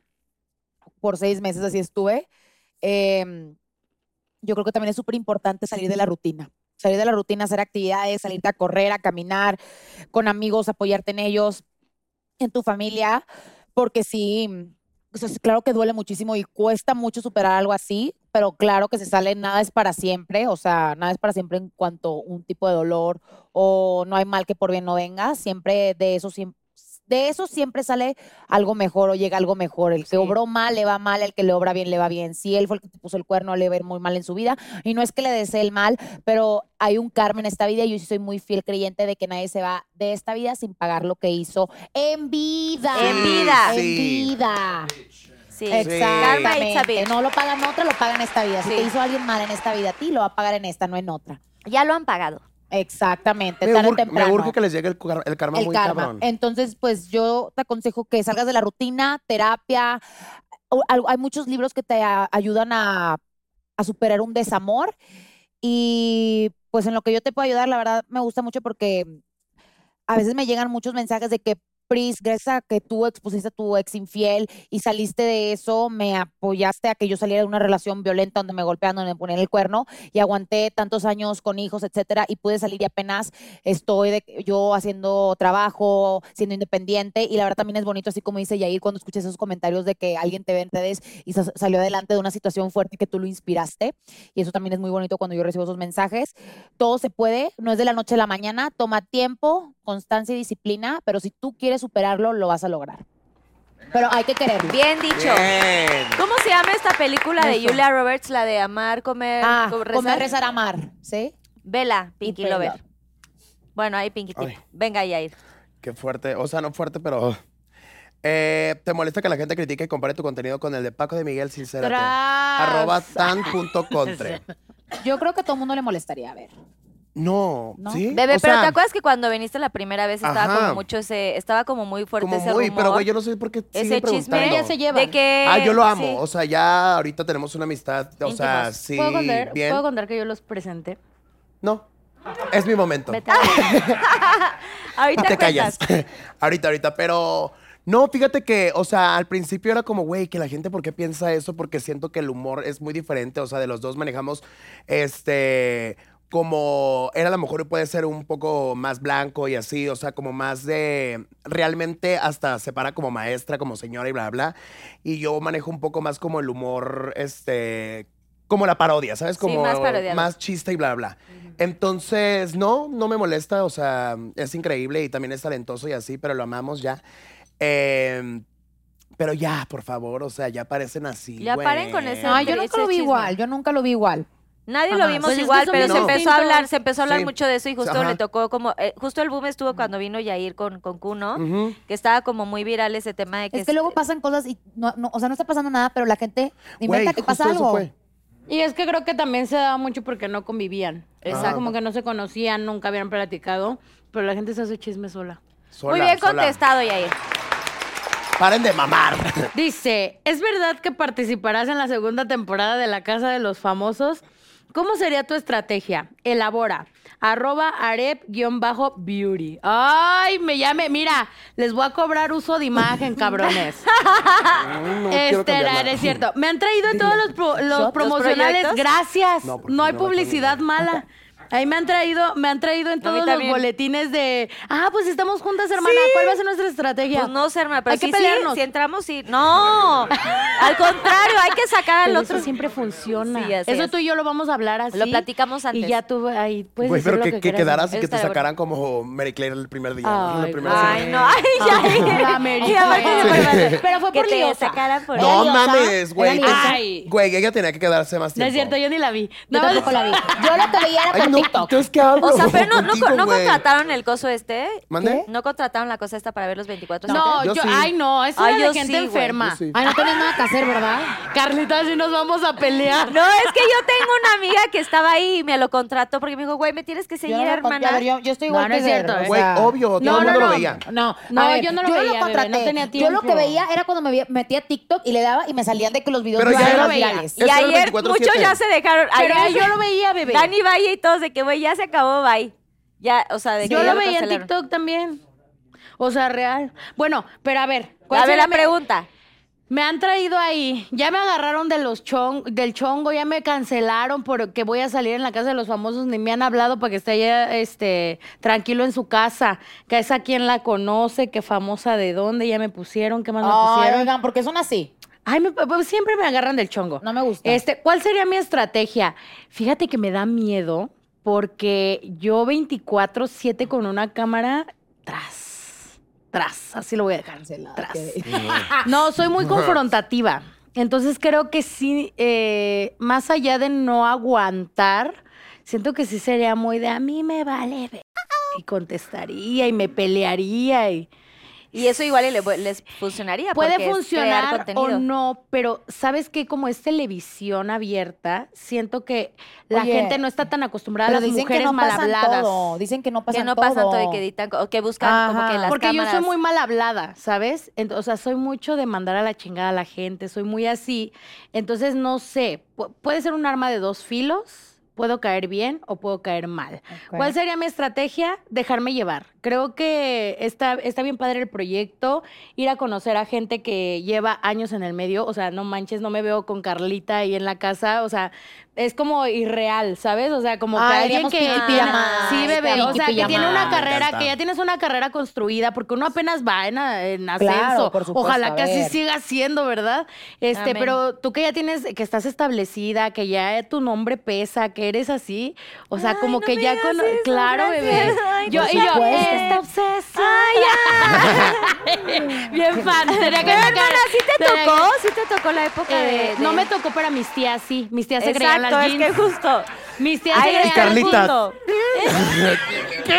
Speaker 6: por seis meses así estuve. Em, yo creo que también es súper importante salir de la rutina. Salir de la rutina, hacer actividades, salirte a correr, a caminar, con amigos, apoyarte en ellos, en tu familia, porque sí, o sea, sí, claro que duele muchísimo y cuesta mucho superar algo así, pero claro que se sale, nada es para siempre, o sea, nada es para siempre en cuanto a un tipo de dolor o no hay mal que por bien no venga, siempre de eso siempre. De eso siempre sale algo mejor o llega algo mejor. El que obró mal le va mal, el que le obra bien le va bien. Si él fue el que te puso el cuerno, le va a ir muy mal en su vida. Y no es que le desee el mal, pero hay un karma en esta vida y yo sí soy muy fiel creyente de que nadie se va de esta vida sin pagar lo que hizo en vida.
Speaker 7: En vida.
Speaker 6: En
Speaker 4: Sí.
Speaker 6: vida.
Speaker 7: Sí. Karma it's a
Speaker 6: Exactamente.
Speaker 7: bitch.
Speaker 6: No lo pagan otra, lo pagan esta vida. Si
Speaker 7: Sí.
Speaker 6: te hizo alguien mal en esta vida, a ti lo va a pagar en esta, no en otra.
Speaker 7: Ya lo han pagado.
Speaker 6: Exactamente.
Speaker 4: Me
Speaker 6: tarde o
Speaker 4: urge, me
Speaker 6: temprano.
Speaker 4: urge que les llegue el, car- el karma
Speaker 6: El
Speaker 4: muy
Speaker 6: karma.
Speaker 4: cabrón.
Speaker 6: Entonces, pues yo te aconsejo que salgas de la rutina, terapia. O- al- Hay muchos libros que te a- ayudan a, a superar un desamor. Y pues en lo que yo te puedo ayudar, la verdad me gusta mucho porque a veces me llegan muchos mensajes de que, Pris, gracias a que tú expusiste a tu ex infiel y saliste de eso, me apoyaste a que yo saliera de una relación violenta donde me golpeaban, donde me ponían el cuerno y aguanté tantos años con hijos, etcétera, y pude salir y apenas estoy de, yo haciendo trabajo, siendo independiente, y la verdad también es bonito, así como dice Yair, cuando escuché esos comentarios de que alguien te ve en redes y sa- salió adelante de una situación fuerte que tú lo inspiraste, y eso también es muy bonito cuando yo recibo esos mensajes. Todo se puede, no es de la noche a la mañana, toma tiempo, constancia y disciplina, pero si tú quieres superarlo, lo vas a lograr. Pero hay que quererlo.
Speaker 7: Bien dicho.
Speaker 4: Bien.
Speaker 7: ¿Cómo se llama esta película de
Speaker 6: Eso.
Speaker 7: Julia Roberts, la de amar, comer,
Speaker 6: Ah,
Speaker 7: co-
Speaker 6: comer,
Speaker 7: rezar?
Speaker 6: rezar, amar, ¿sí?
Speaker 7: Vela, Pinky
Speaker 6: Y Pelo.
Speaker 7: Lover. Bueno, ahí Pinky Tip.
Speaker 4: Ay.
Speaker 7: Venga, Yair.
Speaker 4: Qué fuerte. O sea, no fuerte, pero. Eh, ¿Te molesta que la gente critique y compare tu contenido con el de Paco de Miguel? Sincérate.
Speaker 5: Tras.
Speaker 4: Arroba tan punto contre.
Speaker 6: Yo creo que a todo mundo le molestaría, a ver.
Speaker 4: No,
Speaker 6: ¿No?
Speaker 4: ¿sí?
Speaker 7: Bebé,
Speaker 4: O
Speaker 7: pero
Speaker 4: sea,
Speaker 7: ¿te acuerdas que cuando viniste la primera vez estaba
Speaker 4: Ajá.
Speaker 7: como mucho ese, estaba como muy fuerte
Speaker 4: Como
Speaker 7: ese
Speaker 4: muy,
Speaker 7: rumor?
Speaker 4: pero güey, yo no sé por qué
Speaker 7: ese
Speaker 4: siguen
Speaker 7: chisme
Speaker 4: preguntando.
Speaker 8: Ya se lleva.
Speaker 7: de que
Speaker 4: Ah, yo lo amo.
Speaker 7: sí.
Speaker 4: O sea, ya ahorita tenemos una amistad. O sea,
Speaker 7: Íntimos.
Speaker 4: sí.
Speaker 5: ¿Puedo, contar,
Speaker 4: bien.
Speaker 5: ¿Puedo contar que yo los presenté?
Speaker 4: No. Es mi momento.
Speaker 5: Vete a la-
Speaker 7: Ahorita
Speaker 4: te
Speaker 7: cuentas.
Speaker 4: callas. ahorita, ahorita, pero no, fíjate que, o sea, al principio era como, güey, que la gente por qué piensa eso, porque siento que el humor es muy diferente, o sea, de los dos manejamos este como era a lo mejor puede ser un poco más blanco y así, o sea, como más de realmente hasta se para como maestra, como señora y bla bla. Y yo manejo un poco más como el humor este como la parodia, ¿sabes? Como
Speaker 7: más parodiado.
Speaker 4: más chiste y bla, bla. Entonces, no, no me molesta, o sea, es increíble y también es talentoso y así, pero lo amamos ya. Eh, pero ya, por favor, o sea, ya parecen así.
Speaker 7: Ya
Speaker 4: güey.
Speaker 7: paren con ese-
Speaker 6: No, yo
Speaker 7: Ese
Speaker 6: nunca lo vi
Speaker 7: chisme.
Speaker 6: igual, yo nunca lo vi igual.
Speaker 7: Nadie
Speaker 6: Ajá.
Speaker 7: lo vimos
Speaker 8: Pues es que
Speaker 7: igual,
Speaker 8: son
Speaker 7: pero
Speaker 4: bien
Speaker 7: se empezó a
Speaker 5: distintos.
Speaker 7: hablar, se empezó a hablar
Speaker 4: Sí.
Speaker 7: mucho de eso y justo
Speaker 4: Ajá.
Speaker 7: le tocó como, eh, justo el boom estuvo cuando vino Yair con, con Kuno,
Speaker 4: Ujú.
Speaker 7: que estaba como muy viral ese tema de que...
Speaker 6: Es que luego
Speaker 7: este-
Speaker 6: pasan cosas y, no, no, o sea, no está pasando nada, pero la gente
Speaker 4: Güey,
Speaker 6: inventa que pasa
Speaker 4: justo eso
Speaker 6: algo.
Speaker 4: fue.
Speaker 5: Y es que creo que también se daba mucho porque no convivían.
Speaker 4: Exacto.
Speaker 5: Como que no se conocían, nunca habían platicado, pero la gente se hace chisme sola.
Speaker 4: Sola,
Speaker 7: muy bien
Speaker 4: sola.
Speaker 7: contestado, Yair.
Speaker 4: Paren de mamar.
Speaker 5: Dice, ¿es verdad que participarás en la segunda temporada de La Casa de los Famosos? ¿Cómo sería tu estrategia? Elabora. Arroba arep-beauty. Ay, me llame. Mira, les voy a cobrar uso de imagen, cabrones.
Speaker 4: Ah, No quiero
Speaker 5: este,
Speaker 4: cambiarla.
Speaker 5: no, es cierto. Me han traído de todos los, pro- los
Speaker 7: ¿Los
Speaker 5: promocionales.
Speaker 7: proyectos?
Speaker 5: Gracias.
Speaker 4: No,
Speaker 5: No,
Speaker 4: porque
Speaker 5: hay
Speaker 4: no va a
Speaker 5: publicidad mala. Ahí me han traído, me han traído en
Speaker 7: A mí
Speaker 5: todos los
Speaker 7: también.
Speaker 5: boletines de. Ah, pues estamos juntas, hermana. ¿Cuál va a ser nuestra estrategia?
Speaker 7: Pues no, Serma, pero
Speaker 5: Hay que
Speaker 7: sí, sí,
Speaker 5: pelearnos.
Speaker 7: si entramos y... ¡No! Al contrario, hay que sacar al
Speaker 5: Pero
Speaker 7: otro.
Speaker 5: Eso siempre funciona.
Speaker 7: Sí, así
Speaker 5: eso
Speaker 7: es.
Speaker 5: tú y yo lo vamos a hablar así.
Speaker 7: Lo platicamos antes.
Speaker 5: Y ya tú ahí puedes
Speaker 6: Pues
Speaker 4: Güey,
Speaker 5: decir
Speaker 4: pero
Speaker 5: lo
Speaker 4: que,
Speaker 5: que,
Speaker 4: que
Speaker 5: quieras.
Speaker 4: quedaras y
Speaker 7: Eso
Speaker 4: que te
Speaker 7: está de
Speaker 4: sacaran como Mary Claire el primer día. ¿no?
Speaker 5: Ay,
Speaker 4: La primera
Speaker 5: güey.
Speaker 7: Ay,
Speaker 4: semana.
Speaker 7: no, ay, Yair.
Speaker 5: la Mary
Speaker 7: Y aparte
Speaker 5: Jane.
Speaker 7: de verdad,
Speaker 5: Pero fue
Speaker 7: que
Speaker 5: por
Speaker 7: te
Speaker 5: liosa.
Speaker 7: sacaran por-
Speaker 4: No
Speaker 6: Era
Speaker 4: mames, güey.
Speaker 6: liosa.
Speaker 4: Esa-
Speaker 5: Ay.
Speaker 4: Güey, ella tenía que quedarse más
Speaker 5: No
Speaker 4: tiempo.
Speaker 5: es cierto, yo ni la vi.
Speaker 6: Yo
Speaker 5: Nada más-
Speaker 6: tampoco la vi. Yo lo que veía era
Speaker 4: Ay,
Speaker 6: por
Speaker 4: no,
Speaker 6: TikTok.
Speaker 4: entonces, ¿qué hablo?
Speaker 7: O sea, pero no, no,
Speaker 4: contigo,
Speaker 7: no
Speaker 4: güey?
Speaker 7: contrataron el coso este.
Speaker 4: ¿Mande?
Speaker 7: No contrataron la cosa esta para ver los 24
Speaker 5: No,
Speaker 4: Yo
Speaker 5: yo,
Speaker 4: sí.
Speaker 5: ay no, es una
Speaker 7: Ay,
Speaker 5: de
Speaker 7: yo
Speaker 5: gente
Speaker 7: sí, güey, yo
Speaker 5: enferma.
Speaker 4: sí.
Speaker 6: Ay, no tenías nada que hacer, ¿verdad?
Speaker 5: Carlita, si nos vamos a pelear.
Speaker 7: No, es que yo tengo una amiga que estaba ahí y me lo contrató porque me dijo, güey, me tienes que
Speaker 6: Yo
Speaker 7: seguir,
Speaker 6: no lo con-
Speaker 7: hermana.
Speaker 6: a ver, yo, yo estoy
Speaker 5: No,
Speaker 6: igual
Speaker 5: no
Speaker 6: que
Speaker 5: es
Speaker 6: Eder,
Speaker 5: cierto,
Speaker 6: o
Speaker 5: ¿eh?
Speaker 4: Güey,
Speaker 6: sea,
Speaker 4: obvio, todo
Speaker 5: No,
Speaker 4: el
Speaker 5: no,
Speaker 4: mundo lo
Speaker 5: no.
Speaker 4: veía.
Speaker 6: No,
Speaker 5: No,
Speaker 6: a ver,
Speaker 5: yo no lo veía, bebé, no tenía
Speaker 6: Yo lo que
Speaker 5: tiempo.
Speaker 6: veía era cuando me vi- metía TikTok y le daba y me salían de que los videos
Speaker 4: Pero ya
Speaker 6: virales,
Speaker 4: era-
Speaker 6: virales.
Speaker 7: Y
Speaker 4: Eso
Speaker 5: Eh,
Speaker 4: era el
Speaker 7: ayer
Speaker 4: 24/7.
Speaker 7: muchos ya se dejaron.
Speaker 5: Pero
Speaker 7: ayer
Speaker 5: yo lo veía, bebé.
Speaker 7: Dani Valle y todos de que, güey, ya se acabó, bye. Ya, o sea, de que
Speaker 5: yo
Speaker 7: ya
Speaker 5: lo veía en
Speaker 7: cancelaron.
Speaker 5: TikTok también. O sea, real. Bueno, pero a ver, ¿cuál
Speaker 7: A ver
Speaker 5: será
Speaker 7: la
Speaker 5: mi-
Speaker 7: pregunta.
Speaker 5: Me han traído ahí, ya me agarraron de los chong, del chongo, ya me cancelaron porque voy a salir en la casa de los famosos, ni me han hablado para que esté allá este, tranquilo en su casa, que es a quien la conoce, que famosa de dónde, ya me pusieron, ¿qué más me
Speaker 6: Ay,
Speaker 5: pusieron?
Speaker 6: oigan, ¿por qué son así?
Speaker 5: Ay, me- pues, siempre me agarran del chongo.
Speaker 6: No me gusta.
Speaker 5: Este, ¿cuál sería mi estrategia? Fíjate que me da miedo porque yo 24/7 con una cámara tras tras, así lo voy a dejar. Tras. No, soy muy confrontativa. Entonces creo que sí, eh, más allá de no aguantar, siento que sí sería muy de a mí me vale. ver", Y contestaría y me pelearía y
Speaker 7: Y eso igual y le- les funcionaría.
Speaker 5: puede
Speaker 7: porque es crear
Speaker 5: funcionar o
Speaker 7: contenido.
Speaker 5: no, pero sabes que como es televisión abierta, siento que la
Speaker 6: Oye,
Speaker 5: gente no está tan acostumbrada a
Speaker 6: Pero
Speaker 5: las
Speaker 6: dicen que
Speaker 5: mujeres
Speaker 6: no
Speaker 5: mal
Speaker 6: pasan
Speaker 5: habladas.
Speaker 6: todo. Dicen que no
Speaker 7: Que
Speaker 6: pasan
Speaker 7: no
Speaker 6: todo.
Speaker 7: pasan todo y que editan, o que buscan como
Speaker 6: Ajá.
Speaker 7: que las
Speaker 5: Porque yo
Speaker 7: cámaras-
Speaker 5: soy muy mal hablada, ¿sabes? Ent- o sea, soy mucho de mandar a la chingada a la gente, soy muy así. Entonces, no sé, pu- puede ser un arma de dos filos, puedo caer bien o puedo caer mal.
Speaker 6: Ok.
Speaker 5: ¿Cuál sería mi estrategia? Dejarme llevar. Creo que está, está bien padre el proyecto, ir a conocer a gente que lleva años en el medio, o sea, no manches, no me veo con Carlita ahí en la casa, o sea, es como irreal, ¿sabes? O sea, como que
Speaker 6: Ay,
Speaker 5: alguien
Speaker 6: haríamos
Speaker 5: que...
Speaker 6: Pinky Pijama.
Speaker 5: sí, bebé, o
Speaker 6: Pinky
Speaker 5: sea, que tiene
Speaker 6: Pijama.
Speaker 5: una
Speaker 4: Me
Speaker 5: carrera,
Speaker 4: encanta.
Speaker 5: que ya tienes una carrera construida, porque uno apenas va en, a- en
Speaker 6: Claro,
Speaker 5: ascenso.
Speaker 6: por supuesto,
Speaker 5: Ojalá
Speaker 6: a
Speaker 5: que así
Speaker 6: ver.
Speaker 5: siga siendo, ¿verdad? Este,
Speaker 7: Amén.
Speaker 5: pero tú que ya tienes, que estás establecida, que ya tu nombre pesa, que eres así, o sea,
Speaker 7: Ay,
Speaker 5: como
Speaker 7: no
Speaker 5: que
Speaker 7: me
Speaker 5: ya
Speaker 7: digas
Speaker 5: con,
Speaker 7: eso,
Speaker 5: claro, bebé.
Speaker 7: gracias. Ay,
Speaker 5: Yo
Speaker 6: por
Speaker 5: y yo
Speaker 6: supuesto.
Speaker 5: esta obsesión. Bien fan. Sería que
Speaker 7: Pero,
Speaker 5: me
Speaker 7: hermana,
Speaker 5: cara-
Speaker 7: ¿sí te
Speaker 5: sería que-
Speaker 7: tocó? ¿Sí te tocó la época de,
Speaker 5: Eh, No
Speaker 7: de-
Speaker 5: me tocó para mis tías, sí. Mis tías se creían
Speaker 7: Exacto,
Speaker 5: las
Speaker 7: es
Speaker 5: jeans.
Speaker 7: que justo.
Speaker 5: Mis tías se
Speaker 7: Ahí
Speaker 5: creían
Speaker 7: está el
Speaker 4: Carlitas.
Speaker 7: punto. Sí,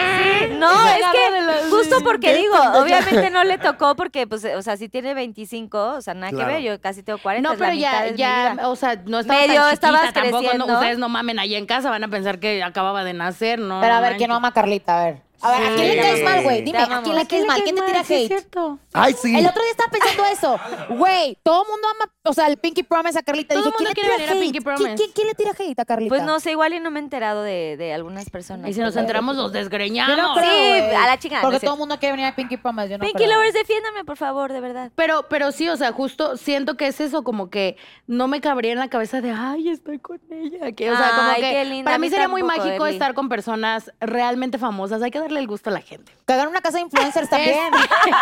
Speaker 7: No,
Speaker 5: Se
Speaker 7: es
Speaker 5: agarra de
Speaker 7: que
Speaker 5: los-
Speaker 7: justo eso porque digo, obviamente no le tocó porque, pues, o sea, si tiene 25, o sea, nada
Speaker 4: Claro.
Speaker 7: que ver, yo casi tengo 40.
Speaker 5: No,
Speaker 7: es la
Speaker 5: pero ya,
Speaker 7: mitad de mi
Speaker 5: ya,
Speaker 7: vida.
Speaker 5: o sea, no estaba
Speaker 7: Medio
Speaker 5: tan chiquita
Speaker 7: estabas
Speaker 5: tampoco, no-
Speaker 7: creciendo.
Speaker 5: ustedes no mamen allá en casa, van a pensar que acababa de nacer, ¿no?
Speaker 6: Pero a
Speaker 5: no
Speaker 6: ver, ¿quién no
Speaker 5: manches.
Speaker 6: ama a Carlita? A ver. A ver, ¿a quién le
Speaker 4: Sí.
Speaker 6: caes mal, güey?
Speaker 4: Te
Speaker 6: Dime, ¿a
Speaker 7: amamos.
Speaker 6: quién le caes mal? ¿Quién te tira
Speaker 5: Sí, es
Speaker 6: hate?
Speaker 5: cierto.
Speaker 4: Ay, sí.
Speaker 6: El otro día estaba pensando eso. Güey, todo el mundo ama, o sea, el Pinky Promise a Carlita.
Speaker 5: Todo
Speaker 6: Dije,
Speaker 5: el
Speaker 6: ¿quién
Speaker 5: mundo
Speaker 6: le
Speaker 5: quiere
Speaker 6: tira
Speaker 5: venir a
Speaker 6: hate?
Speaker 5: Pinky
Speaker 6: ¿Qui-
Speaker 5: Promise.
Speaker 6: ¿Quién, quién le tira hate a Carlita?
Speaker 7: Pues no sé, igual y no me he enterado de, de algunas personas.
Speaker 5: Y si nos
Speaker 7: pero-
Speaker 5: enteramos, nos desgreñamos.
Speaker 6: Yo no creo,
Speaker 7: Sí,
Speaker 6: güey.
Speaker 7: a la chingada, no
Speaker 6: Porque todo
Speaker 7: es cierto.
Speaker 6: el mundo quiere venir a Pinky Promise. Yo no
Speaker 7: Pinky
Speaker 6: creo.
Speaker 7: Lovers, defiéndame, por favor, de verdad.
Speaker 5: Pero, pero sí, o sea, justo siento que es eso, como que no me cabría en la cabeza de, ay, estoy con ella. Que, o sea, como
Speaker 7: Ay,
Speaker 5: que
Speaker 7: qué linda,
Speaker 5: para
Speaker 7: a
Speaker 5: mí
Speaker 7: mí
Speaker 5: sería muy
Speaker 7: tampoco,
Speaker 5: mágico
Speaker 7: Eli.
Speaker 5: estar con personas realmente famosas. Hay que darle el gusto a la gente.
Speaker 6: Cagar una casa de influencers también.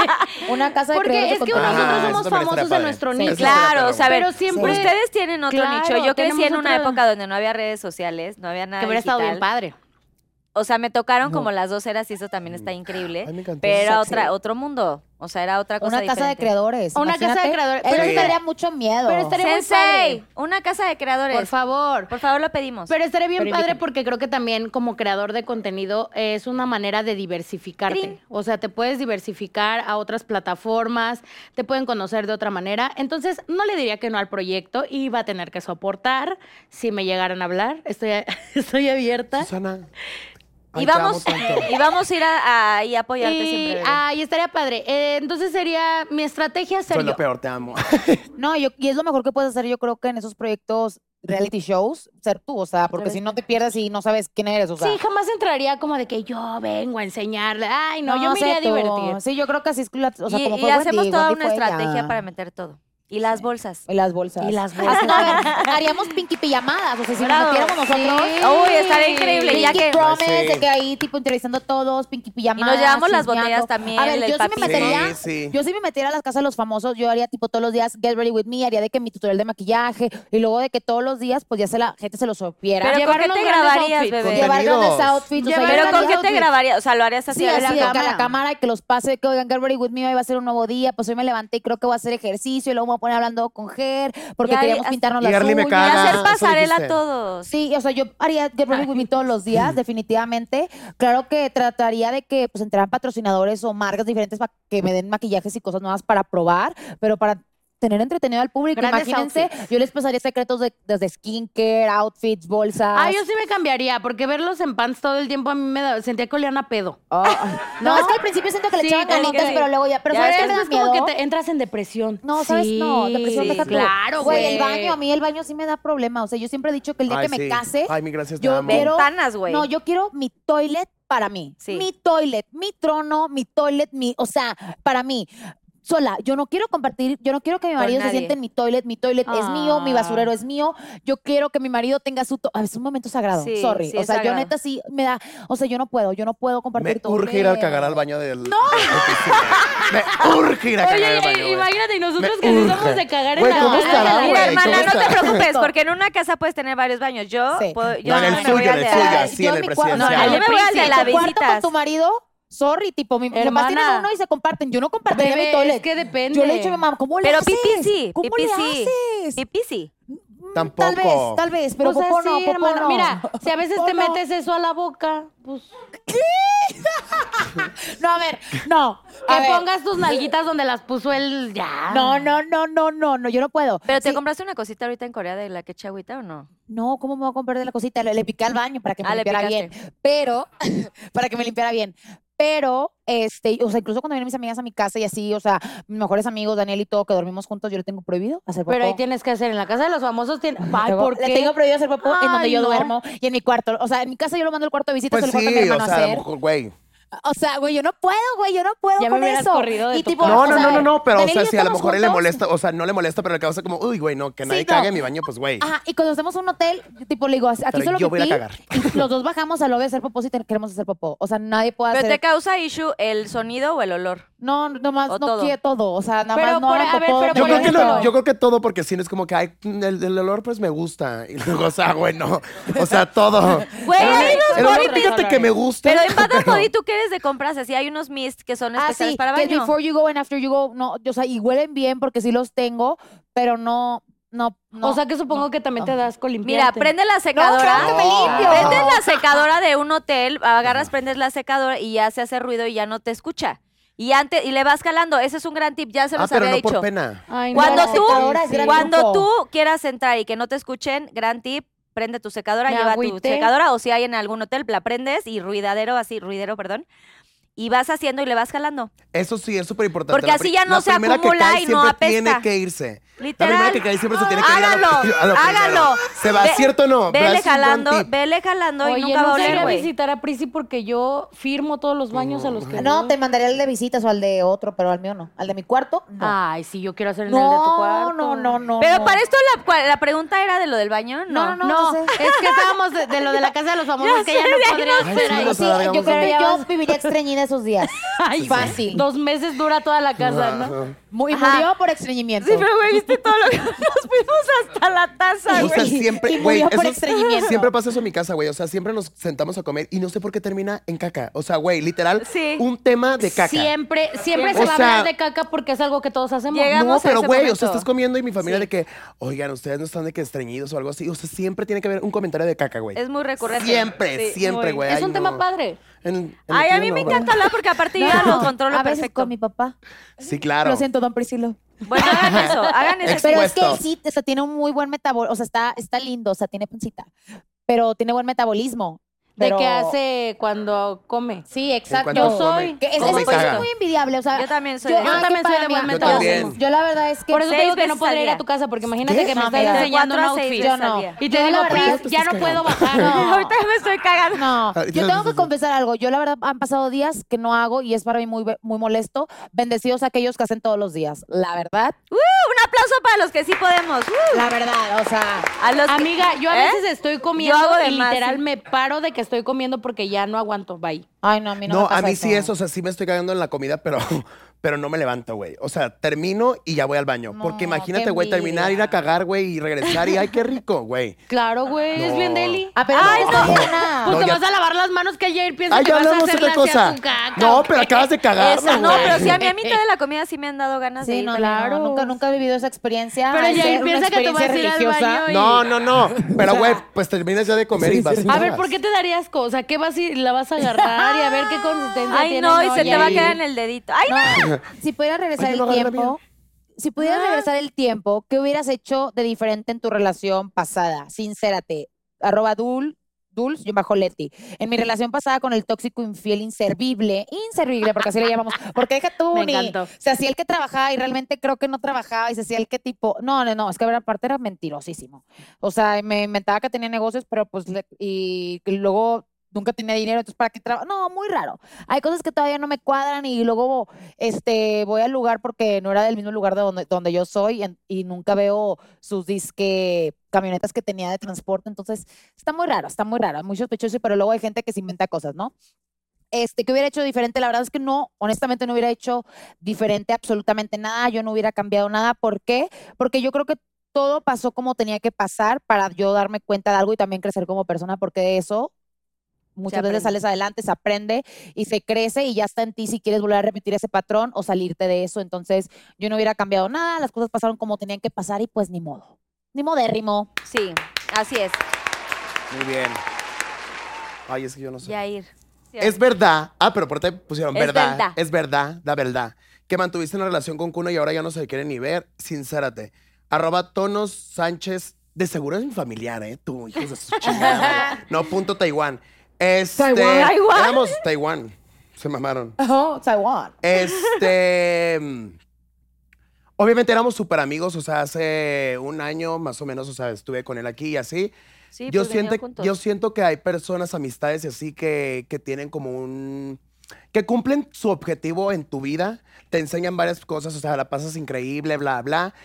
Speaker 6: una casa de
Speaker 5: Porque
Speaker 6: creadores
Speaker 5: es que
Speaker 6: con-
Speaker 4: Ah,
Speaker 5: nosotros
Speaker 4: eso
Speaker 5: somos
Speaker 4: también estaría
Speaker 5: famosos de
Speaker 4: padre.
Speaker 5: nuestro
Speaker 4: Sí,
Speaker 5: nicho.
Speaker 4: eso estaría
Speaker 7: Claro, o sea, a ver,
Speaker 5: Pero siempre-
Speaker 7: ustedes tienen otro
Speaker 5: Claro,
Speaker 7: nicho. Yo crecí en
Speaker 5: tenemos
Speaker 7: una
Speaker 5: otra-
Speaker 7: época donde no había redes sociales, no había nada
Speaker 5: Que hubiera estado bien
Speaker 7: digital.
Speaker 5: padre.
Speaker 7: O sea, me tocaron como las dos eras y eso también está increíble.
Speaker 4: Mm. Ay, me encantó.
Speaker 7: Pero era
Speaker 4: Sexy.
Speaker 7: otra, otro mundo. O sea, era otra cosa
Speaker 6: Una casa de
Speaker 7: diferente.
Speaker 6: creadores.
Speaker 5: Una casa de
Speaker 6: imagínate.
Speaker 5: creadores,
Speaker 6: Eso
Speaker 5: pero-
Speaker 6: estaría mucho miedo.
Speaker 5: Pero estaría muy
Speaker 7: Sensei,
Speaker 5: padre.
Speaker 7: una casa de creadores.
Speaker 5: Por
Speaker 7: Por,
Speaker 5: favor.
Speaker 7: favor, lo pedimos.
Speaker 5: Pero estaría bien padre porque creo que también como creador de contenido es una manera de diversificarte.
Speaker 7: Trin.
Speaker 5: O sea, te puedes diversificar a otras plataformas, te pueden conocer de otra manera. Entonces, no le diría que no al proyecto y va a tener que soportar si me llegaran a hablar. Estoy, estoy abierta.
Speaker 4: Susana.
Speaker 7: y vamos, y vamos a ir a, a- y apoyarte
Speaker 5: Y,
Speaker 7: siempre. bebé.
Speaker 5: ay, estaría padre. Eh, entonces sería, mi estrategia
Speaker 4: Soy
Speaker 5: sería...
Speaker 4: lo peor, te amo.
Speaker 6: No, yo, y es lo mejor que puedes hacer, yo creo que en esos proyectos reality shows, ser tú, o sea, porque si no te pierdes y no sabes quién eres, o sea.
Speaker 5: Sí, jamás entraría como de que yo vengo a enseñarle. Ay, no, yo me
Speaker 6: sé
Speaker 5: iría a
Speaker 6: tú.
Speaker 5: divertir.
Speaker 6: Sí, yo creo que así es, la- o sea,
Speaker 7: y
Speaker 6: como
Speaker 7: y
Speaker 6: fue Wendy,
Speaker 7: hacemos toda
Speaker 6: Wendy
Speaker 7: una
Speaker 6: fue ella.
Speaker 7: estrategia para meter todo. Y las bolsas.
Speaker 6: Y las bolsas.
Speaker 5: Y las
Speaker 6: Ah, no, a ver, haríamos pinky pijamadas, o sea, si nos
Speaker 7: Bravo.
Speaker 6: metiéramos nosotros.
Speaker 7: Sí. Uy, estaría increíble,
Speaker 6: Pinky
Speaker 7: ya que-
Speaker 6: Promise,
Speaker 4: Ay, sí.
Speaker 6: de que ahí, tipo, entrevistando a todos, pinky pijamadas.
Speaker 7: Y nos llevamos las
Speaker 6: chismeando.
Speaker 7: botellas también,
Speaker 6: A ver,
Speaker 7: el
Speaker 6: yo sí
Speaker 7: papel.
Speaker 6: me
Speaker 4: Sí,
Speaker 6: metería,
Speaker 4: sí.
Speaker 6: yo sí me metiera a las casas de los famosos, yo haría, tipo, todos los días Get Ready With Me, haría de que mi tutorial de maquillaje, y luego de que todos los días, pues, ya se la gente se lo supiera.
Speaker 7: Pero ¿con qué
Speaker 5: Llevarnos
Speaker 7: te
Speaker 5: grandes
Speaker 7: grabarías,
Speaker 5: outfits.
Speaker 7: bebé?
Speaker 6: llevar grandes
Speaker 4: Contenidos.
Speaker 6: outfits. o sea,
Speaker 5: Llevar
Speaker 6: yo
Speaker 7: Pero ¿con qué
Speaker 6: haría
Speaker 7: te
Speaker 6: outfits.
Speaker 7: grabarías? O sea, lo harías así.
Speaker 6: Sí,
Speaker 7: a la
Speaker 6: así de que a
Speaker 5: cámara.
Speaker 6: la cámara y que los pase, que oigan, Get Ready With Me, hoy va a ser un nuevo día, pues hoy me levanté y creo que voy a hacer ejercicio y luego me voy a poner hablando con Ger porque
Speaker 7: Y ahí
Speaker 6: queríamos
Speaker 7: haz-
Speaker 6: pintarnos
Speaker 4: Y
Speaker 6: las
Speaker 4: Arlie me
Speaker 6: uñas.
Speaker 7: Y
Speaker 4: caga.
Speaker 7: hacer
Speaker 4: Eso
Speaker 7: pasarela a
Speaker 4: dijiste.
Speaker 7: todos.
Speaker 6: Sí, o sea, yo haría Get Ready With Me todos los días, definitivamente. Claro que trataría de que pues entraran patrocinadores o marcas diferentes para que me den maquillajes y cosas nuevas para probar, pero para tener entretenido al público,
Speaker 5: Grandes
Speaker 6: imagínense,
Speaker 5: outfits.
Speaker 6: yo les pasaría secretos de, desde skincare, outfits, bolsas.
Speaker 5: Ah, yo sí me cambiaría, porque verlos en pants todo el tiempo a mí me da- sentía que olían a pedo.
Speaker 6: Ah. no, es que al principio siento que le
Speaker 5: Sí,
Speaker 6: echaban
Speaker 5: como
Speaker 6: ganitas,
Speaker 5: que-
Speaker 6: pero luego ya, pero
Speaker 7: Ya
Speaker 6: ¿sabes
Speaker 7: ves,
Speaker 6: qué me da
Speaker 5: es como
Speaker 6: miedo?
Speaker 5: que te entras en depresión.
Speaker 6: No, ¿sabes? No, depresión
Speaker 5: Sí,
Speaker 6: deja tú.
Speaker 5: Claro, güey.
Speaker 6: el baño, a mí el baño sí me da problema. O sea, yo siempre he dicho que el día
Speaker 4: Ay,
Speaker 6: que
Speaker 4: sí.
Speaker 6: me case,
Speaker 4: Ay, mi gracias, te
Speaker 6: yo
Speaker 4: amo.
Speaker 6: quiero-
Speaker 7: Ventanas, güey.
Speaker 6: no, yo quiero mi toilet para mí.
Speaker 7: Sí.
Speaker 6: Mi toilet, mi trono, mi toilet, mi, o sea, para mí. Sola, yo no quiero compartir, yo no quiero que mi
Speaker 7: Con
Speaker 6: marido se
Speaker 7: nadie.
Speaker 6: siente en mi toilet, mi toilet es mío, mi
Speaker 5: Ah.
Speaker 6: basurero es mío, yo quiero que mi marido tenga su... to- Ah, es un momento sagrado,
Speaker 7: Sí,
Speaker 6: sorry.
Speaker 7: sí,
Speaker 6: o
Speaker 7: es
Speaker 6: sea, yo
Speaker 7: sagrado.
Speaker 6: neta sí me da... O sea, yo no puedo, yo no puedo compartir
Speaker 4: Me
Speaker 6: todo.
Speaker 4: urge ir a cagar al baño del. ¡No! Me urge ir a cagar
Speaker 5: Oye,
Speaker 4: al baño. güey.
Speaker 5: imagínate, y nosotros
Speaker 4: Me
Speaker 5: que nos
Speaker 4: urge.
Speaker 5: vamos de cagar en
Speaker 4: Güey,
Speaker 5: la
Speaker 4: ¿cómo
Speaker 5: banda de
Speaker 4: estará,
Speaker 5: la-
Speaker 4: güey?
Speaker 7: Mira,
Speaker 4: ¿cómo
Speaker 7: hermana, no
Speaker 4: está?
Speaker 7: te preocupes, porque en una casa puedes tener varios baños. Yo,
Speaker 6: Sí.
Speaker 7: puedo- yo
Speaker 4: No, en el
Speaker 7: me
Speaker 4: suyo,
Speaker 7: voy
Speaker 4: en
Speaker 7: al
Speaker 4: el
Speaker 7: de
Speaker 4: suyo,
Speaker 7: la-
Speaker 4: así en el
Speaker 6: mi cuarto-
Speaker 4: presidencial.
Speaker 5: No,
Speaker 7: Ah, Yo me voy al de la
Speaker 6: tu cuarto con
Speaker 7: visitas.
Speaker 6: tu marido, sorry, tipo, mi papá
Speaker 5: Hermana.
Speaker 6: tiene uno y se comparten. Yo no compartiría
Speaker 5: Bebé,
Speaker 6: mi toilet.
Speaker 5: es que depende.
Speaker 6: Yo le he dicho a mi mamá, ¿cómo le
Speaker 7: Pero
Speaker 6: haces?
Speaker 7: pipí sí,
Speaker 6: ¿Cómo
Speaker 7: pipí
Speaker 6: le
Speaker 7: sí.
Speaker 6: haces?
Speaker 7: Pipí sí.
Speaker 4: Tampoco.
Speaker 6: Tal vez, tal vez, pero
Speaker 5: Pues
Speaker 6: poco
Speaker 5: así,
Speaker 6: no, poco
Speaker 5: hermana.
Speaker 6: no.
Speaker 5: Mira, si a veces te
Speaker 6: Poco no.
Speaker 5: metes eso a la boca, pues
Speaker 6: No, a ver, no.
Speaker 5: que
Speaker 6: a ver.
Speaker 5: pongas tus nalguitas donde las puso él ya.
Speaker 6: No, no, no, no, no, no, yo no puedo.
Speaker 7: ¿Pero te
Speaker 6: Sí,
Speaker 7: compraste una cosita ahorita en Corea de la que echa agüita o no?
Speaker 6: No, ¿cómo me voy a comprar de la cosita? Le, le piqué al baño para que me
Speaker 7: Ah, le
Speaker 6: limpiara bien.
Speaker 7: picaste.
Speaker 6: Pero, para que me limpiara bien. Pero, este, o sea, incluso cuando vienen mis amigas a mi casa y así, o sea, mis mejores amigos, Daniel y todo, que dormimos juntos, yo lo tengo prohibido hacer
Speaker 5: Pero ahí
Speaker 6: popó.
Speaker 5: tienes que hacer en la casa de los famosos. Tiene... Ay,
Speaker 6: Luego,
Speaker 5: ¿por
Speaker 6: Le
Speaker 5: qué?
Speaker 6: tengo prohibido hacer popó en donde
Speaker 5: Ay,
Speaker 6: yo
Speaker 5: no.
Speaker 6: duermo y en mi cuarto. O sea, en mi casa yo lo mando al cuarto de visitas
Speaker 4: Pues
Speaker 6: o al cuarto de mi
Speaker 4: sí, o sea,
Speaker 6: hermano a
Speaker 4: a lo
Speaker 6: hacer.
Speaker 4: mejor, güey.
Speaker 6: O sea, güey, yo no puedo, güey, yo no puedo
Speaker 5: Ya me
Speaker 6: con
Speaker 5: hubieras
Speaker 6: eso.
Speaker 5: corrido de tu casa.
Speaker 4: No,
Speaker 6: o
Speaker 4: no,
Speaker 6: sea,
Speaker 4: no, no, no, pero o
Speaker 6: Daniel y
Speaker 4: sea,
Speaker 6: yo
Speaker 4: si a lo
Speaker 6: estamos
Speaker 4: mejor él le
Speaker 6: juntos.
Speaker 4: molesta, o sea, no le molesta, pero le causa como, uy, güey, no, que
Speaker 6: Sí,
Speaker 4: nadie
Speaker 6: no.
Speaker 4: cague en mi baño, pues, güey.
Speaker 6: Ajá, y cuando hacemos un hotel, tipo le digo, aquí
Speaker 4: Pero
Speaker 6: solo
Speaker 4: yo voy a
Speaker 6: pipí",
Speaker 4: cagar.
Speaker 6: Y los dos bajamos al lobby a hacer popó si te- queremos hacer popó. O sea, nadie puede
Speaker 7: ¿Pero
Speaker 6: hacer.
Speaker 7: te causa issue el sonido o el olor?
Speaker 6: No, nomás
Speaker 7: o
Speaker 6: no
Speaker 7: todo?
Speaker 6: quiere todo. O sea, nada
Speaker 5: Pero
Speaker 6: más no
Speaker 5: por-
Speaker 6: hagan
Speaker 5: a ver,
Speaker 6: popó,
Speaker 5: pero
Speaker 4: Yo
Speaker 5: por
Speaker 4: creo, que
Speaker 5: ejemplo-
Speaker 4: lo- yo creo que todo, porque si no es como que ay, el, el olor pues me gusta. Y luego, o sea, güey, no. O sea, todo.
Speaker 7: Güey,
Speaker 4: El
Speaker 7: hay unos
Speaker 4: olor,
Speaker 7: body
Speaker 4: fíjate que me gusta.
Speaker 7: Pero en Bath Body, tú que eres de compras, así hay unos mist que son
Speaker 6: Ah,
Speaker 7: especiales
Speaker 6: sí,
Speaker 7: para
Speaker 6: que
Speaker 7: baño.
Speaker 6: before you go and after you go, no, o sea, y huelen bien porque sí los tengo, pero no, No, no.
Speaker 5: o sea que supongo que también te das con
Speaker 7: Mira,
Speaker 5: limpiarte.
Speaker 7: prende la secadora.
Speaker 6: claro que me limpio.
Speaker 7: Prende la secadora de un hotel, agarras, prendes la secadora y ya se hace ruido y ya no te escucha. Y antes y le vas calando. Ese es un gran tip, ya se
Speaker 4: Ah,
Speaker 7: los
Speaker 4: pero
Speaker 7: había
Speaker 4: no
Speaker 7: dicho.
Speaker 4: por pena.
Speaker 5: Ay, no,
Speaker 7: Cuando
Speaker 5: la
Speaker 7: tú,
Speaker 5: secadora es gran
Speaker 7: cuando
Speaker 6: truco.
Speaker 7: tú quieras entrar y que no te escuchen, gran tip, prende tu secadora,
Speaker 5: Me
Speaker 7: lleva tu
Speaker 5: agüité.
Speaker 7: secadora o si hay en algún hotel, la prendes y ruidadero, así, ruidero, perdón. Y vas haciendo y le vas jalando.
Speaker 4: Eso sí es súper importante.
Speaker 7: Porque
Speaker 4: La
Speaker 7: así
Speaker 4: pri-
Speaker 7: ya no
Speaker 4: la
Speaker 7: se
Speaker 4: primera que
Speaker 7: acumula
Speaker 4: cae
Speaker 7: y no
Speaker 4: siempre
Speaker 7: apesta.
Speaker 4: Tiene que irse. La
Speaker 7: Literal.
Speaker 4: primera que cae siempre se tiene que ir a
Speaker 7: hágalo,
Speaker 4: la- a la primera.
Speaker 7: hágalo.
Speaker 4: ¿Se va
Speaker 7: Ve-
Speaker 4: cierto o no? Pero
Speaker 7: Vele
Speaker 4: es un buen
Speaker 7: jalando,
Speaker 4: tip.
Speaker 7: vele jalando y
Speaker 5: Oye,
Speaker 7: nunca va a
Speaker 5: nunca iré
Speaker 7: oler,
Speaker 5: a
Speaker 7: güey.
Speaker 5: visitar a Prissy porque yo firmo todos los baños a los
Speaker 4: Ah,
Speaker 5: que
Speaker 6: No,
Speaker 5: voy.
Speaker 6: te mandaría al de visitas o al de otro, pero al mío no. Al de mi cuarto, no.
Speaker 5: Ay, sí, yo quiero hacer en Ah, el de tu
Speaker 6: no,
Speaker 5: cuarto.
Speaker 6: no, no, no.
Speaker 7: Pero
Speaker 6: no.
Speaker 7: para esto la, cua- la pregunta era de lo del baño, ¿no?
Speaker 6: No, no,
Speaker 5: No,
Speaker 6: no sé.
Speaker 5: es que estábamos de, de lo de la casa de los famosos que ya no podrías
Speaker 4: Ay,
Speaker 5: hacer
Speaker 4: sí,
Speaker 5: ahí.
Speaker 4: nos
Speaker 6: Sí,
Speaker 4: alargamos
Speaker 6: yo creo
Speaker 5: mucho.
Speaker 6: que yo viviría extrañida esos días.
Speaker 5: Ay,
Speaker 6: Fácil.
Speaker 5: Dos meses dura toda la casa, ¿no?
Speaker 4: Ajá.
Speaker 6: Mu- y
Speaker 7: Ajá.
Speaker 6: murió por estreñimiento.
Speaker 7: Sí, pero güey, viste todo lo que nos fuimos hasta la taza,
Speaker 4: O sea,
Speaker 7: güey.
Speaker 4: siempre,
Speaker 6: Y
Speaker 4: güey,
Speaker 6: murió por
Speaker 4: eso-
Speaker 6: estreñimiento.
Speaker 4: siempre pasa eso en mi casa, güey. O sea, siempre nos sentamos a comer y no sé por qué termina en caca. O sea, güey, literal,
Speaker 7: Sí.
Speaker 4: un tema de caca.
Speaker 5: Siempre, siempre
Speaker 4: O
Speaker 5: se va
Speaker 4: sea-
Speaker 5: a hablar de caca porque es algo que todos hacemos.
Speaker 7: Llega-
Speaker 4: No,
Speaker 7: Llegamos a
Speaker 4: pero
Speaker 7: ese
Speaker 4: güey, o
Speaker 7: momento.
Speaker 4: sea, estás comiendo y mi familia de que, oigan, ustedes no están de que estreñidos o algo así. O sea, siempre tiene que haber un comentario de caca, güey.
Speaker 7: Es muy recurrente.
Speaker 4: Siempre,
Speaker 7: Sí,
Speaker 4: siempre,
Speaker 7: muy.
Speaker 4: güey.
Speaker 5: es
Speaker 4: Ay,
Speaker 5: un tema
Speaker 4: no.
Speaker 5: padre.
Speaker 4: En- en el
Speaker 7: Ay, a
Speaker 4: mío
Speaker 7: mí
Speaker 4: no,
Speaker 7: me
Speaker 4: güey.
Speaker 7: encanta hablar porque aparte yo ya lo controlo
Speaker 6: a veces
Speaker 7: perfecto.
Speaker 6: con mi papá.
Speaker 4: Sí, claro.
Speaker 6: Lo siento, don Priscilo.
Speaker 7: Bueno, hagan eso, hagan eso.
Speaker 6: Pero es que
Speaker 4: Expuesto.
Speaker 6: él sí, o sea, tiene un muy buen metabolismo. O sea, está, está lindo, o sea, tiene pancita. Pero tiene buen metabolismo.
Speaker 5: De
Speaker 6: Pero-
Speaker 5: que hace cuando come.
Speaker 6: Sí, exacto.
Speaker 4: cuanto
Speaker 5: Yo soy.
Speaker 4: come.
Speaker 6: Que es-
Speaker 4: ¿Cómo
Speaker 6: eso,
Speaker 4: me
Speaker 6: eso es
Speaker 4: caga?
Speaker 6: muy envidiable. O sea,
Speaker 7: Yo también soy
Speaker 6: yo-
Speaker 7: de-
Speaker 6: ah,
Speaker 7: Yo
Speaker 6: que
Speaker 5: también soy
Speaker 6: para
Speaker 5: de
Speaker 6: mí,
Speaker 5: buen
Speaker 6: yo
Speaker 4: metabolismo.
Speaker 6: también. Yo la verdad es que
Speaker 5: Por eso te
Speaker 7: Seis
Speaker 5: digo que no
Speaker 7: veces al
Speaker 5: podría ir
Speaker 7: día.
Speaker 5: a tu casa porque imagínate
Speaker 4: ¿Qué?
Speaker 5: que me
Speaker 6: No,
Speaker 5: estás
Speaker 6: mira.
Speaker 7: de
Speaker 5: enseñando un
Speaker 7: cuatro a seis
Speaker 5: outfit.
Speaker 7: veces
Speaker 6: Yo
Speaker 7: al
Speaker 6: no.
Speaker 7: día.
Speaker 5: Y te
Speaker 6: Yo,
Speaker 5: digo,
Speaker 6: la verdad,
Speaker 5: Pris, ya no puedo bajar.
Speaker 6: No.
Speaker 7: Ahorita me estoy cagando.
Speaker 6: No,
Speaker 4: Ahorita
Speaker 6: yo
Speaker 4: no sé
Speaker 6: tengo que
Speaker 4: si-
Speaker 6: confesar algo. Yo la verdad han pasado días que no hago y es para mí muy, ve- muy molesto. Bendecidos aquellos que hacen todos los días. La verdad,
Speaker 7: Un aplauso para los que sí podemos. Uh,
Speaker 6: la verdad, o sea,
Speaker 7: A los que-
Speaker 5: Amiga, yo a
Speaker 7: ¿Eh?
Speaker 5: veces estoy comiendo
Speaker 7: Yo hago de
Speaker 5: y
Speaker 7: más,
Speaker 5: literal
Speaker 7: sí.
Speaker 5: me paro de que estoy comiendo porque ya no aguanto. Bye.
Speaker 6: ay no, a mí no,
Speaker 4: No,
Speaker 6: me pasa
Speaker 4: a mí sí eso, o sea, sí me estoy cagando en la comida, pero, pero no me levanto, güey. O sea, termino y ya voy al baño. Porque
Speaker 6: No,
Speaker 4: imagínate,
Speaker 6: qué
Speaker 4: güey, terminar, ir a
Speaker 6: envidia.
Speaker 4: cagar, güey, y regresar y, ay, qué rico, güey.
Speaker 5: Claro, güey, es
Speaker 4: No.
Speaker 5: bien deli.
Speaker 6: Ah, pero
Speaker 5: Ay,
Speaker 6: no,
Speaker 5: no.
Speaker 6: está llena.
Speaker 5: Pues
Speaker 4: No,
Speaker 5: te
Speaker 4: ya-
Speaker 5: vas a lavar las manos que ayer piensas
Speaker 4: Ay,
Speaker 5: que
Speaker 4: ya
Speaker 5: vas a
Speaker 4: hablamos
Speaker 5: hacerle
Speaker 4: otra
Speaker 5: así a
Speaker 4: cosa.
Speaker 5: tu caca.
Speaker 4: No, pero acabas de cagar,
Speaker 7: Esa, no, pero sí,
Speaker 4: sí
Speaker 7: a mí a mitad de la comida sí me han dado ganas de
Speaker 6: Sí,
Speaker 7: ir.
Speaker 6: no,
Speaker 5: Claro.
Speaker 6: claro. nunca, nunca he vivido esa experiencia.
Speaker 5: Pero
Speaker 6: Ay,
Speaker 5: ya
Speaker 6: ser una
Speaker 5: piensa que te vas a ir
Speaker 6: experiencia
Speaker 5: al
Speaker 6: religiosa.
Speaker 5: baño y...
Speaker 4: No, no, no. Pero, güey, pues terminas ya de comer y vas
Speaker 5: A
Speaker 4: cagas.
Speaker 5: ver, ¿por qué te darías cosa? ¿Qué vas a ir? ¿La vas a agarrar y a ver qué consistencia
Speaker 7: Ay,
Speaker 5: tiene?
Speaker 7: no, y se te
Speaker 5: ya.
Speaker 7: va a quedar en el dedito. Ay, no.
Speaker 6: No, si pudiera regresar
Speaker 4: Oye, no
Speaker 6: el
Speaker 4: agarré la
Speaker 6: tiempo, si pudieras regresar el tiempo, ¿qué hubieras hecho de diferente en tu relación pasada? Sincérate. Arroba dul, dulce, yo bajo Leti. En mi relación pasada con el tóxico infiel inservible, inservible, porque así le llamamos, porque deja tú,
Speaker 5: Me
Speaker 6: ni-
Speaker 5: encantó.
Speaker 6: se hacía el que trabajaba y realmente creo que no trabajaba y se hacía el que tipo, no, no, no, es que aparte era mentirosísimo. O sea, me inventaba que tenía negocios, pero pues, le- y que luego nunca tenía dinero, entonces para qué trabaja. No, muy raro. Hay cosas que todavía no me cuadran y luego este, voy al lugar porque no era del mismo lugar de donde, donde yo soy en- y nunca veo sus disque camionetas que tenía de transporte, entonces está muy raro, está muy raro, muy sospechoso, pero luego hay gente que se inventa cosas, ¿no? Este, que hubiera hecho diferente, la verdad es que no, honestamente no hubiera hecho diferente absolutamente nada, yo no hubiera cambiado nada, ¿por qué? Porque yo creo que todo pasó como tenía que pasar para yo darme cuenta de algo y también crecer como persona, porque de eso muchas
Speaker 7: aprende.
Speaker 6: veces sales adelante, se aprende y se crece y ya está en ti si quieres volver a repetir ese patrón o salirte de eso. Entonces, yo no hubiera cambiado nada, las cosas pasaron como tenían que pasar y pues ni modo. Ni modérrimo.
Speaker 7: Sí, así es.
Speaker 4: Muy bien. Ay, es que yo no sé.
Speaker 7: Yair.
Speaker 4: Es verdad. Ah, pero por te pusieron
Speaker 7: Es
Speaker 4: verdad.
Speaker 7: verdad.
Speaker 4: Es verdad, la verdad. Que mantuviste una relación con Cuno y ahora ya no se quiere ni ver. Sincérate. Arroba Tonos Sánchez. De seguro es mi familiar, ¿eh? Tú, hijos de su chingada madre. No, punto Taiwán. Este,
Speaker 6: Taiwán.
Speaker 7: Taiwán.
Speaker 4: Éramos Taiwán. Se mamaron.
Speaker 6: Oh, Taiwán.
Speaker 4: Este. mm, Obviamente éramos súper amigos, o sea, hace un año más o menos, o sea, estuve con él aquí y así.
Speaker 7: Sí,
Speaker 4: yo,
Speaker 7: pues venían
Speaker 4: siento,
Speaker 7: juntos.
Speaker 4: yo siento que hay personas, amistades y así que, que tienen como un... que cumplen su objetivo en tu vida, te enseñan varias cosas, o sea, la pasas increíble, bla, bla.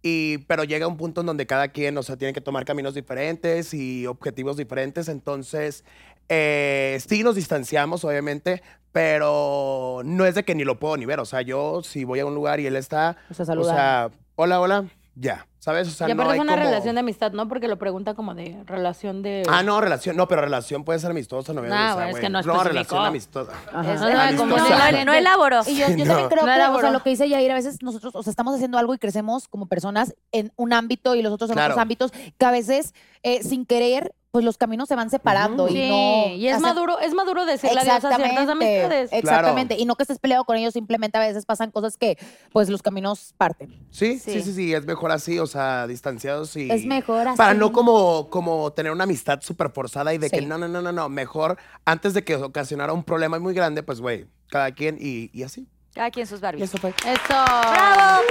Speaker 4: Y, pero llega un punto en donde cada quien, o sea, tiene que tomar caminos diferentes y objetivos diferentes. Entonces, eh, sí nos distanciamos, obviamente, pero no es de que ni lo puedo ni ver. O sea, yo si voy a un lugar y él está,
Speaker 6: O sea,
Speaker 4: o sea, hola, hola, Ya, ¿sabes? O sea,
Speaker 5: y
Speaker 4: no
Speaker 5: aparte
Speaker 4: hay
Speaker 5: es una
Speaker 4: como-
Speaker 5: relación de amistad, ¿no? Porque lo pregunta como de relación de.
Speaker 4: Ah, no, relación. No, pero relación puede ser amistosa, no
Speaker 5: Ah, bueno, es que no
Speaker 4: No,
Speaker 5: especificó.
Speaker 4: relación amistosa.
Speaker 5: Eso
Speaker 4: Ah,
Speaker 5: era como
Speaker 4: amistosa.
Speaker 5: de la-
Speaker 7: No, no elaboró.
Speaker 6: Y yo, yo
Speaker 4: No.
Speaker 6: también creo
Speaker 5: No
Speaker 6: que o sea,
Speaker 5: elaboró.
Speaker 6: lo que dice Yair, a veces nosotros o sea, estamos haciendo algo y crecemos como personas en un ámbito y los otros en
Speaker 4: Claro.
Speaker 6: otros ámbitos, que a veces eh, sin querer, pues los caminos se van separando.
Speaker 5: Sí,
Speaker 6: Y, no,
Speaker 5: y es
Speaker 6: hacer-
Speaker 5: maduro, es maduro decirle adiós a ciertas
Speaker 6: Exactamente,
Speaker 5: amistades.
Speaker 6: exactamente. Y no que estés peleado con ellos, simplemente a veces pasan cosas que pues los caminos parten.
Speaker 4: Sí, sí,
Speaker 7: Sí.
Speaker 4: sí, sí, es mejor así, o sea, distanciados y...
Speaker 6: Es mejor así.
Speaker 4: Para no como, como tener una amistad súper forzada y de que
Speaker 6: Sí.
Speaker 4: no, no, no, no, no, mejor antes de que ocasionara un problema muy grande, pues, güey, cada quien y, y así.
Speaker 7: Cada quien sus Barbies.
Speaker 4: Y eso fue.
Speaker 5: Eso.
Speaker 7: ¡Bravo!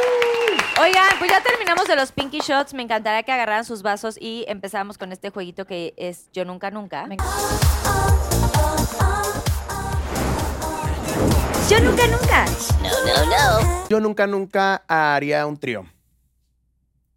Speaker 7: Oigan, pues ya terminamos de los Pinky Shots. Me encantaría que agarraran sus vasos y empezáramos con este jueguito que es Yo Nunca Nunca.
Speaker 5: Me
Speaker 7: Yo Nunca Nunca.
Speaker 4: Yo nunca, nunca haría un trío.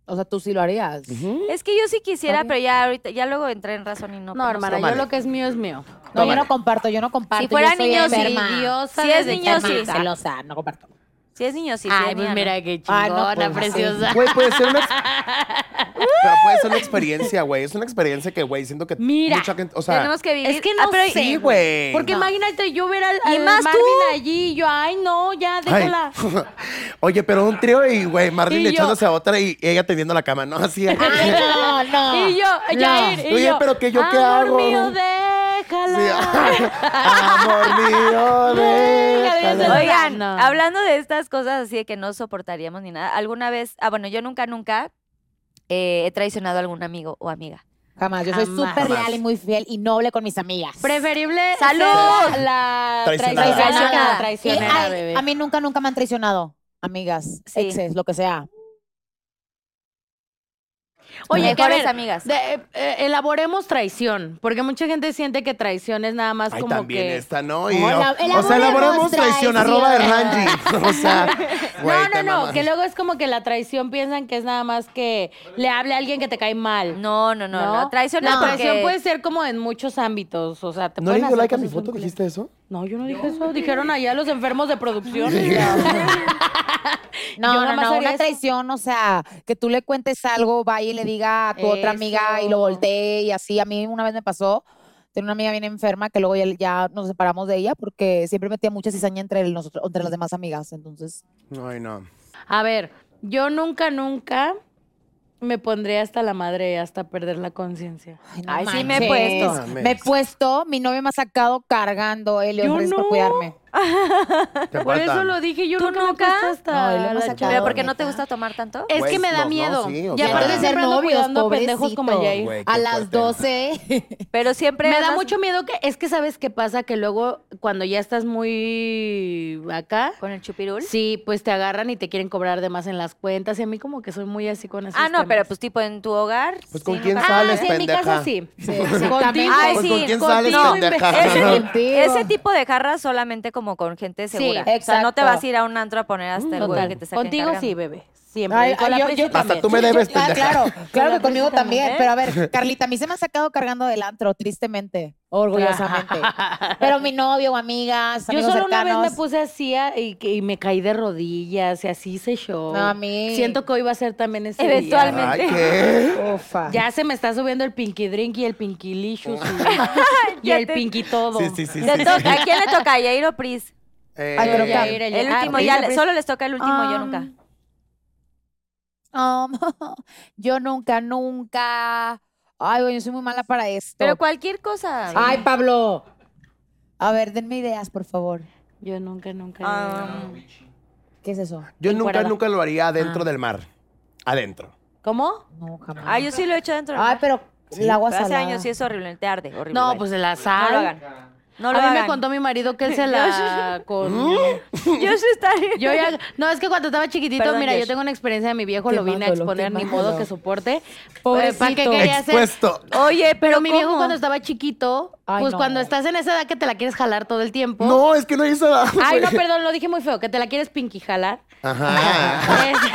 Speaker 6: O sea, tú sí lo harías.
Speaker 7: Es que yo sí quisiera,
Speaker 6: Ok.
Speaker 7: pero ya ahorita, ya luego entré en razón y no.
Speaker 5: No,
Speaker 7: pero sé.
Speaker 5: hermana, yo
Speaker 4: vale.
Speaker 5: lo que es mío es mío.
Speaker 6: No, yo
Speaker 4: Vale.
Speaker 6: no comparto, yo no comparto.
Speaker 7: Si fuera
Speaker 6: yo soy
Speaker 7: niño, sí,
Speaker 6: enferma.
Speaker 5: Diosa
Speaker 7: Si es
Speaker 5: desde
Speaker 7: niño,
Speaker 5: chamita.
Speaker 7: sí.
Speaker 6: Enferma, celosa, no comparto.
Speaker 7: Si es niño, sí. si
Speaker 5: Ay,
Speaker 7: es
Speaker 5: pues
Speaker 7: niña,
Speaker 5: mira
Speaker 7: ¿no?
Speaker 5: qué
Speaker 6: Ay, no,
Speaker 5: chingona,
Speaker 6: pues, sí.
Speaker 5: preciosa.
Speaker 4: Güey, puede ser una... ex- Pero puede ser una experiencia, güey. Es una experiencia que, güey, siento que
Speaker 5: Mira,
Speaker 4: mucha gente... O sea,
Speaker 7: Tenemos que vivir.
Speaker 5: Es que no
Speaker 7: pero-
Speaker 5: sé,
Speaker 4: sí, güey.
Speaker 5: Porque
Speaker 4: No.
Speaker 5: imagínate yo ver al,
Speaker 7: Y
Speaker 5: al
Speaker 7: más tú.
Speaker 5: Marvin allí y yo, ay, no, ya,
Speaker 4: Ay.
Speaker 5: déjala.
Speaker 4: Oye, pero un trío y, güey, Marlene
Speaker 5: Y yo-
Speaker 4: echándose a otra y ella tendiendo la cama, ¿no? Así.
Speaker 6: Ay, no, no.
Speaker 5: Y yo, Jair, y
Speaker 4: Oye,
Speaker 5: yo,
Speaker 4: pero que yo qué
Speaker 5: amor
Speaker 4: hago.
Speaker 5: mío,
Speaker 4: Sí.
Speaker 5: déjala.
Speaker 4: Amor mío, déjala.
Speaker 7: Oigan,
Speaker 5: No.
Speaker 7: hablando de estas cosas así de que no soportaríamos ni nada, alguna vez, ah, bueno, yo nunca, nunca eh, he traicionado a algún amigo o amiga.
Speaker 6: Jamás, yo soy
Speaker 5: Jamás.
Speaker 6: súper
Speaker 4: Jamás.
Speaker 6: leal y muy fiel y noble con mis amigas.
Speaker 5: Preferible
Speaker 7: ¡Salud!
Speaker 5: ser la traicionera,
Speaker 4: Traicionada.
Speaker 5: traicionera,
Speaker 7: Traicionada.
Speaker 6: Y,
Speaker 5: traicionera
Speaker 6: ay,
Speaker 5: bebé.
Speaker 6: A mí nunca, nunca me han traicionado. Amigas,
Speaker 7: Sí.
Speaker 6: exes, lo que sea.
Speaker 5: Oye, que a
Speaker 7: mejores
Speaker 5: ver,
Speaker 7: amigas.
Speaker 5: de- eh, elaboremos traición, porque mucha gente siente que traición es nada más
Speaker 4: Ay,
Speaker 5: como
Speaker 4: también
Speaker 5: que...
Speaker 4: esta, ¿no? Y,
Speaker 6: Hola,
Speaker 4: o sea, elaboramos
Speaker 6: elaboremos
Speaker 4: traición,
Speaker 6: traición.
Speaker 4: arroba de Randy. O sea, güey,
Speaker 5: no,
Speaker 4: te
Speaker 5: no, no,
Speaker 4: mamas.
Speaker 5: que luego es como que la traición piensan que es nada más que le hable a alguien que te cae mal.
Speaker 7: No, no, no, no. Traición
Speaker 5: La
Speaker 7: es porque-
Speaker 5: traición puede ser como en muchos ámbitos, o sea, te
Speaker 4: ¿No le
Speaker 5: pueden
Speaker 4: dio
Speaker 5: hacer
Speaker 4: like a mi
Speaker 5: cosas
Speaker 4: foto que
Speaker 5: bien
Speaker 4: hiciste eso?
Speaker 5: culeras. No, yo no dije eso, dijeron allá los enfermos de producción.
Speaker 6: No,
Speaker 5: Yo
Speaker 6: no,
Speaker 5: nomás
Speaker 6: no,
Speaker 5: haría
Speaker 6: una
Speaker 5: eso.
Speaker 6: traición, o sea, que tú le cuentes algo, vaya y le diga a tu otra amiga y lo
Speaker 5: Eso.
Speaker 6: voltee y así. A mí una vez me pasó, tenía una amiga bien enferma que luego ya, ya nos separamos de ella porque siempre metía mucha cizaña entre el- nosotros, entre las demás amigas, entonces.
Speaker 4: Ay, no.
Speaker 5: A ver, yo nunca, nunca me pondré hasta la madre, hasta perder la conciencia.
Speaker 6: no
Speaker 7: Ay, sí me he
Speaker 6: manches,
Speaker 7: puesto.
Speaker 4: No
Speaker 6: Me he
Speaker 4: mames.
Speaker 6: puesto, mi novio me ha sacado cargando, Elio,
Speaker 5: Yo
Speaker 6: gracias por
Speaker 5: no.
Speaker 6: cuidarme.
Speaker 4: Te
Speaker 5: Por eso
Speaker 4: faltan.
Speaker 5: lo dije, yo
Speaker 7: ¿Tú
Speaker 5: nunca, me he
Speaker 7: nunca?
Speaker 5: puesto hasta
Speaker 6: No, y lo hemos
Speaker 5: la
Speaker 6: sacado.
Speaker 7: Pero
Speaker 5: chingada.
Speaker 7: porque no te gusta tomar tanto.
Speaker 5: Es que
Speaker 4: Pues,
Speaker 5: me da
Speaker 4: no, no,
Speaker 5: miedo.
Speaker 4: sí, o
Speaker 5: y
Speaker 4: sea.
Speaker 5: aparte
Speaker 4: Antes de ser
Speaker 5: siempre ando cuidando pendejos
Speaker 6: pobrecito.
Speaker 5: como Jair.
Speaker 4: Güey, qué
Speaker 6: A las
Speaker 4: fuerte.
Speaker 6: 12.
Speaker 7: Pero siempre.
Speaker 5: Eh, Me
Speaker 7: es
Speaker 5: da
Speaker 7: más-
Speaker 5: mucho miedo que, es que sabes qué pasa, que luego cuando ya estás muy acá,
Speaker 7: Con el chupirul.
Speaker 5: sí, pues te agarran y te quieren cobrar de más en las cuentas y a mí como que soy muy así con eso.
Speaker 7: Ah, no, pero pues tipo en tu hogar.
Speaker 4: Pues,
Speaker 7: sí,
Speaker 4: ¿con
Speaker 7: no
Speaker 4: quién
Speaker 7: pasa
Speaker 5: Ah,
Speaker 4: sales,
Speaker 5: sí,
Speaker 7: nada.
Speaker 5: en mi casa
Speaker 4: pendeja?
Speaker 5: sí.
Speaker 6: Sí,
Speaker 5: Contigo.
Speaker 6: exactamente.
Speaker 7: Ay,
Speaker 4: Pues,
Speaker 7: sí,
Speaker 4: ¿con quién sales,
Speaker 7: contigo,
Speaker 4: pendeja?
Speaker 7: Ese,
Speaker 6: Contigo.
Speaker 7: ese tipo de jarras solamente como con gente segura. o sea, no te
Speaker 6: exacto.
Speaker 7: vas a ir a un antro a poner hasta el huevo que te saquen
Speaker 5: Contigo
Speaker 7: cargando.
Speaker 5: sí, bebé. Siempre.
Speaker 6: Ay,
Speaker 5: Y con
Speaker 6: ay,
Speaker 5: la
Speaker 6: yo-
Speaker 5: Preci
Speaker 6: yo
Speaker 4: Hasta
Speaker 5: también.
Speaker 4: tú me
Speaker 6: Yo-
Speaker 4: debes,
Speaker 6: ah,
Speaker 4: pendeja.
Speaker 6: claro, claro que conmigo
Speaker 5: Preci también,
Speaker 6: también.
Speaker 5: ¿eh?
Speaker 6: Pero a ver, Carlita, a mí se me ha sacado cargando del antro, tristemente, orgullosamente. Pero mi novio o amigas,
Speaker 5: Yo
Speaker 6: amigos
Speaker 5: solo una vez
Speaker 6: cercanos.
Speaker 5: me puse así a- y, que- y me caí de rodillas y así hice show.
Speaker 6: No, a mí-
Speaker 5: Siento que hoy va a ser también ese día.
Speaker 7: Eventualmente.
Speaker 4: Ay, ¿qué?
Speaker 6: Ufa.
Speaker 5: Ya se me está subiendo el pinky drink y el pinky licious y, y
Speaker 7: Ya
Speaker 5: el
Speaker 7: te-
Speaker 5: pinky todo.
Speaker 4: Sí, sí, sí.
Speaker 7: Le
Speaker 4: sí,
Speaker 7: toca-
Speaker 4: sí.
Speaker 7: ¿A quién le toca? ¿A Yair o Pris?
Speaker 4: Eh,
Speaker 6: Ay, pero ya-
Speaker 5: Yair,
Speaker 7: El,
Speaker 5: Yair. Ah,
Speaker 7: último,
Speaker 5: Pris,
Speaker 7: ya,
Speaker 5: Pris.
Speaker 7: solo les toca el último, yo
Speaker 6: Um,
Speaker 7: nunca.
Speaker 6: Um, yo nunca, nunca. Ay, güey, yo soy muy mala para esto.
Speaker 7: Pero cualquier cosa.
Speaker 6: Ay, Pablo. A ver, denme ideas, por favor.
Speaker 5: Yo nunca, nunca.
Speaker 7: Um,
Speaker 6: ¿Qué es eso?
Speaker 4: Yo nunca,
Speaker 5: encuerada.
Speaker 4: nunca lo haría
Speaker 5: Ah.
Speaker 4: adentro del mar. Adentro.
Speaker 5: ¿Cómo?
Speaker 6: No, jamás.
Speaker 7: ah, yo sí lo he hecho dentro. del
Speaker 6: Ay,
Speaker 7: mar.
Speaker 6: pero el agua
Speaker 7: Pero hace
Speaker 6: salada.
Speaker 7: años sí es horrible, te arde, horrible.
Speaker 5: No,
Speaker 7: vaya.
Speaker 5: pues la
Speaker 7: No lo
Speaker 5: sal.
Speaker 7: hagan. No lo
Speaker 5: a mí
Speaker 7: hagan.
Speaker 5: me contó mi marido que él se la con
Speaker 7: Yo sí estaría.
Speaker 5: yo ya- no es que cuando estaba chiquitito
Speaker 7: Perdón,
Speaker 5: mira yo
Speaker 7: Josh.
Speaker 5: tengo una experiencia de mi viejo lo vine a
Speaker 6: Quemándolo,
Speaker 5: exponer ni
Speaker 6: quemándolo.
Speaker 5: modo que soporte Eh,
Speaker 6: Pobrecito.
Speaker 5: para qué quería hacer
Speaker 4: Expuesto.
Speaker 7: Oye, pero,
Speaker 5: pero mi viejo
Speaker 7: ¿cómo?
Speaker 5: cuando estaba chiquito
Speaker 6: Ay,
Speaker 5: pues
Speaker 6: no.
Speaker 5: cuando estás en esa edad que te la quieres jalar todo el tiempo
Speaker 4: No, es que no hizo nada.
Speaker 5: ay no
Speaker 4: güey.
Speaker 5: perdón lo dije muy feo que te la quieres pinky jalar
Speaker 4: Ajá.
Speaker 5: Es-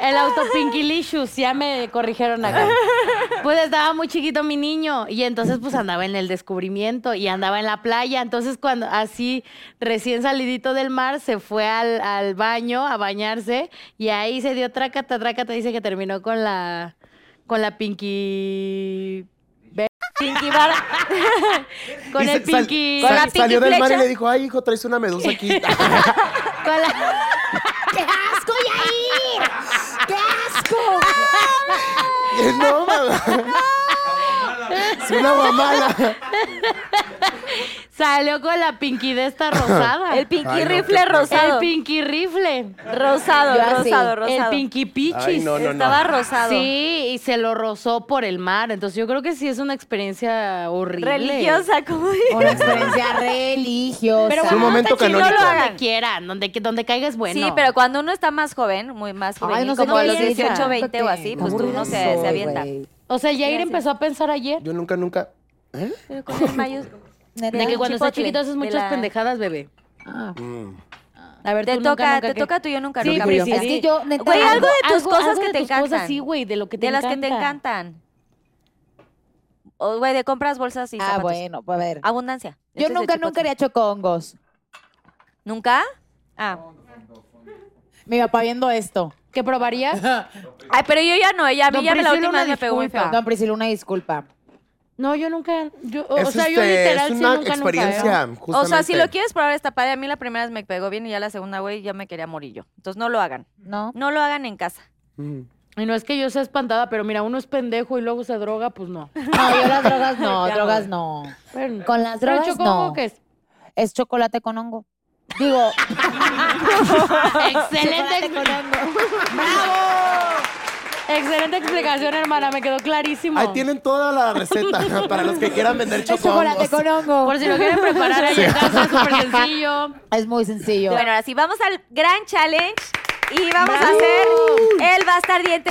Speaker 5: El autopinquilicious, ya me corrigieron acá. Pues estaba muy chiquito mi niño y entonces pues andaba en el descubrimiento y andaba en la playa. Entonces cuando así recién salidito del mar se fue al, al baño a bañarse y ahí se dio trácata, trácata, dice que terminó con la, con la pinky... Pinky bar. con
Speaker 4: Y
Speaker 5: el
Speaker 4: se- sal-
Speaker 5: pinky...
Speaker 4: sal-
Speaker 7: Con la
Speaker 4: salió del
Speaker 7: pinky
Speaker 4: mar y
Speaker 7: flecha.
Speaker 4: le dijo, ay, hijo, traes una medusa aquí.
Speaker 5: con la-
Speaker 8: ¡Qué asco, Yair! ¡Qué asco!
Speaker 4: no, mamá. Es una guamala.
Speaker 5: Salió con la pinky de esta rosada.
Speaker 7: El pinky
Speaker 4: Ay, no,
Speaker 7: rifle
Speaker 4: qué feo.
Speaker 7: rosado.
Speaker 5: El pinky rifle.
Speaker 7: Rosado,
Speaker 6: Yo así.
Speaker 7: rosado,
Speaker 5: El
Speaker 7: rosado.
Speaker 5: pinky pichis.
Speaker 4: Ay, no, no, no.
Speaker 7: Estaba rosado.
Speaker 5: Sí, y se lo rozó por el mar. Entonces yo creo que sí es una experiencia horrible.
Speaker 7: Religiosa, como
Speaker 6: Una
Speaker 7: dice.
Speaker 6: experiencia religiosa.
Speaker 4: Es
Speaker 5: Pero
Speaker 4: un
Speaker 5: bueno, no
Speaker 4: momento
Speaker 5: está chido,
Speaker 4: canónico.
Speaker 5: lo hagan. quieran, donde, donde caiga es bueno.
Speaker 7: Sí, pero cuando uno está más joven, muy más joven,
Speaker 6: no sé
Speaker 7: como
Speaker 6: qué
Speaker 7: a los
Speaker 6: piensa.
Speaker 7: 18, 20 o así, pues tú uno se,
Speaker 6: Aburrida
Speaker 7: se
Speaker 6: soy,
Speaker 7: avienta.
Speaker 6: güey.
Speaker 5: O sea, Jair
Speaker 7: Gracias.
Speaker 5: empezó a pensar ayer
Speaker 4: Yo nunca, nunca. ¿Eh?
Speaker 7: Pero con el mayo-
Speaker 6: Neta.
Speaker 5: de que
Speaker 7: un
Speaker 5: cuando estás
Speaker 7: chipotle,
Speaker 5: chiquito haces
Speaker 7: de
Speaker 5: muchas
Speaker 7: la-
Speaker 5: pendejadas, bebé.
Speaker 6: Ah.
Speaker 5: A ver,
Speaker 7: Te
Speaker 5: tú nunca,
Speaker 7: toca,
Speaker 5: nunca,
Speaker 7: te
Speaker 5: ¿qué?
Speaker 7: toca tú yo nunca,
Speaker 5: Sí,
Speaker 7: nunca.
Speaker 5: pero
Speaker 7: Priscila.
Speaker 6: Es que yo, neta,
Speaker 7: Güey, algo de tus
Speaker 5: Algo-
Speaker 7: cosas
Speaker 5: algo
Speaker 7: que
Speaker 5: de
Speaker 7: te
Speaker 5: tus
Speaker 7: encantan.
Speaker 5: cosas, sí, güey, de lo que te
Speaker 7: de las que te
Speaker 5: encanta.
Speaker 7: encantan. O, güey, de compras bolsas y
Speaker 6: Ah,
Speaker 7: zapatos. este
Speaker 6: bueno, pues a ver.
Speaker 7: Abundancia.
Speaker 6: Yo
Speaker 7: Entonces, de
Speaker 6: nunca,
Speaker 7: chipotle.
Speaker 6: nunca haría chocongos.
Speaker 7: ¿Nunca? Ah.
Speaker 8: Mi papá viendo esto.
Speaker 5: ¿Que probarías?
Speaker 7: Ay, pero yo ya no, ella a mí
Speaker 5: Don
Speaker 7: ya me la
Speaker 5: Priscila,
Speaker 7: última
Speaker 5: una
Speaker 7: vez me pegó muy feo.
Speaker 5: disculpa.
Speaker 6: Don Priscila, una disculpa.
Speaker 5: No, yo nunca. Yo, o
Speaker 4: Es,
Speaker 5: sea, yo
Speaker 4: este,
Speaker 5: literal
Speaker 4: es
Speaker 5: sí
Speaker 4: una
Speaker 5: nunca, nunca.
Speaker 4: experiencia,
Speaker 5: ¿eh?
Speaker 7: O sea, si
Speaker 4: justamente.
Speaker 7: lo quieres probar está padre. A mí la primera vez me pegó bien y ya la segunda, güey, ya me quería morir yo. Entonces no lo hagan.
Speaker 6: ¿No?
Speaker 7: No lo hagan en casa.
Speaker 4: Mm.
Speaker 5: Y no es que yo sea espantada, pero mira, uno es pendejo y luego se droga, pues no.
Speaker 6: No, yo las drogas no,
Speaker 5: Ya,
Speaker 6: drogas
Speaker 5: güey.
Speaker 6: no.
Speaker 5: Pero-
Speaker 6: Con las
Speaker 5: pero
Speaker 6: drogas
Speaker 5: chocongo,
Speaker 6: no.
Speaker 5: ¿qué es?
Speaker 6: Es chocolate con hongo. Digo,
Speaker 5: Excelente, excelente explicación, hermana. Me quedó clarísimo.
Speaker 4: Ahí tienen toda la receta para los que quieran vender
Speaker 6: es chocolate
Speaker 4: chocobos.
Speaker 6: con hongo.
Speaker 5: Por si lo quieren preparar ahí en casa, es súper sencillo.
Speaker 6: Es muy sencillo.
Speaker 7: Bueno, ahora sí, vamos al gran challenge y vamos a hacer el bastardiente.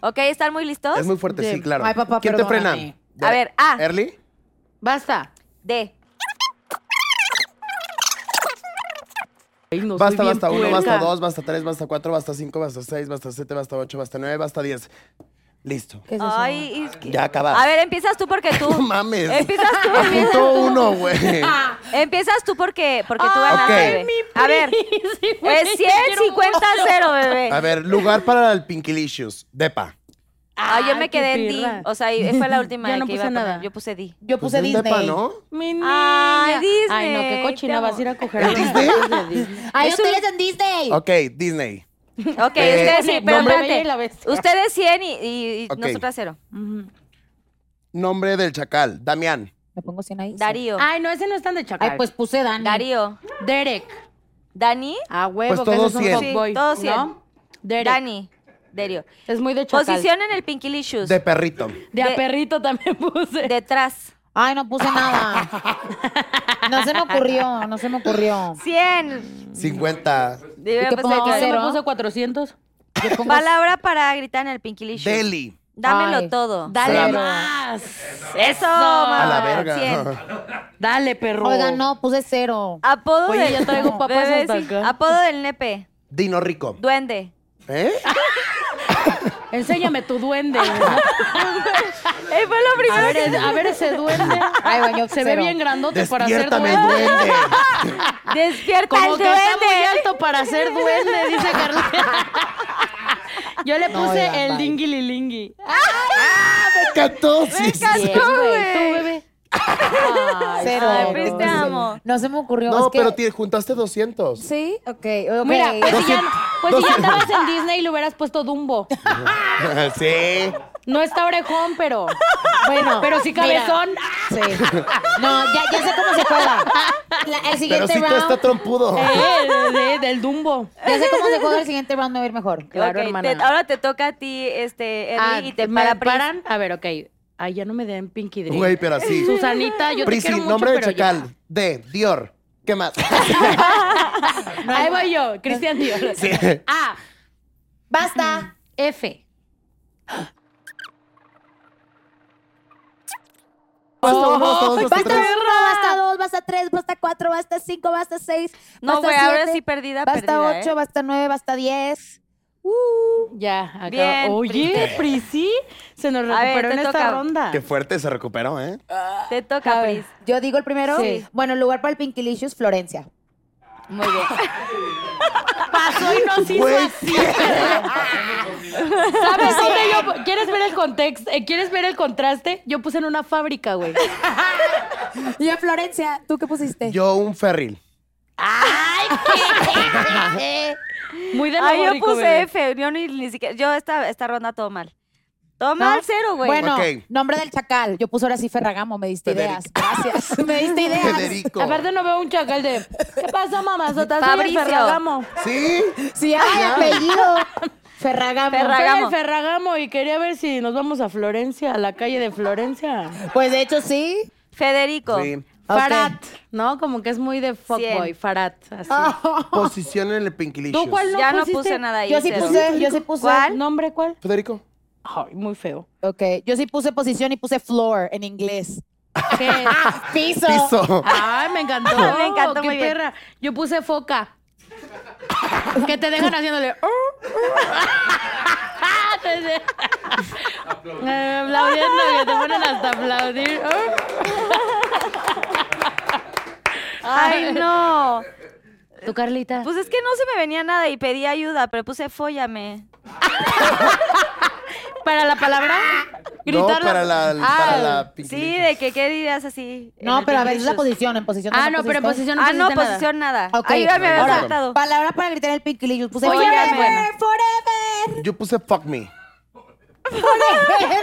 Speaker 7: Ok, ¿están muy listos?
Speaker 4: Es muy fuerte, sí, claro.
Speaker 6: Ay, papá,
Speaker 4: ¿Quién
Speaker 6: perdóname.
Speaker 4: te frena?
Speaker 7: A ver,
Speaker 5: ah.
Speaker 7: A.
Speaker 4: ¿Early?
Speaker 5: Basta.
Speaker 7: D.
Speaker 5: Ay, no, soy
Speaker 4: Basta,
Speaker 5: bien
Speaker 4: basta uno, basta
Speaker 5: puerca.
Speaker 4: dos, basta tres, basta cuatro, basta cinco, basta seis, basta siete, basta ocho, basta nueve, basta diez. Listo.
Speaker 6: ¿Qué es eso?
Speaker 7: Ay, es que-
Speaker 4: Ya acabas.
Speaker 7: A ver, empiezas tú porque tú.
Speaker 4: No mames.
Speaker 7: Empiezas tú. empiezas
Speaker 4: Apuntó
Speaker 7: tú.
Speaker 4: uno, güey.
Speaker 5: Ah.
Speaker 7: Empiezas tú porque, porque tú ganaste.
Speaker 4: Ah, ok.
Speaker 7: bebé. A ver,
Speaker 5: Sí, güey,
Speaker 7: es
Speaker 5: yo
Speaker 7: 100,
Speaker 5: quiero un
Speaker 7: 50,
Speaker 5: bolso.
Speaker 7: 0, bebé.
Speaker 4: A ver, lugar para el Pinkilicious. Depa.
Speaker 7: Ah, yo
Speaker 5: Ay,
Speaker 7: me
Speaker 5: qué
Speaker 7: quedé en D.
Speaker 5: pirra.
Speaker 7: O sea, y fue la última
Speaker 5: Yo
Speaker 7: de
Speaker 5: no
Speaker 7: que iba
Speaker 5: puse
Speaker 7: a poner.
Speaker 5: nada.
Speaker 7: Yo puse D.
Speaker 8: Yo puse
Speaker 4: Pues de
Speaker 8: Disney.
Speaker 4: un Depa, ¿no?
Speaker 5: Mi
Speaker 7: Ay,
Speaker 5: niña. Ay, no,
Speaker 7: Disney,
Speaker 5: qué
Speaker 7: te
Speaker 5: cochina.
Speaker 7: amo.
Speaker 5: Vas a ir a coger a los
Speaker 4: ¿Disney?
Speaker 5: niños de Disney.
Speaker 6: Hay
Speaker 7: es
Speaker 6: hoteles en Disney.
Speaker 4: Ok, Disney.
Speaker 7: Ok,
Speaker 4: Eh,
Speaker 7: ustedes sí, pero
Speaker 5: nombre- Bella y la
Speaker 7: espérate.
Speaker 5: Bestia.
Speaker 7: Ustedes 100 y, y, y
Speaker 4: Ok.
Speaker 7: nosotras 0.
Speaker 4: Nombre del chacal. Damián.
Speaker 6: Me pongo 100 ahí.
Speaker 7: Darío.
Speaker 5: Ay, no, ese no es tan de chacal. pues,
Speaker 6: Ay, pues puse Dani.
Speaker 7: Darío.
Speaker 5: Derek.
Speaker 7: Dani.
Speaker 5: A huevo,
Speaker 4: Pues todos
Speaker 5: que ese es
Speaker 4: cien.
Speaker 5: un fuckboy,
Speaker 7: Sí, todos cien.
Speaker 5: ¿no? Derek.
Speaker 7: Dani. Darío.
Speaker 5: Es muy de chacal.
Speaker 7: Posición en el
Speaker 5: Pues-
Speaker 7: Pinkilicious.
Speaker 4: De perrito.
Speaker 5: De a
Speaker 7: de-
Speaker 5: perrito también puse.
Speaker 7: Detrás.
Speaker 6: Ay, no puse nada. No se me ocurrió, no se me ocurrió.
Speaker 7: 100.
Speaker 4: 50.
Speaker 7: Yo
Speaker 6: qué
Speaker 7: puse
Speaker 6: pongo?
Speaker 7: detrás.
Speaker 5: Yo
Speaker 6: Cero.
Speaker 5: me puse 400.
Speaker 6: Yo pongo
Speaker 7: Palabra para gritar en el Pinkilicious.
Speaker 4: Deli.
Speaker 7: Dámelo
Speaker 6: Ay.
Speaker 7: todo.
Speaker 5: Dale
Speaker 4: Cero.
Speaker 5: más.
Speaker 7: Eso. mamá.
Speaker 4: A la
Speaker 5: Ah,
Speaker 7: Cien.
Speaker 4: verga.
Speaker 5: Dale, perro.
Speaker 6: Oiga, no, puse cero.
Speaker 7: Apodo
Speaker 5: Oye,
Speaker 7: del...
Speaker 5: ya traigo papas
Speaker 7: Bebé,
Speaker 5: hasta
Speaker 7: sí.
Speaker 5: acá.
Speaker 7: Apodo del nepe.
Speaker 4: Dino rico.
Speaker 7: Duende.
Speaker 4: ¿Eh?
Speaker 5: Enséñame tu duende.
Speaker 7: Eh, fue lo
Speaker 5: A
Speaker 7: primero
Speaker 5: ver,
Speaker 7: que...
Speaker 5: es- a ver ese duende.
Speaker 6: Ay, bueno, yo
Speaker 5: Se ve
Speaker 6: cero.
Speaker 5: bien grandote para ser
Speaker 4: Despiértame,
Speaker 5: duende.
Speaker 4: duende.
Speaker 7: Despierta
Speaker 5: Como
Speaker 7: el
Speaker 5: que
Speaker 7: duende.
Speaker 5: está muy alto para ser duende, dice Carlos. Yo le puse
Speaker 6: No, ya,
Speaker 5: el
Speaker 6: bye.
Speaker 5: dingililingui.
Speaker 4: Catosis.
Speaker 6: Bien, güey.
Speaker 5: Tú, bebé.
Speaker 6: Cero.
Speaker 7: Ay, pues, te
Speaker 6: No se-
Speaker 7: amo.
Speaker 6: No se me ocurrió.
Speaker 4: No,
Speaker 6: es que-
Speaker 4: pero te juntaste 200.
Speaker 6: Sí, ok.
Speaker 5: Mira, pues si ya, pues si ya
Speaker 4: Doscientos.
Speaker 5: andabas en Disney, le hubieras puesto Dumbo.
Speaker 4: sí.
Speaker 5: No está orejón, pero.
Speaker 6: Bueno,
Speaker 5: Pero sí cabezón. ¡Ah!
Speaker 6: Sí. No, ya, ya sé cómo se juega. La- el
Speaker 4: Pero
Speaker 6: siguiente
Speaker 4: sí tú
Speaker 6: round.
Speaker 4: está trompudo.
Speaker 5: Eh, de- de- del Dumbo.
Speaker 6: Ya sé cómo se juega el siguiente round, me va a ir mejor.
Speaker 5: Claro,
Speaker 7: Ok,
Speaker 5: hermana.
Speaker 7: te- ahora te toca a ti, este, Ernie,
Speaker 5: Ah,
Speaker 7: y te
Speaker 5: ¿me
Speaker 7: para Pris.
Speaker 5: paran? A ver, ok. Ay, ya no me den Pinky Drink.
Speaker 4: Güey, pero así.
Speaker 5: Susanita, yo te
Speaker 4: Prisi,
Speaker 5: quiero mucho,
Speaker 4: nombre de
Speaker 5: pero ya.
Speaker 4: chacal. De Dior. ¿Qué más?
Speaker 5: Ahí voy yo, Cristian Dior.
Speaker 4: Sí.
Speaker 5: A,
Speaker 6: Basta.
Speaker 5: F.
Speaker 4: Basta uno, basta dos,
Speaker 6: Basta
Speaker 4: basta
Speaker 6: uno,
Speaker 4: tres.
Speaker 6: basta basta tres, basta cuatro, basta cinco, basta seis,
Speaker 7: No,
Speaker 6: basta
Speaker 7: güey, ahora
Speaker 6: siete,
Speaker 7: sí perdida,
Speaker 6: basta
Speaker 7: perdida, ¿eh?
Speaker 6: ocho, basta nueve, basta diez.
Speaker 5: Ya, acá.
Speaker 7: Bien,
Speaker 5: Oye, Prisi, se nos
Speaker 7: A ver,
Speaker 5: recuperó
Speaker 7: te
Speaker 5: en esta
Speaker 7: toca.
Speaker 5: ronda.
Speaker 4: Qué fuerte se recuperó, ¿eh?
Speaker 7: Te toca,
Speaker 5: A ver.
Speaker 7: Pris.
Speaker 6: Yo digo el primero.
Speaker 5: Sí.
Speaker 6: Bueno, el lugar para el Pinkilicious, Florencia.
Speaker 7: Muy bien.
Speaker 5: Pasó y nos hizo
Speaker 4: Güey,
Speaker 5: así. ¿Sabes dónde yo? pu- ¿Quieres ver el contexto? Eh, ¿Quieres ver el contraste? Yo puse en una fábrica, güey.
Speaker 6: Y a Florencia, ¿tú qué pusiste?
Speaker 4: Yo un ferril.
Speaker 5: Muy de
Speaker 7: Ay, Ah, yo
Speaker 5: laborico,
Speaker 7: puse
Speaker 5: bebé.
Speaker 7: F. Yo ni, ni siquiera. Yo esta, esta ronda todo mal. Todo mal, cero, güey.
Speaker 6: Bueno,
Speaker 4: Ok.
Speaker 6: nombre del chacal. Yo puse ahora sí Ferragamo, me diste
Speaker 4: Federic.
Speaker 6: ideas. Gracias. Me diste ideas.
Speaker 4: Federico.
Speaker 5: Aparte no veo un chacal de. ¿Qué pasa, mamazota? Soy el
Speaker 7: Fabricio.
Speaker 5: Ferragamo.
Speaker 4: ¿Sí?
Speaker 6: Sí, ay, apellido. Ferragamo.
Speaker 7: Ferragamo.
Speaker 5: Soy el Ferragamo y quería ver si nos vamos a Florencia, a la calle de Florencia.
Speaker 6: Pues de hecho sí.
Speaker 7: Federico.
Speaker 4: Sí.
Speaker 6: Ok.
Speaker 5: Farat, ¿no? Como que es muy de fuckboy,
Speaker 7: Cien.
Speaker 5: Farat. Así.
Speaker 4: Posición en el Pinkilicious.
Speaker 5: ¿Tú cuál no
Speaker 7: Ya no
Speaker 5: pusiste?
Speaker 7: puse nada ahí.
Speaker 6: Yo sí
Speaker 7: cero.
Speaker 6: puse, yo sí puse.
Speaker 7: ¿Cuál?
Speaker 5: ¿Nombre cuál?
Speaker 4: Federico.
Speaker 5: Ay, muy feo.
Speaker 6: Ok, yo sí puse posición y puse floor en inglés. Ah,
Speaker 5: ¿Qué?
Speaker 6: Piso.
Speaker 4: Ah, Piso.
Speaker 5: Ay, me encantó.
Speaker 7: Me encantó,
Speaker 5: qué
Speaker 7: muy bien.
Speaker 5: perra. Yo puse foca. que te dejan haciéndole. "Uh, uh". Te de- Eh, aplaudiendo, que te ponen hasta aplaudir. uh.
Speaker 7: Ay, no.
Speaker 5: ¿Tú, Carlita?
Speaker 7: Pues es que no se me venía nada y pedí ayuda, pero puse fóllame.
Speaker 5: ¿Para la palabra?
Speaker 4: No,
Speaker 5: ¿Gritarlo? Ah,
Speaker 4: para la, para la
Speaker 7: Sí,
Speaker 4: Pinkilicious.
Speaker 7: de que qué dirías así. en
Speaker 6: No,
Speaker 7: el
Speaker 6: pero a ver, es la
Speaker 7: Pinky Shoes.
Speaker 6: posición, en posición.
Speaker 5: Ah, no, pero en
Speaker 6: pusiste?
Speaker 5: posición no
Speaker 7: Ah, no,
Speaker 5: pusiste nada.
Speaker 7: posición nada.
Speaker 6: Ok,
Speaker 7: Ahí me había
Speaker 6: ahora,
Speaker 7: saltado.
Speaker 6: palabra para gritar en el Pinky Puse
Speaker 7: Oye,
Speaker 6: forever,
Speaker 7: bueno.
Speaker 6: forever,
Speaker 4: Yo puse fuck me.
Speaker 6: forever,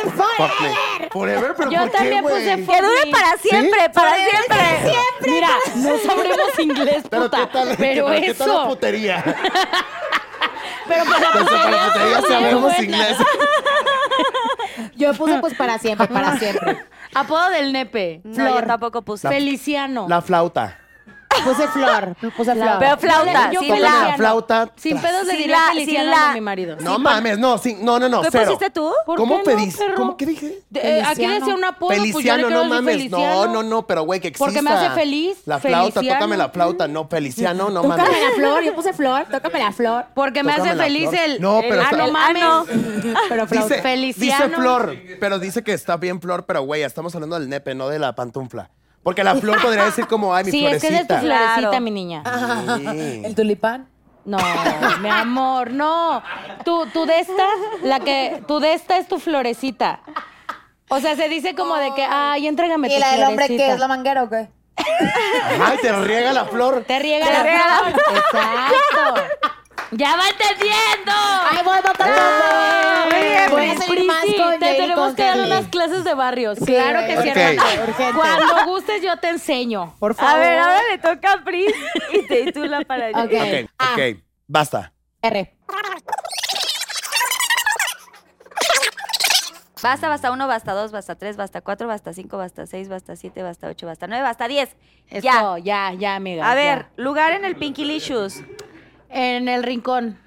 Speaker 4: Fuck
Speaker 6: forever.
Speaker 4: me. Forever, pero
Speaker 5: Yo
Speaker 4: ¿por qué,
Speaker 5: también
Speaker 4: güey?
Speaker 5: puse
Speaker 7: Que dure para siempre, para
Speaker 6: Forever,
Speaker 7: siempre.
Speaker 5: Mira, no sabremos inglés,
Speaker 4: Pero
Speaker 5: puta.
Speaker 4: qué tal,
Speaker 5: pero
Speaker 4: pero qué tal la
Speaker 5: eso.
Speaker 4: putería.
Speaker 5: Pero para la
Speaker 4: Pues para la putería sabemos inglés.
Speaker 6: Yo puse pues para siempre, para siempre.
Speaker 5: Apodo del nepe.
Speaker 7: No,
Speaker 5: Flor.
Speaker 7: yo tampoco puse.
Speaker 5: Feliciano.
Speaker 4: La flauta.
Speaker 6: Puse flor, puse flor.
Speaker 7: Pero flauta,
Speaker 5: Yo
Speaker 7: sin
Speaker 5: puse
Speaker 7: la.
Speaker 4: La flauta.
Speaker 5: Sin pedos le
Speaker 7: Sin
Speaker 5: diré
Speaker 7: la-
Speaker 5: Feliciano
Speaker 7: sin la-
Speaker 5: a mi marido.
Speaker 4: No mames, no, sí, no, no, no,
Speaker 7: ¿Qué
Speaker 4: cero.
Speaker 7: pusiste tú?
Speaker 5: ¿Por
Speaker 4: ¿Cómo
Speaker 5: qué no,
Speaker 4: pediste?
Speaker 5: perro?
Speaker 4: ¿Cómo qué dije?
Speaker 5: De- eh, aquí
Speaker 6: Feliciano.
Speaker 5: decía un apodo, pues yo le
Speaker 4: Feliciano,
Speaker 5: quiero
Speaker 4: no
Speaker 5: decir
Speaker 4: mames.
Speaker 5: Feliciano.
Speaker 4: No, no, no, pero güey, que exista.
Speaker 5: Porque me hace feliz,
Speaker 4: La flauta,
Speaker 5: Feliciano.
Speaker 4: tócame la flauta. No, Feliciano, no mames.
Speaker 6: Tócame la flor, yo puse flor, tócame la flor.
Speaker 5: Porque me
Speaker 4: Tócame
Speaker 5: hace
Speaker 4: la
Speaker 5: feliz
Speaker 4: flor.
Speaker 5: el.
Speaker 4: No,
Speaker 5: el-
Speaker 4: pero
Speaker 5: ah,
Speaker 4: está-
Speaker 5: no mames.
Speaker 7: Ah,
Speaker 6: Pero flor.
Speaker 4: Dice,
Speaker 5: Feliciano.
Speaker 4: dice flor, pero dice que está bien flor, pero güey, estamos hablando del nepe, no de la pantufla. Porque la flor podría decir como, ay, mi
Speaker 5: Sí, es que
Speaker 4: florecita.
Speaker 5: es de tu florecita,
Speaker 7: Claro.
Speaker 5: mi niña.
Speaker 4: Sí.
Speaker 6: El tulipán.
Speaker 5: No, mi amor, no. Tú, tú de esta, la que, tú de esta es tu florecita. O sea, se dice como de que, ay, entrégame tu
Speaker 6: ¿Y la del hombre
Speaker 5: florecita.
Speaker 6: qué es la manguera o qué?
Speaker 4: Ay, te riega la flor.
Speaker 5: Te riega
Speaker 7: Te
Speaker 5: la
Speaker 7: riega
Speaker 5: flor. Exacto. Ya va entendiendo.
Speaker 6: ¡Ay, voy, voy, voy, voy!
Speaker 5: Muy bien,
Speaker 6: Voy pues, a salir
Speaker 5: Prisi,
Speaker 6: más con
Speaker 5: te
Speaker 6: Jay y
Speaker 5: tenemos
Speaker 6: con
Speaker 5: que dar
Speaker 6: Kelly.
Speaker 5: unas clases de barrios.
Speaker 6: Sí,
Speaker 5: claro que sí,
Speaker 4: Ok.
Speaker 5: hermana.
Speaker 6: Urgente.
Speaker 5: Cuando gustes yo te enseño.
Speaker 6: Por favor.
Speaker 7: A ver, ahora le toca a Pris y, te, y tú la para allá.
Speaker 6: Ok.
Speaker 4: Ok,
Speaker 6: Ah.
Speaker 4: ok, basta.
Speaker 6: R.
Speaker 7: Basta, basta uno, basta dos, basta tres, basta cuatro, basta cinco, basta seis, basta siete, basta ocho, basta nueve, basta diez.
Speaker 5: ya,
Speaker 7: Ya.
Speaker 5: ya, ya, amiga.
Speaker 7: A ver,
Speaker 5: ya.
Speaker 7: lugar en el Pinkilicious.
Speaker 5: En el rincón.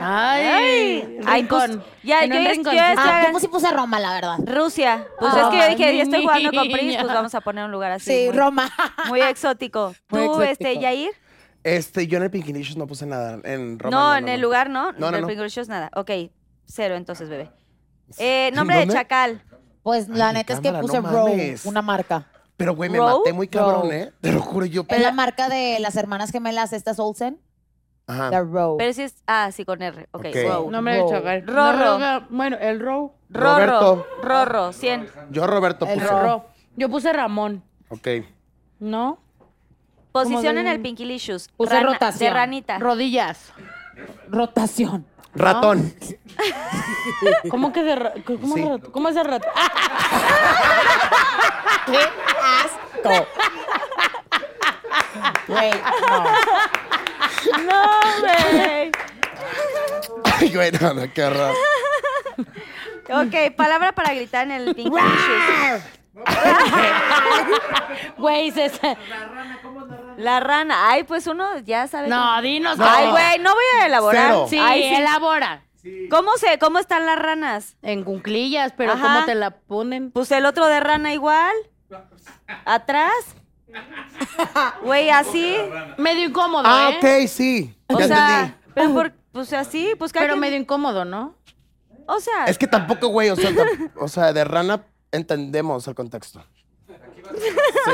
Speaker 5: Ay,
Speaker 7: Ay,
Speaker 5: rincón.
Speaker 7: pues, ya,
Speaker 5: En
Speaker 7: yo
Speaker 5: un
Speaker 7: ya-
Speaker 5: rincón.
Speaker 7: yo ya
Speaker 6: Ah,
Speaker 7: hagan-
Speaker 6: yo sí puse Roma, la verdad.
Speaker 7: Rusia. Pues
Speaker 5: Ay,
Speaker 7: es que yo dije,
Speaker 5: mi
Speaker 7: ya estoy jugando con Pris,
Speaker 5: niña.
Speaker 7: pues vamos a poner un lugar así.
Speaker 6: Sí,
Speaker 7: muy-
Speaker 6: Roma.
Speaker 7: Muy exótico.
Speaker 6: Muy
Speaker 7: ¿Tú,
Speaker 6: exótico.
Speaker 7: este, Yair?
Speaker 4: Este, yo en el Pinkilicious no puse nada. En Roma,
Speaker 7: no, en el lugar, ¿no?
Speaker 4: No, no,
Speaker 7: Del
Speaker 4: no.
Speaker 7: Pinkilicious, nada. Ok, cero entonces, bebé. Eh, nombre de
Speaker 4: ¿Dónde?
Speaker 7: Chacal.
Speaker 6: Pues la
Speaker 4: Ay,
Speaker 6: neta es que
Speaker 4: cámara,
Speaker 6: puse
Speaker 4: no
Speaker 6: Row,
Speaker 4: mames.
Speaker 6: una marca.
Speaker 4: Pero güey, me
Speaker 7: Row?
Speaker 4: maté muy cabrón,
Speaker 6: Row.
Speaker 4: ¿eh? Te lo juro, yo.
Speaker 6: Es la marca de las hermanas gemelas, estas Olsen. La
Speaker 4: Ajá.
Speaker 6: Row.
Speaker 7: Pero si es. Ah, sí, con R. Ok,
Speaker 4: Ok.
Speaker 7: wow.
Speaker 5: No me
Speaker 6: Row.
Speaker 5: chacar.
Speaker 7: Rorro.
Speaker 5: Bueno, el row.
Speaker 7: Rorro.
Speaker 4: Roberto.
Speaker 7: Rorro, 100.
Speaker 4: Yo Roberto
Speaker 6: El
Speaker 4: puse.
Speaker 6: Row.
Speaker 5: Rorro. Yo puse Ramón,
Speaker 4: Ok.
Speaker 5: ¿no?
Speaker 7: Posición
Speaker 5: de-
Speaker 7: en el Pinkilicious.
Speaker 6: Puse
Speaker 7: Rana-
Speaker 6: rotación.
Speaker 7: De ranita.
Speaker 5: Rodillas.
Speaker 6: Rotación.
Speaker 4: Ratón.
Speaker 5: ¿Cómo que de ra- ¿Cómo,
Speaker 4: Sí.
Speaker 5: ra- ¿Cómo es de rato? ¡Ah!
Speaker 6: ¡Qué asco! Güey, no.
Speaker 7: No, güey.
Speaker 5: Ah.
Speaker 4: Ay, güey, no, no, qué horror.
Speaker 7: Ok, palabra para gritar en el Pinkilicious.
Speaker 5: Güey, se- se-
Speaker 7: La rana. Ay, pues uno ya sabe.
Speaker 5: No,
Speaker 7: cómo-
Speaker 5: dinos.
Speaker 7: Ay,
Speaker 5: cómo.
Speaker 7: güey, no voy a elaborar.
Speaker 4: Cero.
Speaker 5: Sí,
Speaker 7: Ay, sí.
Speaker 5: elabora.
Speaker 7: ¿Cómo, se, ¿Cómo están las ranas?
Speaker 5: En cunclillas, pero
Speaker 7: Ajá.
Speaker 5: ¿cómo te la ponen?
Speaker 7: Pues el otro de rana igual. ¿Atrás? Güey, así.
Speaker 5: Medio incómodo,
Speaker 4: Ah,
Speaker 5: ¿eh?
Speaker 4: ok, sí.
Speaker 7: O
Speaker 4: ya
Speaker 7: sea,
Speaker 4: entendí.
Speaker 7: pero por, pues así, pues cada
Speaker 5: Pero
Speaker 7: quien-
Speaker 5: medio incómodo, ¿no?
Speaker 7: O sea,
Speaker 4: Es que tampoco, güey, o sea, tam- o sea, de rana entendemos el contexto. Sí.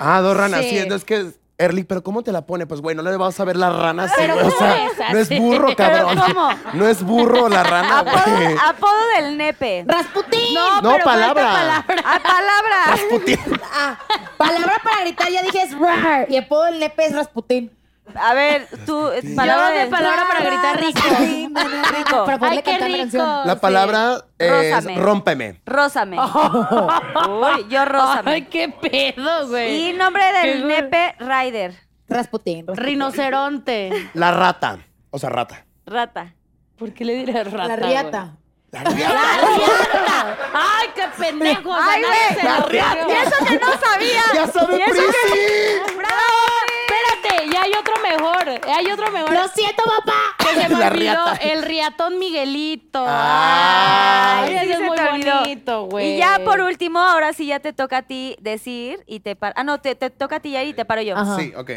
Speaker 4: Ah, dos ranas, sí.
Speaker 5: Sí.
Speaker 4: es que, Erly, ¿pero cómo te la pone? Pues, güey, no le vas a ver la rana así,
Speaker 5: Pero
Speaker 4: güey, o
Speaker 5: ¿cómo
Speaker 4: sea,
Speaker 5: es así?
Speaker 4: no es burro, cabrón.
Speaker 7: ¿Pero cómo?
Speaker 4: No es burro la rana, güey.
Speaker 7: apodo, apodo del nepe.
Speaker 6: ¡Rasputín!
Speaker 5: No,
Speaker 4: No,
Speaker 5: pero falta
Speaker 4: palabra.
Speaker 7: A palabra.
Speaker 6: Ah, palabra para gritar, ya dije es rar. Y apodo del nepe es Rasputín.
Speaker 7: A ver, tú, eh, palabra
Speaker 5: Yo de palabra para gritar rico.
Speaker 7: Rasputín, rico.
Speaker 6: Para
Speaker 5: Ay,
Speaker 6: poderle
Speaker 5: qué
Speaker 6: cantar la
Speaker 5: rico.
Speaker 6: canción.
Speaker 4: La palabra es
Speaker 7: Rózame.
Speaker 4: rómpeme.
Speaker 7: Rósame. Uy, yo
Speaker 5: Ay,
Speaker 7: rósame.
Speaker 5: qué pedo, güey.
Speaker 7: Y nombre del
Speaker 5: Qué
Speaker 7: nepe, Ryder.
Speaker 6: Rasputín.
Speaker 5: Rinoceronte.
Speaker 4: La rata, o sea, rata.
Speaker 7: Rata.
Speaker 5: ¿Por qué le dirás rata?
Speaker 8: La
Speaker 5: güey?
Speaker 8: riata.
Speaker 4: La riata.
Speaker 5: ¡La riata! ¡Ay, qué pendejo! o sea,
Speaker 7: Ay,
Speaker 5: nadie
Speaker 7: güey.
Speaker 5: se lo ocurrió.
Speaker 7: Y eso que no sabía.
Speaker 4: ¡Ya sabe,
Speaker 7: Y eso
Speaker 4: Prissy!
Speaker 7: que-
Speaker 5: ¡Bravo! Espérate, ya hay otro mejor. Hay otro mejor.
Speaker 6: ¡Lo siento, papá!
Speaker 5: que se me
Speaker 4: La
Speaker 5: olvidó,
Speaker 4: riata.
Speaker 5: el riatón Miguelito.
Speaker 4: Ah.
Speaker 5: Ay,
Speaker 7: Ay, sí
Speaker 5: ese es
Speaker 7: se
Speaker 5: muy
Speaker 7: te olvidó.
Speaker 5: bonito, güey.
Speaker 7: Y ya por último, ahora sí ya te toca a ti decir y te paro. Ah, no, te, te toca a ti ya y te paro yo.
Speaker 6: Ajá.
Speaker 4: Sí, ok.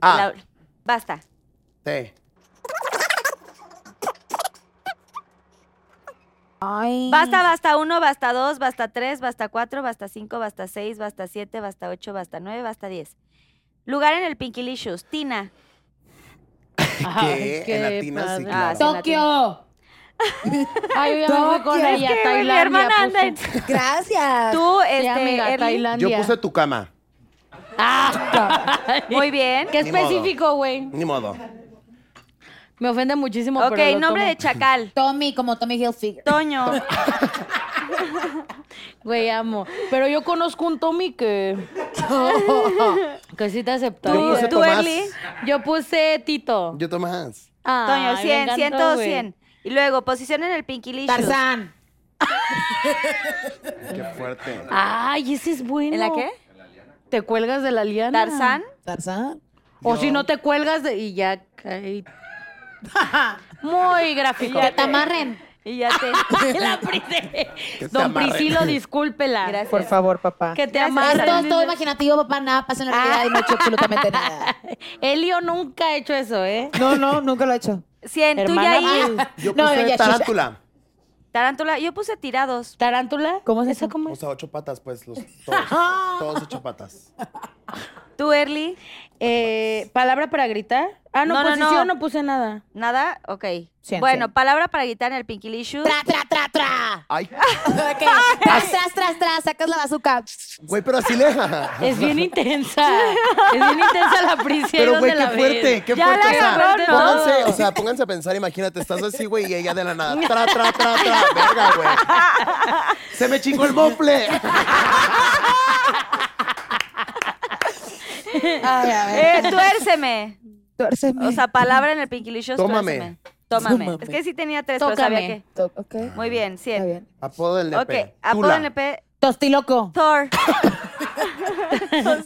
Speaker 4: Ah,
Speaker 7: La- Basta.
Speaker 4: T.
Speaker 6: Ay.
Speaker 7: Basta, basta uno, basta dos, basta tres, basta cuatro, basta cinco, basta seis, basta siete, basta ocho, basta nueve, basta diez. Lugar en el Pinkilicious. Tina.
Speaker 5: Ay,
Speaker 4: que en latina, sí,
Speaker 5: padre.
Speaker 4: claro.
Speaker 7: Ah, sí.
Speaker 6: ¡Tokio!
Speaker 5: Ay, yo ya me fui con
Speaker 6: Tokio,
Speaker 5: ella.
Speaker 7: es que mi
Speaker 5: Tailandia.
Speaker 7: hermana anda
Speaker 5: puso.
Speaker 7: en-
Speaker 5: Sí,
Speaker 6: Gracias.
Speaker 7: Tú, este,
Speaker 5: amiga,
Speaker 7: Erly.
Speaker 4: Yo
Speaker 5: Tailandia.
Speaker 4: puse tu cama.
Speaker 5: Ah.
Speaker 7: Muy bien.
Speaker 5: Qué
Speaker 4: Ni modo.
Speaker 5: específico, güey.
Speaker 4: Ni modo.
Speaker 5: Me ofende muchísimo.
Speaker 7: Ok,
Speaker 5: pero lo
Speaker 7: nombre
Speaker 5: tomo.
Speaker 7: de chacal.
Speaker 6: Tommy, como Tommy Hilfiger.
Speaker 7: Toño.
Speaker 5: Güey, amo. Pero yo conozco un Tommy que. que sí te
Speaker 4: Yo
Speaker 5: aceptaría.
Speaker 4: puse
Speaker 7: tú,
Speaker 4: Tomás.
Speaker 7: Erly.
Speaker 5: Yo puse Tito.
Speaker 4: Yo Tomás.
Speaker 7: Toño,
Speaker 5: Ay, me
Speaker 7: 100,
Speaker 5: encantó,
Speaker 7: 100, todo
Speaker 5: güey.
Speaker 7: 100. Y luego, posición en el Pinkilicious.
Speaker 8: Tarzán.
Speaker 4: Qué fuerte.
Speaker 5: Ay, ese es bueno.
Speaker 7: ¿En la qué?
Speaker 5: Te cuelgas de la liana.
Speaker 7: Tarzán.
Speaker 8: Tarzán.
Speaker 5: O si no te cuelgas de- y ya caí. Muy gráfico.
Speaker 6: Que te amarren.
Speaker 7: Y ya te.
Speaker 5: La Pris-
Speaker 4: te
Speaker 5: Don
Speaker 4: amarren.
Speaker 5: Priscilo, discúlpela.
Speaker 7: Gracias.
Speaker 8: favor, papá.
Speaker 5: Que te
Speaker 7: Gracias.
Speaker 6: Esto
Speaker 5: amarren.
Speaker 6: es todo imaginativo, papá. Nada pasa en la realidad y no he hecho absolutamente nada.
Speaker 5: Elio nunca ha hecho eso, ¿eh?
Speaker 8: No, no, nunca lo he hecho.
Speaker 7: 100, tú
Speaker 5: Hermana,
Speaker 7: ya ahí.
Speaker 4: Yo
Speaker 6: No,
Speaker 4: puse
Speaker 6: ya,
Speaker 4: tarántula.
Speaker 7: Tarántula. Yo puse tirados.
Speaker 5: ¿Tarántula?
Speaker 8: ¿Cómo es
Speaker 5: ¿Esa
Speaker 8: eso?
Speaker 5: cómo
Speaker 4: O
Speaker 5: es?
Speaker 4: sea, ocho patas, pues, los, todos. todos ocho patas.
Speaker 7: Tú, Erly.
Speaker 5: Eh, ¿Palabra para gritar? Ah, no,
Speaker 7: No, no,
Speaker 5: posición
Speaker 7: no.
Speaker 5: no, puse nada.
Speaker 7: Nada, ok.
Speaker 8: Cien,
Speaker 7: bueno,
Speaker 8: cien.
Speaker 7: palabra para gritar en el Pinkilicious.
Speaker 6: ¡Tra, tra, tra, tra!
Speaker 4: Ay,
Speaker 6: Ok. Tras, tras, tras, tras. Sacas la bazooka.
Speaker 4: güey, pero así le.
Speaker 5: Es bien intensa. es bien intensa la Pris. ahí
Speaker 4: Pero,
Speaker 5: donde
Speaker 4: güey, qué
Speaker 5: la ves.
Speaker 4: fuerte, qué
Speaker 7: Ya
Speaker 4: fuerte.
Speaker 7: la
Speaker 4: O sea,
Speaker 7: agarró, ¿no?
Speaker 4: pónganse, o sea, pónganse a pensar, imagínate, estás así, güey, y ella de la nada. Tra, tra, tra, tra. Verga, güey. Se me chingó el mofle.
Speaker 6: Ay, a ver.
Speaker 7: Eh, tuérceme.
Speaker 8: Tuérceme.
Speaker 7: O sea, palabra en el Pinkilicious.
Speaker 4: Tómame.
Speaker 7: tuérceme. Tómame.
Speaker 8: Tómame.
Speaker 7: Es que sí tenía tres,
Speaker 5: Tócame.
Speaker 7: pero sabía que.
Speaker 8: To- ok.
Speaker 7: Muy bien, 100.
Speaker 8: Está bien.
Speaker 4: Apodo del
Speaker 7: Ok,
Speaker 4: nepe.
Speaker 7: apodo
Speaker 4: Tula.
Speaker 7: en el P.
Speaker 8: Tostiloco.
Speaker 7: Thor.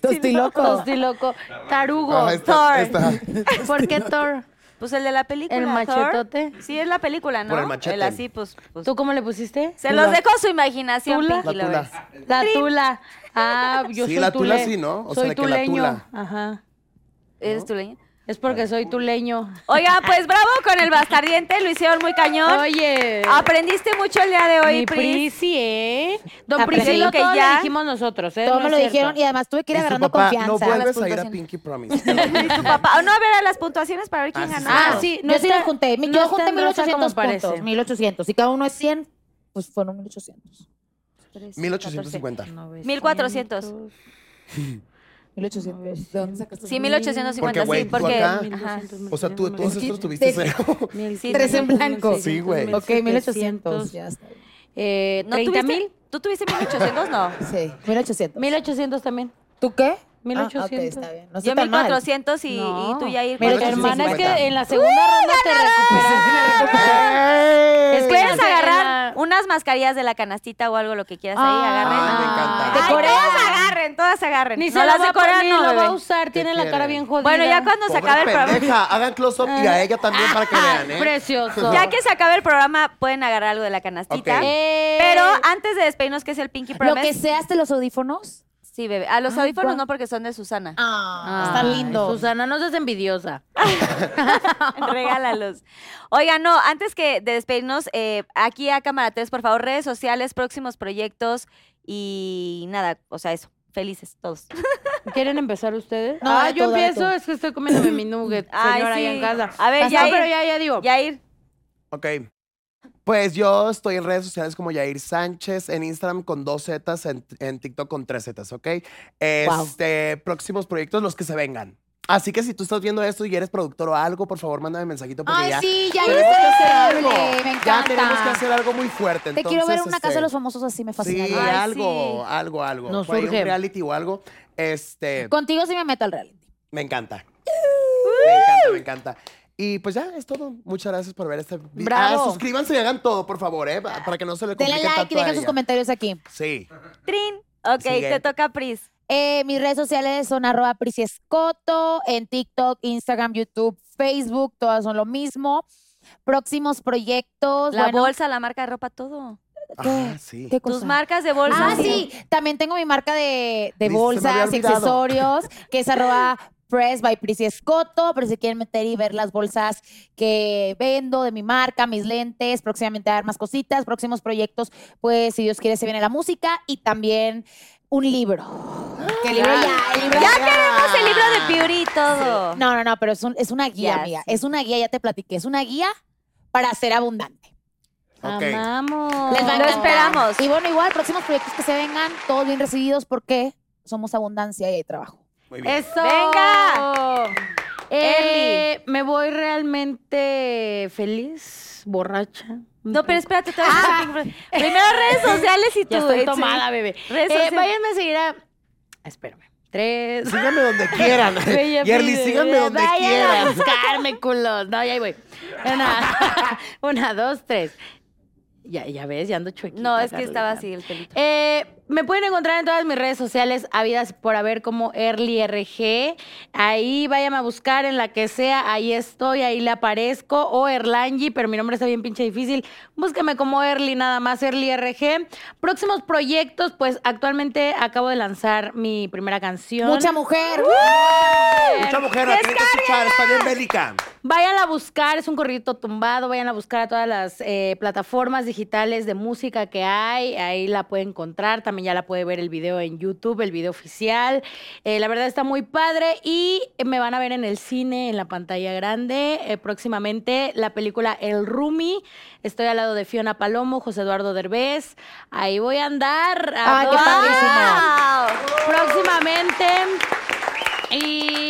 Speaker 8: Tostiloco.
Speaker 5: Tostiloco. Tarugo.
Speaker 4: Ajá, Ah, está,
Speaker 7: Thor.
Speaker 4: está.
Speaker 5: ¿Por qué Thor?
Speaker 7: Pues el de la película.
Speaker 5: ¿El
Speaker 7: Thor.
Speaker 5: machetote?
Speaker 7: Sí, es la película, ¿no?
Speaker 4: Por el machete.
Speaker 7: El así, pues. pues.
Speaker 5: ¿Tú cómo le pusiste?
Speaker 7: Se los dejo a su imaginación,
Speaker 5: Tula.
Speaker 7: Pinky
Speaker 4: La
Speaker 7: Lovers.
Speaker 4: tula.
Speaker 5: La tula. Ah, yo
Speaker 4: Sí,
Speaker 5: soy
Speaker 4: la tula
Speaker 5: tule-
Speaker 4: sí, ¿no? O sea,
Speaker 5: soy
Speaker 4: de que la
Speaker 5: tuleño.
Speaker 4: tula.
Speaker 5: Ajá.
Speaker 7: ¿Eres tuleño?
Speaker 5: Es porque soy tuleño.
Speaker 7: Oiga, pues bravo con el bastardiente, lo hicieron muy cañón.
Speaker 5: Oye.
Speaker 4: Ah,
Speaker 7: Aprendiste mucho el día de hoy,
Speaker 5: mi
Speaker 7: Pris.
Speaker 5: Prisi, ¿eh? Don
Speaker 7: Aprendí
Speaker 5: Prisi, lo
Speaker 7: que
Speaker 5: que ya
Speaker 7: ya-
Speaker 5: dijimos nosotros, ¿eh?
Speaker 6: Todos
Speaker 5: No
Speaker 6: me
Speaker 5: es
Speaker 6: lo
Speaker 5: cierto.
Speaker 6: dijeron y además tuve que ir
Speaker 4: Y su
Speaker 6: agarrando
Speaker 4: papá,
Speaker 6: confianza.
Speaker 4: No vuelves
Speaker 6: Las
Speaker 4: a ir a
Speaker 6: puntuaciones.
Speaker 4: Pinky Promise. Te lo digo.
Speaker 7: Tu papá. O no, a ver a las puntuaciones para ver quién ganó.
Speaker 5: Ah, sí. No
Speaker 6: yo sí
Speaker 5: está-
Speaker 6: las junté. Mi-
Speaker 5: no
Speaker 6: yo
Speaker 5: está
Speaker 6: junté
Speaker 5: en rosa
Speaker 6: 1800
Speaker 5: como parece.
Speaker 6: puntos. 1800. Si cada uno es 100, pues fueron 1800.
Speaker 4: 1850.
Speaker 5: Ah,
Speaker 7: 1400.
Speaker 6: 1800. ¿De dónde sacaste?
Speaker 7: Sí, 1850,
Speaker 4: Porque, güey,
Speaker 7: sí,
Speaker 4: tú
Speaker 7: porque.
Speaker 4: acá-
Speaker 7: ajá.
Speaker 4: O sea, tú todos
Speaker 6: que-
Speaker 4: estos tuviste
Speaker 6: de-
Speaker 4: cero.
Speaker 7: Sí,
Speaker 8: Tres en blanco.
Speaker 4: Sí, güey.
Speaker 8: Ok, 1800. Ya está. bien.
Speaker 5: Eh,
Speaker 7: ¿No
Speaker 5: ¿30
Speaker 7: tuviste,
Speaker 5: mil?
Speaker 7: ¿Tú tuviste 1800? No.
Speaker 8: Sí, 1800.
Speaker 5: 1800 también.
Speaker 8: ¿Tú qué? Ah, ok,
Speaker 5: 1800.
Speaker 8: está bien. No
Speaker 7: Yo
Speaker 8: está tan mal.
Speaker 7: 1400 y,
Speaker 5: No.
Speaker 7: y tú ya ir.
Speaker 8: Mira,
Speaker 7: con-
Speaker 8: tu
Speaker 5: Hermana, es
Speaker 4: 1850.
Speaker 5: que en la segunda ronda te recuperas.
Speaker 7: Es que
Speaker 5: Espérate,
Speaker 7: quieres agarrar
Speaker 5: la-
Speaker 7: unas mascarillas de la canastita o algo, lo que quieras ahí,
Speaker 5: Ah,
Speaker 7: agarren.
Speaker 4: me encanta.
Speaker 7: Ay,
Speaker 5: De Corea.
Speaker 7: todas agarren, todas agarren.
Speaker 5: Ni
Speaker 7: no
Speaker 5: se
Speaker 7: las
Speaker 5: las
Speaker 7: de
Speaker 5: va
Speaker 7: Corea
Speaker 5: a poner,
Speaker 7: no,
Speaker 5: lo va a
Speaker 7: bebé.
Speaker 5: usar, tiene la
Speaker 4: quieren?
Speaker 5: cara bien jodida.
Speaker 7: Bueno, ya cuando se
Speaker 4: Pobre
Speaker 7: acabe el programa.
Speaker 4: pendeja, hagan close-up y a ella también para que vean, ¿eh?
Speaker 5: Precioso.
Speaker 7: Ya que se acabe el programa, pueden agarrar algo de la canastita.
Speaker 4: Ok.
Speaker 5: Eh,
Speaker 7: Pero antes de despedirnos, que es el Pinky
Speaker 6: Lo
Speaker 7: Promise,
Speaker 6: que sea, hasta los audífonos.
Speaker 7: Sí, bebé. A los
Speaker 6: Ay,
Speaker 7: audífonos
Speaker 6: guau.
Speaker 7: no porque son de Susana.
Speaker 6: Ah,
Speaker 5: Ay,
Speaker 6: están lindos.
Speaker 5: Susana, no seas envidiosa.
Speaker 7: Regálalos. Oiga, no, antes que de despedirnos, eh, aquí a Cámara 3, por favor, redes sociales, próximos proyectos y nada, o sea, eso. Felices todos.
Speaker 5: ¿Quieren empezar ustedes?
Speaker 6: No,
Speaker 5: ah,
Speaker 6: dale
Speaker 5: yo
Speaker 6: tú, dale
Speaker 5: empiezo,
Speaker 6: tú.
Speaker 5: es que estoy comiéndome mi nugget,
Speaker 7: Ay,
Speaker 5: señora, allá
Speaker 7: sí.
Speaker 5: en casa.
Speaker 7: A ver,
Speaker 5: Pues
Speaker 7: Yair.
Speaker 5: No, pero ya, ya digo.
Speaker 7: Yair,
Speaker 4: Ok. Pues yo estoy en redes sociales como Yair Sánchez, en Instagram con dos Zetas, en, en TikTok con tres Zetas, ¿ok? Este, próximos proyectos, los que se vengan. Así que si tú estás viendo esto y eres productor o algo, por favor, mándame mensajito porque
Speaker 6: Ay,
Speaker 4: ya
Speaker 6: sí, ya
Speaker 4: tenemos que hacer algo.
Speaker 6: Me encanta.
Speaker 4: Ya tenemos que hacer algo muy fuerte.
Speaker 6: Te quiero ver en
Speaker 4: entonces,
Speaker 6: una casa de
Speaker 4: este,
Speaker 6: los famosos así, me fascina.
Speaker 4: Sí,
Speaker 7: Ay,
Speaker 4: algo,
Speaker 7: sí.
Speaker 4: algo, algo.
Speaker 5: Nos
Speaker 4: Por ahí un
Speaker 5: surge.
Speaker 4: reality o algo. Este,
Speaker 6: Contigo sí me meto al reality.
Speaker 4: me encanta. Me encanta, me encanta. Y pues ya, es todo. Muchas gracias por ver este video.
Speaker 5: Bravo.
Speaker 4: suscríbanse y hagan todo, por favor, ¿eh? Pa- Para que no se le complique
Speaker 6: Denle like
Speaker 4: tanto
Speaker 6: y
Speaker 4: a
Speaker 6: dejen sus
Speaker 4: ella.
Speaker 6: comentarios aquí.
Speaker 4: Sí.
Speaker 7: Trin. Ok,
Speaker 4: Siguiente.
Speaker 7: te toca Pris.
Speaker 6: Eh, mis redes sociales son arroba Prissy Escoto, en TikTok, Instagram, YouTube, Facebook, todas son lo mismo. Próximos proyectos.
Speaker 7: La
Speaker 6: bueno,
Speaker 7: bolsa, la marca de ropa, todo.
Speaker 4: Ah, sí.
Speaker 6: ¿qué
Speaker 7: Tus
Speaker 6: cosa?
Speaker 7: marcas de bolsa.
Speaker 6: Ah, sí. También tengo mi marca de, de
Speaker 4: Dice, se me había
Speaker 6: bolsas y
Speaker 4: olvidado.
Speaker 6: accesorios, que es arroba Press by Prissy Escoto, pero si quieren meter y ver las bolsas que vendo de mi marca, mis lentes, próximamente a dar más cositas, próximos proyectos, pues si Dios quiere se viene la música y también un libro. Que el libro ya, el libro
Speaker 7: Ya queremos el libro de Piuri y todo.
Speaker 6: No, no, no, pero es, un- es una guía,
Speaker 7: Ya,
Speaker 6: amiga.
Speaker 7: sí.
Speaker 6: Es una guía, ya te platiqué, es una guía para ser abundante.
Speaker 4: Ok.
Speaker 5: Amamos.
Speaker 6: Les va a
Speaker 7: Lo
Speaker 6: encantar.
Speaker 7: esperamos.
Speaker 6: Y bueno, igual, próximos proyectos que se vengan, todos bien recibidos porque somos abundancia y hay trabajo.
Speaker 4: Muy bien.
Speaker 5: ¡Eso!
Speaker 7: Venga.
Speaker 5: Eh, me voy realmente feliz, borracha.
Speaker 7: No, pero espérate, te voy a Primero redes sociales y tú.
Speaker 5: Ya
Speaker 7: eh,
Speaker 5: estoy
Speaker 7: sí.
Speaker 5: tomada, bebé.
Speaker 7: Redes
Speaker 5: Eh,
Speaker 7: sociales.
Speaker 5: váyanme a seguir a... Espérame. Tres.
Speaker 4: Síganme donde quieran.
Speaker 5: Bella
Speaker 4: Yerly,
Speaker 5: Pide.
Speaker 4: síganme donde
Speaker 5: Vayan a
Speaker 4: quieran.
Speaker 5: buscarme, culos. No, ya ahí voy. Una, una, dos, tres. Ya, ya ves, ya ando chuequita.
Speaker 7: No, es que
Speaker 5: Carlita.
Speaker 7: estaba así el pelito.
Speaker 5: Eh, me pueden encontrar en todas mis redes sociales, habidas por haber como EarlyRG. Ahí váyanme a buscar en la que sea, ahí estoy, ahí le aparezco. O Erlangi, pero mi nombre está bien pinche difícil. Búsqueme como Erly, nada más, EarlyRG. Próximos proyectos, pues actualmente acabo de lanzar mi primera canción.
Speaker 6: Mucha mujer.
Speaker 4: Mucha mujer la tiene que escuchar. Está bien bélica.
Speaker 5: Vayan a buscar, es un corridito tumbado, vayan a buscar a todas las eh, plataformas digitales de música que hay, ahí la puede encontrar, también ya la puede ver el video en YouTube, el video oficial, Eh, la verdad está muy padre y me van a ver en el cine, en la pantalla grande, Eh, próximamente la película El Rumi, estoy al lado de Fiona Palomo, José Eduardo Derbez, ahí voy a andar.
Speaker 6: Ah, qué
Speaker 5: ¡Wow!
Speaker 6: padrísimo.
Speaker 5: próximamente. Y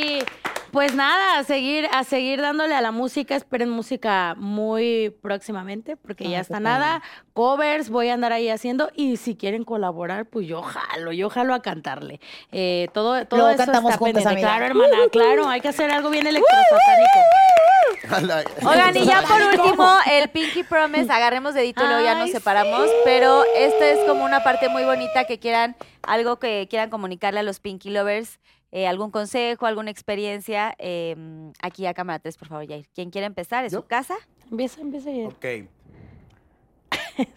Speaker 5: pues nada, a seguir, a seguir dándole a la música. Esperen música muy próximamente, porque ya
Speaker 6: Ay,
Speaker 5: está
Speaker 6: qué
Speaker 5: nada. Covers voy a andar ahí haciendo. Y si quieren colaborar, pues yo jalo, yo jalo a cantarle. Eh, todo todo
Speaker 6: Luego
Speaker 5: eso
Speaker 6: cantamos
Speaker 5: está
Speaker 6: juntas,
Speaker 5: pendiente.
Speaker 6: amiga.
Speaker 5: Claro, hermana, claro, hay que hacer algo bien electrosatánico.
Speaker 7: Oigan, y ya por último, el Pinky Promise, agarremos dedito y luego ya nos
Speaker 5: Ay,
Speaker 7: separamos, pero esta es como una parte muy bonita que quieran, algo que quieran comunicarle a los Pinky Lovers, eh, algún consejo, alguna experiencia, eh, aquí a Cámara 3, por favor, Jair. ¿Quién quiere empezar? ¿Es su
Speaker 4: ¿Yo?
Speaker 7: casa?
Speaker 5: Empieza, empieza ya.
Speaker 4: Ok.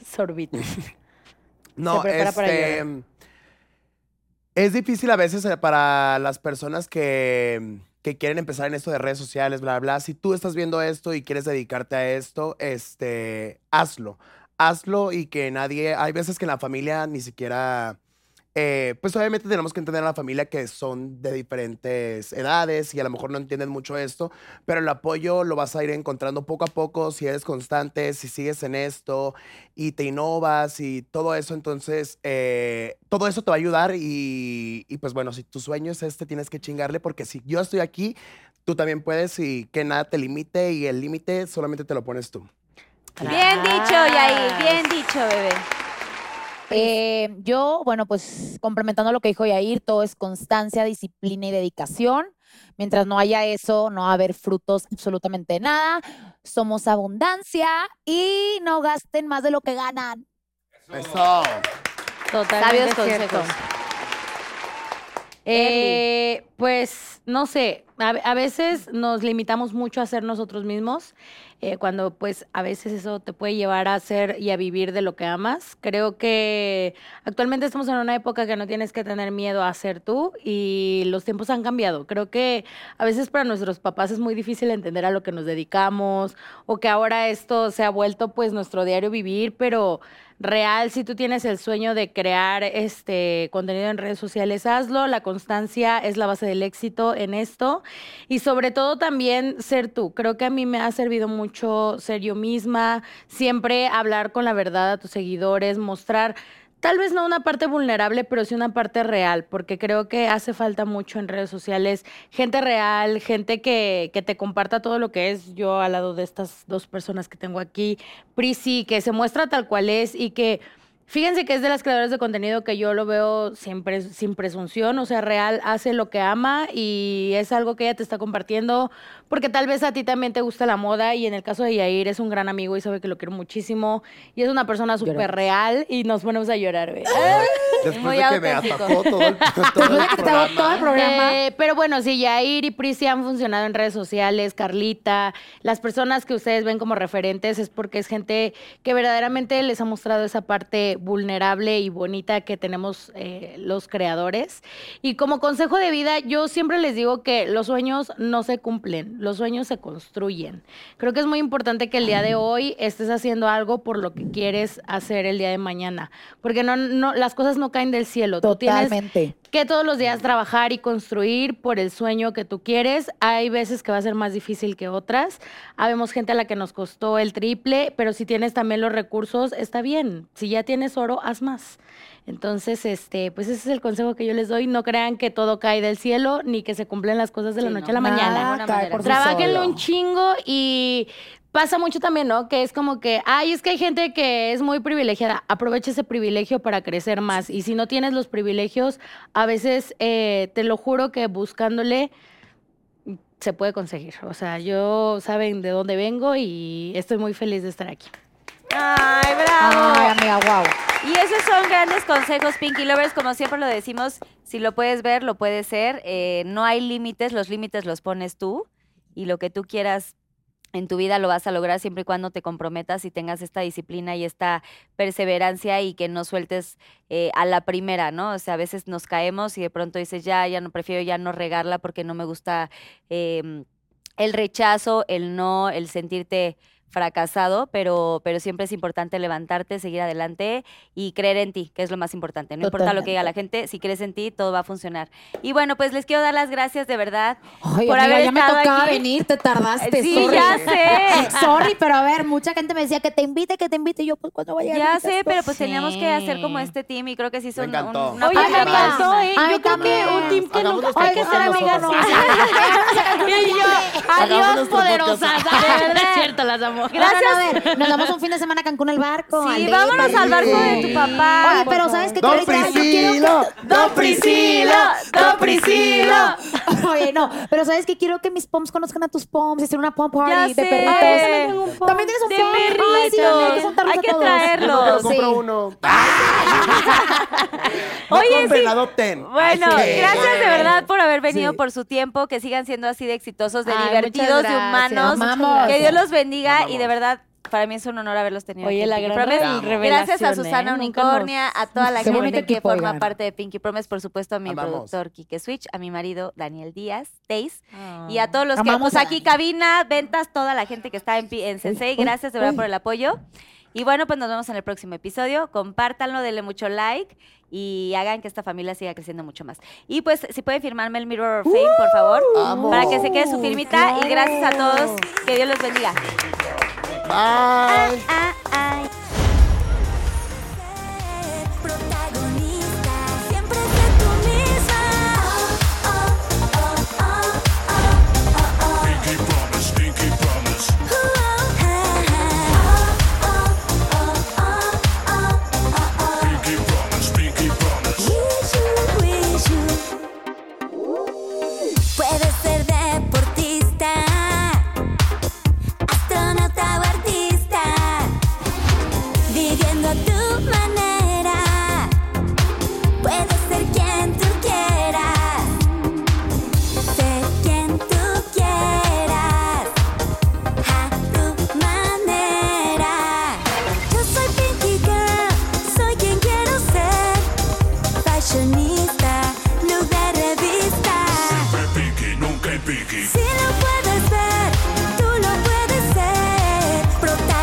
Speaker 5: Sorbito.
Speaker 4: No,
Speaker 5: prepara para
Speaker 4: este. es difícil a veces eh, para las personas que, que quieren empezar en esto de redes sociales, bla, bla. Si tú estás viendo esto y quieres dedicarte a esto, este, hazlo. Hazlo y que nadie. Hay veces que en la familia ni siquiera. eh, pues obviamente tenemos que entender a la familia que son de diferentes edades y a lo mejor no entienden mucho esto, pero el apoyo lo vas a ir encontrando poco a poco si eres constante, si sigues en esto y te innovas y todo eso. Entonces, eh, todo eso te va a ayudar y, y, pues bueno, si tu sueño es este, tienes que chingarle porque si yo estoy aquí, tú también puedes y que nada te limite y el límite solamente te lo pones tú.
Speaker 7: Bien dicho, Jair, bien dicho, bebé.
Speaker 6: Eh, yo, bueno, pues complementando lo que dijo Yair, todo es constancia, disciplina y dedicación. Mientras no haya eso, no va a haber frutos absolutamente de nada. Somos abundancia y no gasten más de lo que ganan.
Speaker 4: Eso.
Speaker 5: Totalmente
Speaker 7: Sabios
Speaker 5: cierto.
Speaker 7: consejos.
Speaker 5: Eh, Pues no sé, a, a veces nos limitamos mucho a ser nosotros mismos, eh, cuando pues a veces eso te puede llevar a hacer y a vivir de lo que amas. Creo que actualmente estamos en una época que no tienes que tener miedo a ser tú y los tiempos han cambiado. Creo que a veces para nuestros papás es muy difícil entender a lo que nos dedicamos o que ahora esto se ha vuelto pues nuestro diario vivir, pero real, si tú tienes el sueño de crear este contenido en redes sociales, hazlo. La constancia es la base del éxito en esto. Y sobre todo también ser tú. Creo que a mí me ha servido mucho ser yo misma, siempre hablar con la verdad a tus seguidores, mostrar tal vez no una parte vulnerable, pero sí una parte real, porque creo que hace falta mucho en redes sociales gente real, gente que, que te comparta todo lo que es. Yo al lado de estas dos personas que tengo aquí, Prissy, que se muestra tal cual es y que... Fíjense que es de las creadoras de contenido que yo lo veo sin, pres- sin presunción, o sea, real hace lo que ama y es algo que ella te está compartiendo, porque tal vez a ti también te gusta la moda y en el caso de Yair es un gran amigo y sabe que lo quiero muchísimo y es una persona súper real y nos ponemos a llorar, güey.
Speaker 4: Después
Speaker 7: Muy
Speaker 4: de que me
Speaker 7: auténtico.
Speaker 4: atacó todo el, todo
Speaker 6: Después
Speaker 4: el
Speaker 6: de que te acabó todo
Speaker 4: programa.
Speaker 6: el programa.
Speaker 5: Eh, pero bueno, sí, Yair y Prissy han funcionado en redes sociales, Carlita, las personas que ustedes ven como referentes es porque es gente que verdaderamente les ha mostrado esa parte vulnerable y bonita que tenemos eh, los creadores. Y como consejo de vida, yo siempre les digo que los sueños no se cumplen, los sueños se construyen. Creo que es muy importante que el día de hoy estés haciendo algo por lo que quieres hacer el día de mañana, porque no, no, las cosas no caen del cielo. Tú tienes
Speaker 6: Totalmente.
Speaker 5: que todos los días trabajar y construir por el sueño que tú quieres. Hay veces que va a ser más difícil que otras. Habemos gente a la que nos costó el triple, pero si tienes también los recursos, está bien. Si ya tienes oro, haz más. Entonces, este, pues ese es el consejo que yo les doy. No crean que todo cae del cielo ni que se cumplen las cosas de la
Speaker 7: Sí,
Speaker 5: noche
Speaker 7: no, Ah,
Speaker 5: a la
Speaker 7: nada.
Speaker 5: mañana.
Speaker 7: Ninguna
Speaker 6: cae
Speaker 7: manera.
Speaker 6: por sí
Speaker 5: Trabájenlo
Speaker 6: solo.
Speaker 5: un chingo y pasa mucho también, ¿no? Que es como que, ay, es que hay gente que es muy privilegiada. Aprovecha ese privilegio para crecer más. Y si no tienes los privilegios, a veces eh, te lo juro que buscándole se puede conseguir. O sea, yo saben de dónde vengo y estoy muy feliz de estar aquí.
Speaker 7: Ay,
Speaker 5: Ah,
Speaker 7: bravo.
Speaker 6: Ay, amiga, wow.
Speaker 7: Y esos son grandes consejos, Pinky Lovers. Como siempre lo decimos, si lo puedes ver, lo puedes ser. Eh, no hay límites, los límites los pones tú. Y lo que tú quieras en tu vida lo vas a lograr siempre y cuando te comprometas y tengas esta disciplina y esta perseverancia y que no sueltes eh, a la primera, ¿no? O sea, a veces nos caemos y de pronto dices, ya, ya no, prefiero ya no regarla porque no me gusta eh, el rechazo, el no, el sentirte fracasado, pero, pero siempre es importante levantarte, seguir adelante y creer en ti, que es lo más importante. No importa lo que diga la gente, si crees en ti, todo va a funcionar. Y bueno, pues les quiero dar las gracias de verdad.
Speaker 6: Ay,
Speaker 7: Por
Speaker 6: amiga,
Speaker 7: haber
Speaker 6: ya me
Speaker 7: estado
Speaker 6: tocaba
Speaker 7: aquí.
Speaker 6: venir, te tardaste.
Speaker 7: sí,
Speaker 6: sorry.
Speaker 7: ya sé.
Speaker 6: Sorry, pero a ver, mucha gente me decía que te invite, que te invite. Y yo, pues, ¿cuándo voy a llegar?
Speaker 7: Ya
Speaker 6: mi
Speaker 7: sé,
Speaker 6: casco?
Speaker 7: pero pues teníamos que hacer como
Speaker 5: Sí.
Speaker 7: este team y creo que sí hizo
Speaker 4: Me
Speaker 7: un- un-
Speaker 4: encantó.
Speaker 7: una
Speaker 5: Oye,
Speaker 7: parte
Speaker 5: me
Speaker 6: Ay,
Speaker 7: padrísima.
Speaker 5: encantó, ¿eh?
Speaker 6: A mí
Speaker 5: Yo creo que
Speaker 6: también.
Speaker 5: un team que
Speaker 4: Hagamos
Speaker 5: nunca...
Speaker 4: nuestro
Speaker 5: Hay que ser
Speaker 4: podcast
Speaker 5: amigas.
Speaker 4: nosotras.
Speaker 5: Y yo,
Speaker 4: Hagamos
Speaker 5: adiós,
Speaker 4: nuestro
Speaker 5: poderosas. De verdad, es cierto, las amo.
Speaker 6: Gracias. a ver, nos damos un fin de semana a Cancún al barco.
Speaker 7: Sí,
Speaker 6: al
Speaker 7: vámonos
Speaker 6: Disney.
Speaker 7: al barco de tu papá.
Speaker 6: Oye,
Speaker 7: por
Speaker 6: pero
Speaker 7: favor.
Speaker 6: ¿sabes qué? Que
Speaker 4: Don
Speaker 6: ahorita yo quiero-
Speaker 4: Priscilo, Don Priscilo, Don Priscilo.
Speaker 6: Oye, no, pero ¿sabes qué? Quiero que mis poms conozcan a tus poms y hacer una pom party
Speaker 7: Ya
Speaker 6: de
Speaker 7: sé.
Speaker 6: perritos.
Speaker 7: Ay, yo también tengo
Speaker 5: un pom.
Speaker 6: También tienes un
Speaker 7: De
Speaker 6: pom. Ay, sí, hay que
Speaker 7: perritos.
Speaker 6: juntarlos
Speaker 7: Hay
Speaker 6: a
Speaker 7: que
Speaker 6: todos.
Speaker 4: Yo
Speaker 7: traerlos.
Speaker 4: me compro
Speaker 6: Sí.
Speaker 4: uno. No
Speaker 7: Oye,
Speaker 4: compren,
Speaker 7: sí.
Speaker 4: adopten.
Speaker 7: Bueno,
Speaker 4: Así que-
Speaker 7: gracias de verdad por haber venido,
Speaker 6: Sí.
Speaker 7: por su tiempo, que sigan siendo así de exitosos, de
Speaker 5: Ay,
Speaker 7: divertidos, de
Speaker 5: muchas gracias.
Speaker 7: humanos.
Speaker 6: Amamos.
Speaker 7: Que Dios los bendiga y de verdad, para mí es un honor haberlos tenido.
Speaker 5: Oye,
Speaker 7: aquí en
Speaker 5: la
Speaker 7: Pinky
Speaker 5: gran
Speaker 7: Promise.
Speaker 5: revelación,
Speaker 7: Gracias a
Speaker 5: ¿eh?
Speaker 7: Susana
Speaker 5: Nunca
Speaker 7: Unicornia,
Speaker 5: nos-
Speaker 7: a toda la
Speaker 6: Qué bonito
Speaker 7: gente que
Speaker 6: equipo,
Speaker 7: forma
Speaker 6: oigan.
Speaker 7: parte de Pinky Promise, por supuesto a mi
Speaker 4: Amamos.
Speaker 7: productor Kike Switch, a mi marido Daniel Díaz, Teis, y
Speaker 5: Ah.
Speaker 7: a todos los
Speaker 6: Amamos
Speaker 7: que
Speaker 6: a
Speaker 7: pues, aquí
Speaker 6: Dani.
Speaker 7: cabina, ventas, toda la gente que está en, Pi- en Sensei. Gracias de verdad por el apoyo. Y bueno, pues nos vemos en el próximo episodio. Compártanlo, denle mucho like y hagan que esta familia siga creciendo mucho más. Y pues, si pueden firmarme el Mirror of Fame, por favor,
Speaker 4: Vamos.
Speaker 7: para que se quede su firmita. Y gracias a todos. Que Dios los bendiga.
Speaker 4: Bye.
Speaker 7: Ah, ah.
Speaker 2: oh,